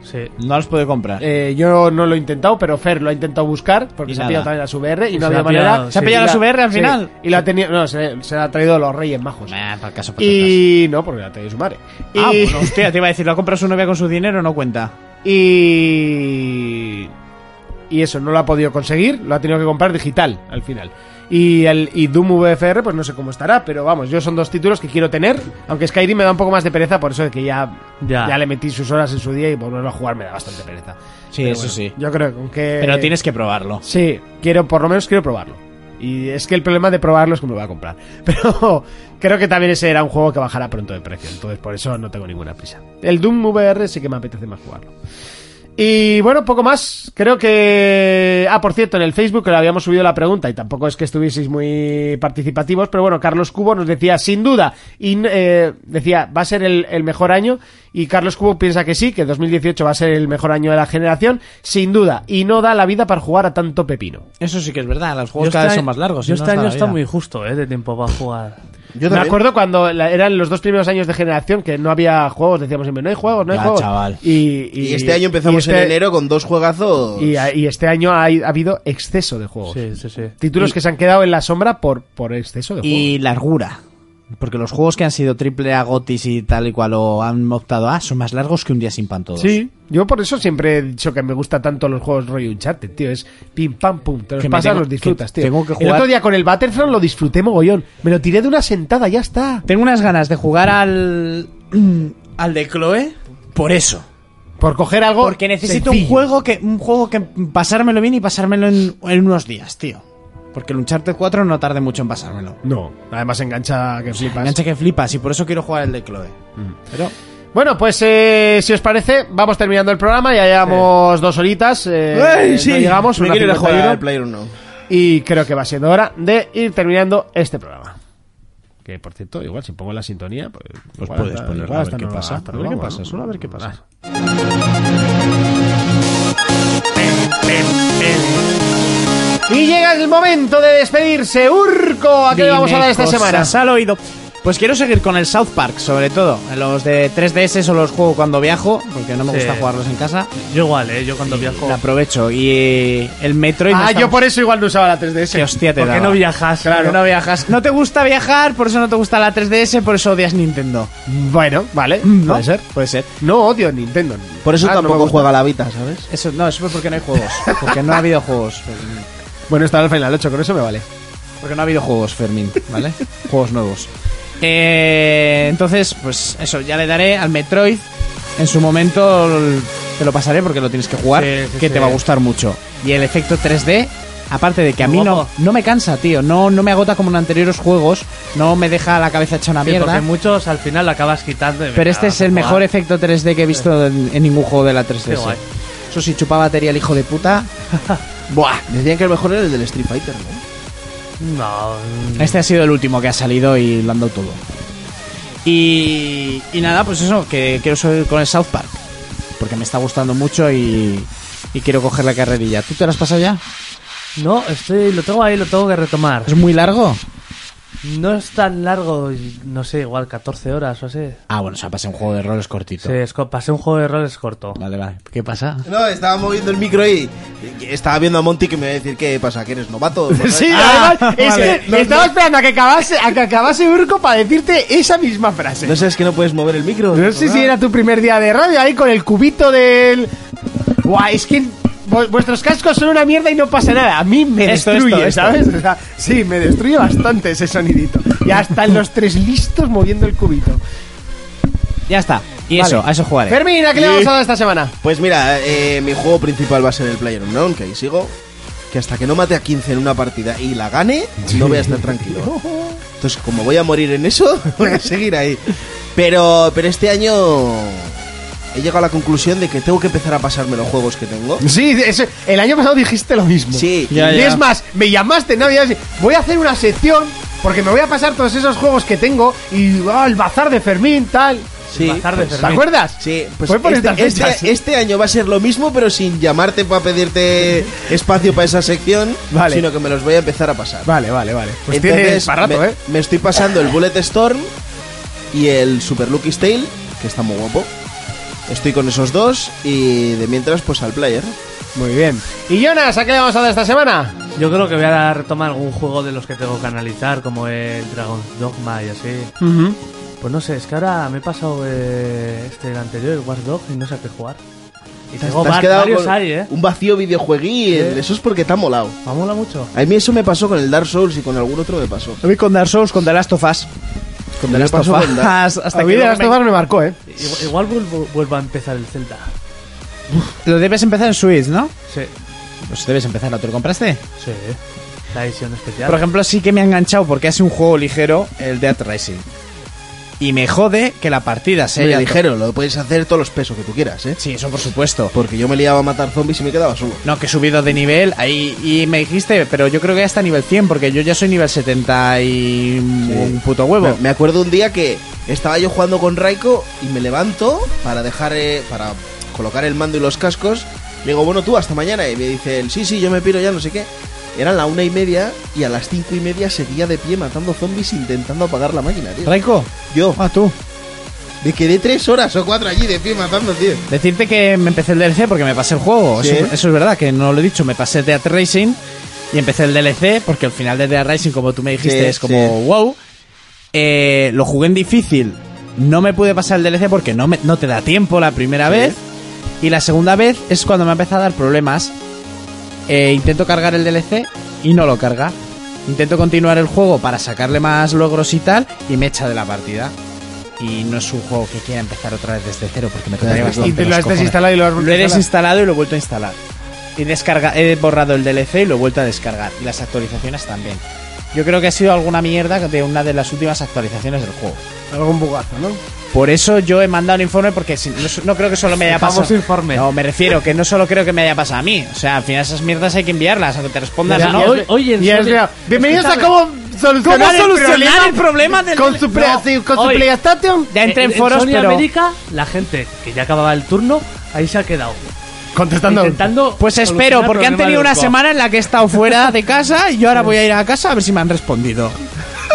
Speaker 4: Sí.
Speaker 2: No los puede comprar.
Speaker 1: Eh, yo no lo he intentado, pero Fer lo ha intentado buscar porque
Speaker 2: Y
Speaker 1: se ha
Speaker 2: nada.
Speaker 1: pillado también las VR y, no
Speaker 4: se
Speaker 1: había
Speaker 4: la ha pillado,
Speaker 1: manera.
Speaker 4: ¿Se ha
Speaker 2: pillado
Speaker 1: Y
Speaker 2: las
Speaker 1: la-
Speaker 2: VR al
Speaker 1: sí,
Speaker 2: final?
Speaker 1: Y lo ha tenido. No, se, se la ha traído los Reyes Majos.
Speaker 2: Nah, para el caso, para el caso.
Speaker 1: Y no, porque la tenéis su madre. Y, Eh.
Speaker 2: Ah, bueno, hostia, te iba a decir, lo ha comprado su novia con su dinero, no cuenta.
Speaker 1: y y eso no lo ha podido conseguir, lo ha tenido que comprar digital al final. Y el y Doom VFR pues no sé cómo estará, pero vamos, yo son dos títulos que quiero tener, aunque Skyrim me da un poco más de pereza por eso de que ya ya,
Speaker 4: Ya.
Speaker 1: le metí sus horas en su día y volverlo a jugar me da bastante pereza.
Speaker 2: Sí,
Speaker 1: Pero
Speaker 2: eso sí.
Speaker 1: Yo creo que aunque-
Speaker 2: Pero tienes que probarlo.
Speaker 1: Sí, quiero, por lo menos quiero probarlo. Y es que el problema de probarlo es que me lo voy a comprar. Pero creo que también ese era un juego que bajará pronto de precio. Entonces por eso no tengo ninguna prisa. El Doom VR sí que me apetece más jugarlo. Y bueno, poco más. Creo que. Ah, por cierto, en el Facebook que le habíamos subido la pregunta y tampoco es que estuvieseis muy participativos, pero bueno, Carlos Cubo nos decía, sin duda, y eh, decía, va a ser el, el mejor año. Y Carlos Cubo piensa que sí, que 2018 va a ser el mejor año de la generación, sin duda, y no da la vida para jugar a tanto pepino.
Speaker 2: Eso sí que es verdad, los
Speaker 4: Yo
Speaker 2: juegos cada
Speaker 4: este
Speaker 2: vez
Speaker 4: año-
Speaker 2: son más largos.
Speaker 4: Yo
Speaker 2: si no
Speaker 4: este
Speaker 2: nos da
Speaker 4: año
Speaker 2: la
Speaker 4: está
Speaker 2: vida.
Speaker 4: muy justo, ¿eh? De tiempo para jugar.
Speaker 3: Yo
Speaker 1: Me
Speaker 3: también.
Speaker 1: acuerdo cuando la- eran los dos primeros años de generación que no había juegos, decíamos siempre, no hay juegos, no hay
Speaker 2: Ya,
Speaker 1: juegos.
Speaker 2: chaval.
Speaker 1: Y,
Speaker 3: Y
Speaker 1: y-
Speaker 3: este año empezamos
Speaker 1: y este-
Speaker 3: en enero con dos juegazos.
Speaker 1: Y, y este año ha, ha habido exceso de juegos.
Speaker 4: Sí, sí, sí.
Speaker 1: Títulos que se han quedado en la sombra por, por exceso de juegos.
Speaker 2: Y largura. Porque los juegos que han sido triple A gotis y tal y cual o han optado A son más largos que un día sin pan todos.
Speaker 1: Sí, yo por eso siempre he dicho que me gusta tanto los juegos rollo Uncharted, tío. Es pim pam pum, te los
Speaker 2: Que me
Speaker 1: pasas,
Speaker 2: tengo-
Speaker 1: los disfrutas,
Speaker 2: que
Speaker 1: tío.
Speaker 2: tengo que
Speaker 1: El
Speaker 2: jugar-
Speaker 1: otro día con el Battlefront lo disfruté mogollón. Me lo tiré de una sentada, ya está.
Speaker 2: Tengo unas ganas de jugar al. al de Chloe. Por eso.
Speaker 1: Por coger
Speaker 4: Oh,
Speaker 1: algo.
Speaker 2: Porque necesito
Speaker 1: sencillo.
Speaker 2: un juego que. un juego que pasármelo bien y pasármelo en, en unos días, tío. Porque el Uncharted 4 no tarde mucho en pasármelo.
Speaker 1: No, además engancha que flipas.
Speaker 2: Mm. Engancha que flipas y por eso quiero jugar el de Chloe. Pero
Speaker 1: Bueno, pues eh, si os parece, vamos terminando el programa. Ya llevamos dos horitas. eh,
Speaker 3: Ay,
Speaker 1: no llegamos,
Speaker 3: me
Speaker 1: una
Speaker 3: quiero ir a jugar
Speaker 1: 51,
Speaker 3: al Player Uno.
Speaker 1: Y creo que va siendo hora de ir terminando este programa. Que por cierto, igual si pongo la sintonía, pues, igual
Speaker 2: puedes
Speaker 1: hasta-
Speaker 2: ponerla,
Speaker 1: igual
Speaker 2: a ver
Speaker 1: hasta
Speaker 2: qué
Speaker 1: no la-
Speaker 2: pasa.
Speaker 1: hasta no la
Speaker 2: Pero
Speaker 1: hago,
Speaker 2: vamos,
Speaker 1: ¿no? Solo a ver qué pasa. Y llega el momento de despedirse, Urco. ¿A qué le vamos a dar esta semana?
Speaker 2: Cosas al oído. Pues quiero seguir con el South Park, sobre todo. Los de 3DS o los juego cuando viajo, porque no me
Speaker 4: Sí.
Speaker 2: gusta jugarlos en casa.
Speaker 4: Yo igual, ¿eh? Yo cuando viajo...
Speaker 2: La aprovecho. Y eh, el Metroid. no
Speaker 1: Ah,
Speaker 2: está-
Speaker 1: yo por eso igual no usaba la 3DS.
Speaker 2: Que hostia te
Speaker 4: ¿Por qué
Speaker 2: daba.
Speaker 4: no viajas?
Speaker 2: Claro, no viajas. No te gusta viajar, por eso no te gusta la 3DS, por eso odias Nintendo.
Speaker 1: Bueno,
Speaker 4: ¿Eh?
Speaker 1: vale,
Speaker 2: Mm, ¿No?
Speaker 1: puede ser.
Speaker 2: Puede ser.
Speaker 1: No odio Nintendo.
Speaker 3: Por eso
Speaker 1: Ah, no me
Speaker 3: tampoco
Speaker 1: gusta.
Speaker 3: juega la Vita, ¿sabes?
Speaker 2: Eso no, eso es porque no hay juegos. Porque no ha habido juegos. Fermín.
Speaker 1: Bueno, está el Final 8, con eso me vale.
Speaker 2: Porque no ha habido juegos, Fermín, ¿vale? juegos nuevos. Eh, entonces, pues eso, ya le daré al Metroid. En su momento l- te lo pasaré porque lo tienes que jugar,
Speaker 4: Sí, sí,
Speaker 2: que
Speaker 4: sí.
Speaker 2: te va a gustar mucho. Y el efecto 3D, aparte de que a mí no,
Speaker 4: Guapo.
Speaker 2: no me cansa, tío, no, no me agota como en anteriores juegos, no me deja la cabeza hecha una
Speaker 4: Sí,
Speaker 2: mierda.
Speaker 4: porque muchos al final la acabas quitando. y
Speaker 2: Pero
Speaker 4: venga,
Speaker 2: este es
Speaker 4: a
Speaker 2: el
Speaker 4: jugar.
Speaker 2: mejor efecto 3D que he visto en, en ningún juego de la 3DS.
Speaker 4: Qué guay.
Speaker 2: Eso sí, chupa batería el hijo de puta.
Speaker 3: Buah, decían que el mejor era el del Street Fighter, ¿no?
Speaker 2: e-
Speaker 4: No,
Speaker 2: Este ha sido el último que ha salido y lo han dado todo. Y, y nada, pues eso, que quiero seguir con el South Park. Porque me está gustando mucho y, y quiero coger la carrerilla. ¿Tú te la has pasado ya?
Speaker 4: no, estoy, lo tengo ahí, lo tengo que retomar.
Speaker 2: ¿Es muy largo?
Speaker 4: No es tan largo, y no sé, igual 14 horas o así.
Speaker 2: Ah, bueno, se ha pasado un juego de roles cortito.
Speaker 4: Sí, es co- pasé un juego de roles corto.
Speaker 2: Vale, vale. ¿Qué pasa?
Speaker 3: No, estaba moviendo el micro y y estaba viendo a Monty que me iba a decir, ¿qué pasa? ¿Que eres novato?
Speaker 1: Sí,
Speaker 2: Ah,
Speaker 1: además, es
Speaker 2: vale.
Speaker 1: que estaba esperando a que acabase, a que acabase Urco para decirte esa misma frase.
Speaker 3: ¿No sabes que no puedes mover el micro?
Speaker 1: No sé si era tu primer día de radio ahí con el cubito del. Guau, es que vu- vuestros cascos son una mierda y no pasa nada. A mí me
Speaker 2: Esto,
Speaker 1: destruye,
Speaker 2: esto, esto.
Speaker 1: ¿sabes? O sea, sí, me destruye bastante ese sonidito. Y hasta en los tres listos moviendo el cubito.
Speaker 2: Ya está. Y eso, a eso jugaré.
Speaker 1: Fermín, ¿a qué le vamos a dar esta semana?
Speaker 3: Pues mira, eh, mi juego principal va a ser el Player que ahí sigo. Que hasta que no mate a 15 en una partida y la gane, no voy a estar tranquilo. Entonces, como voy a morir en eso, voy a seguir ahí. Pero, pero este año he llegado a la conclusión de que tengo que empezar a pasarme los juegos que tengo.
Speaker 1: Sí, eso- el año pasado dijiste lo mismo.
Speaker 3: Sí,
Speaker 2: Ya,
Speaker 1: Y
Speaker 2: ya.
Speaker 1: es más, me llamaste en Navidad y dije, voy a hacer una sección porque me voy a pasar todos esos juegos que tengo y ah, el bazar de Fermín, tal.
Speaker 3: sí.
Speaker 4: Bazar de
Speaker 1: ¿Te
Speaker 4: Fermín.
Speaker 1: acuerdas?
Speaker 3: Sí, pues
Speaker 1: Fue por
Speaker 3: este,
Speaker 1: estas fechas.
Speaker 3: este- este año va a ser lo mismo, pero sin llamarte para pedirte espacio para esa sección,
Speaker 1: Vale.
Speaker 3: sino que me los voy a empezar a pasar.
Speaker 1: Vale, vale, vale. Pues tienes
Speaker 3: Entonces,
Speaker 1: para rato,
Speaker 3: me,
Speaker 1: ¿eh?
Speaker 3: me estoy pasando el Bullet Storm y el Super Lucky's Tale, que está muy guapo. Estoy con esos dos y de mientras, pues al player.
Speaker 1: Muy bien. ¿Y Jonas, a qué le vamos a dar esta semana?
Speaker 4: Yo creo que voy a dar- retomar algún juego de los que tengo que analizar, como el Dragon's Dogma y así. Pues no sé, es que ahora me he pasado eh, este el anterior, el Watch Dogs, y no sé a qué jugar. Y tengo
Speaker 3: Te has
Speaker 4: var-
Speaker 3: quedado
Speaker 4: Oh, varios
Speaker 3: con
Speaker 4: ahí, ¿eh?
Speaker 3: un vacío videojueguil. Eso es porque te ha molado.
Speaker 4: Me mola mucho.
Speaker 3: A mí eso me pasó con el Dark Souls y con algún otro me pasó.
Speaker 2: A mí con Dark Souls, con The Last of Us. Con The
Speaker 3: Me
Speaker 2: Last of
Speaker 3: pasó
Speaker 2: Us.
Speaker 3: con Dark-
Speaker 2: Hasta
Speaker 1: A
Speaker 2: que
Speaker 1: mí de
Speaker 2: luego
Speaker 1: las
Speaker 2: me-
Speaker 1: tofas me marcó, ¿eh?
Speaker 4: Igual, igual vuelvo, vuelvo a empezar el Zelda.
Speaker 2: Lo debes empezar en Switch, ¿no?
Speaker 4: Sí,
Speaker 2: Pues debes empezar, ¿no te lo compraste?
Speaker 4: sí. La edición especial.
Speaker 2: Por ejemplo, sí que me ha enganchado porque hace un juego ligero, el Dead Rising. Y me jode que la partida sea
Speaker 3: Me
Speaker 2: ya-
Speaker 3: dijeron, lo puedes hacer todos los pesos que tú quieras, ¿eh?
Speaker 2: Sí, eso por supuesto.
Speaker 3: Porque yo me liaba a matar zombies y me quedaba solo.
Speaker 2: No, que he subido de nivel ahí y me dijiste, pero yo creo que hasta nivel 100 porque yo ya soy nivel 70 y un puto huevo.
Speaker 3: Me, me acuerdo un día que estaba yo jugando con Raiko y me levanto para dejar eh, para colocar el mando y los cascos. Le digo, bueno, tú hasta mañana. Y me dice él, sí, sí, yo me piro ya, no sé qué. Eran la una y media y a las cinco y media seguía de pie matando zombies intentando apagar la máquina, tío.
Speaker 2: Raiko,
Speaker 3: Yo
Speaker 2: ah, tú.
Speaker 3: me quedé tres horas o cuatro allí de pie matando, tío.
Speaker 2: Decirte que me empecé el DLC porque me pasé el juego.
Speaker 3: Sí.
Speaker 2: Eso, eso es verdad, que no lo he dicho. Me pasé Dead Racing y empecé el DLC porque al final de Dead Racing, como tú me dijiste,
Speaker 3: Sí,
Speaker 2: es como wow. Eh, lo jugué en difícil. No me pude pasar el DLC porque no, me- no te da tiempo la primera vez. Y la segunda vez es cuando me ha empezado a dar problemas. Eh, intento cargar el DLC y no lo carga. Intento continuar el juego para sacarle más logros y tal y me echa de la partida. Y no es un juego que quiera empezar otra vez desde cero porque me tocaría bastante.
Speaker 1: Y te lo
Speaker 2: los
Speaker 1: has
Speaker 2: cojones.
Speaker 1: desinstalado y lo has
Speaker 2: Lo he
Speaker 1: vuelto a instalar.
Speaker 2: desinstalado y lo he vuelto a instalar. He, descarga, he borrado el DLC y lo he vuelto a descargar. Y las actualizaciones también. Yo creo que ha sido alguna mierda de una de las últimas actualizaciones del juego.
Speaker 1: Algún bugazo, ¿no?
Speaker 2: Por eso yo he mandado un informe porque si- no, no creo que solo me haya
Speaker 4: Famoso
Speaker 2: pasado.
Speaker 4: informe.
Speaker 2: No, me refiero que no solo creo que me haya pasado a mí. O sea, al final esas mierdas hay que enviarlas, aunque te respondan.
Speaker 1: Ya,
Speaker 2: ¿no?
Speaker 1: ya,
Speaker 4: hoy- hoy en
Speaker 1: ya,
Speaker 4: Sony-
Speaker 1: ya. Bienvenidos a
Speaker 4: Escúchame.
Speaker 1: cómo solucionar,
Speaker 2: ¿Cómo
Speaker 1: el
Speaker 2: solucionar
Speaker 1: problema
Speaker 2: el problema del-
Speaker 1: con su, play-
Speaker 2: No,
Speaker 1: sí, con su
Speaker 4: hoy-
Speaker 1: PlayStation?
Speaker 2: Ya entré en,
Speaker 4: en
Speaker 2: foros,
Speaker 4: Sony
Speaker 2: pero.
Speaker 4: América, la gente que ya acababa el turno, ahí se ha quedado.
Speaker 1: Contestando.
Speaker 4: Intentando
Speaker 2: Pues espero,
Speaker 4: solucionar
Speaker 2: porque han
Speaker 4: problemas
Speaker 2: tenido
Speaker 4: del
Speaker 2: una
Speaker 4: juego.
Speaker 2: semana en la que he estado fuera de casa y yo ahora voy a ir a casa a ver si me han respondido.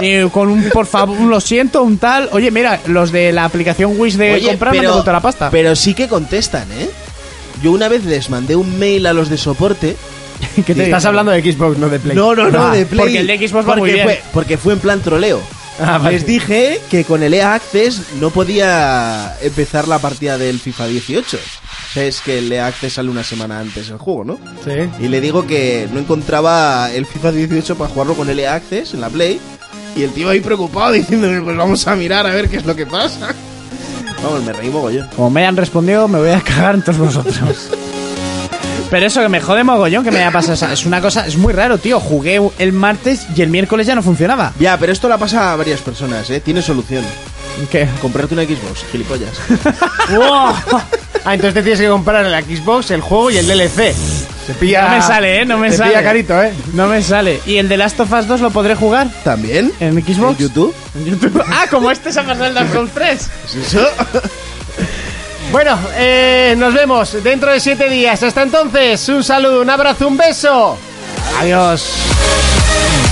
Speaker 2: Y con un por favor, un lo siento, un tal. Oye, mira, los de la aplicación Wish Eh, de
Speaker 3: Oye,
Speaker 2: comprar me han devuelto la pasta.
Speaker 3: pero sí que contestan, ¿eh? Yo una vez les mandé un mail a los de soporte.
Speaker 2: ¿Qué te
Speaker 1: Estás
Speaker 2: digo?
Speaker 1: hablando de Xbox, no de Play.
Speaker 3: No, no, no,
Speaker 2: Ah,
Speaker 3: de Play.
Speaker 2: porque el de Xbox va
Speaker 3: Porque
Speaker 2: muy bien. Ah,
Speaker 3: Fue, porque fue en plan troleo. Les dije que con el EA Access no podía empezar la partida del FIFA 18. O sea, Es que el EA Access sale una semana antes el juego, ¿no?
Speaker 1: Sí.
Speaker 3: Y le digo que no encontraba el FIFA 18 para jugarlo con el EA Access en la Play. Y el tío ahí preocupado diciéndome, pues vamos a mirar a ver qué es lo que pasa. Vamos, me reí mogollón.
Speaker 2: Como me han respondido, me voy a cagar en todos vosotros. Pero eso que me jode mogollón que me haya pasado. esa- Es una cosa, es muy raro, tío. Jugué el martes y el miércoles ya no funcionaba.
Speaker 3: Ya, pero esto la pasa a varias personas, ¿eh? Tiene solución.
Speaker 2: ¿Qué?
Speaker 3: Comprarte una Xbox, gilipollas.
Speaker 1: Ah, entonces te tienes que comprar en la Xbox, el juego y el DLC. Se pilla.
Speaker 2: No me sale, ¿eh? No me
Speaker 1: te
Speaker 2: sale.
Speaker 1: pilla carito, ¿eh?
Speaker 2: No me sale. ¿Y el de Last of Us 2 lo podré jugar?
Speaker 3: ¿También?
Speaker 2: ¿En Xbox?
Speaker 3: ¿En YouTube?
Speaker 2: En YouTube. Ah, como este se ha pasado el Dark Souls 3.
Speaker 3: ¿Es eso?
Speaker 1: Bueno, eh, nos vemos dentro de siete días. Hasta entonces, un saludo, un abrazo, un beso. Adiós.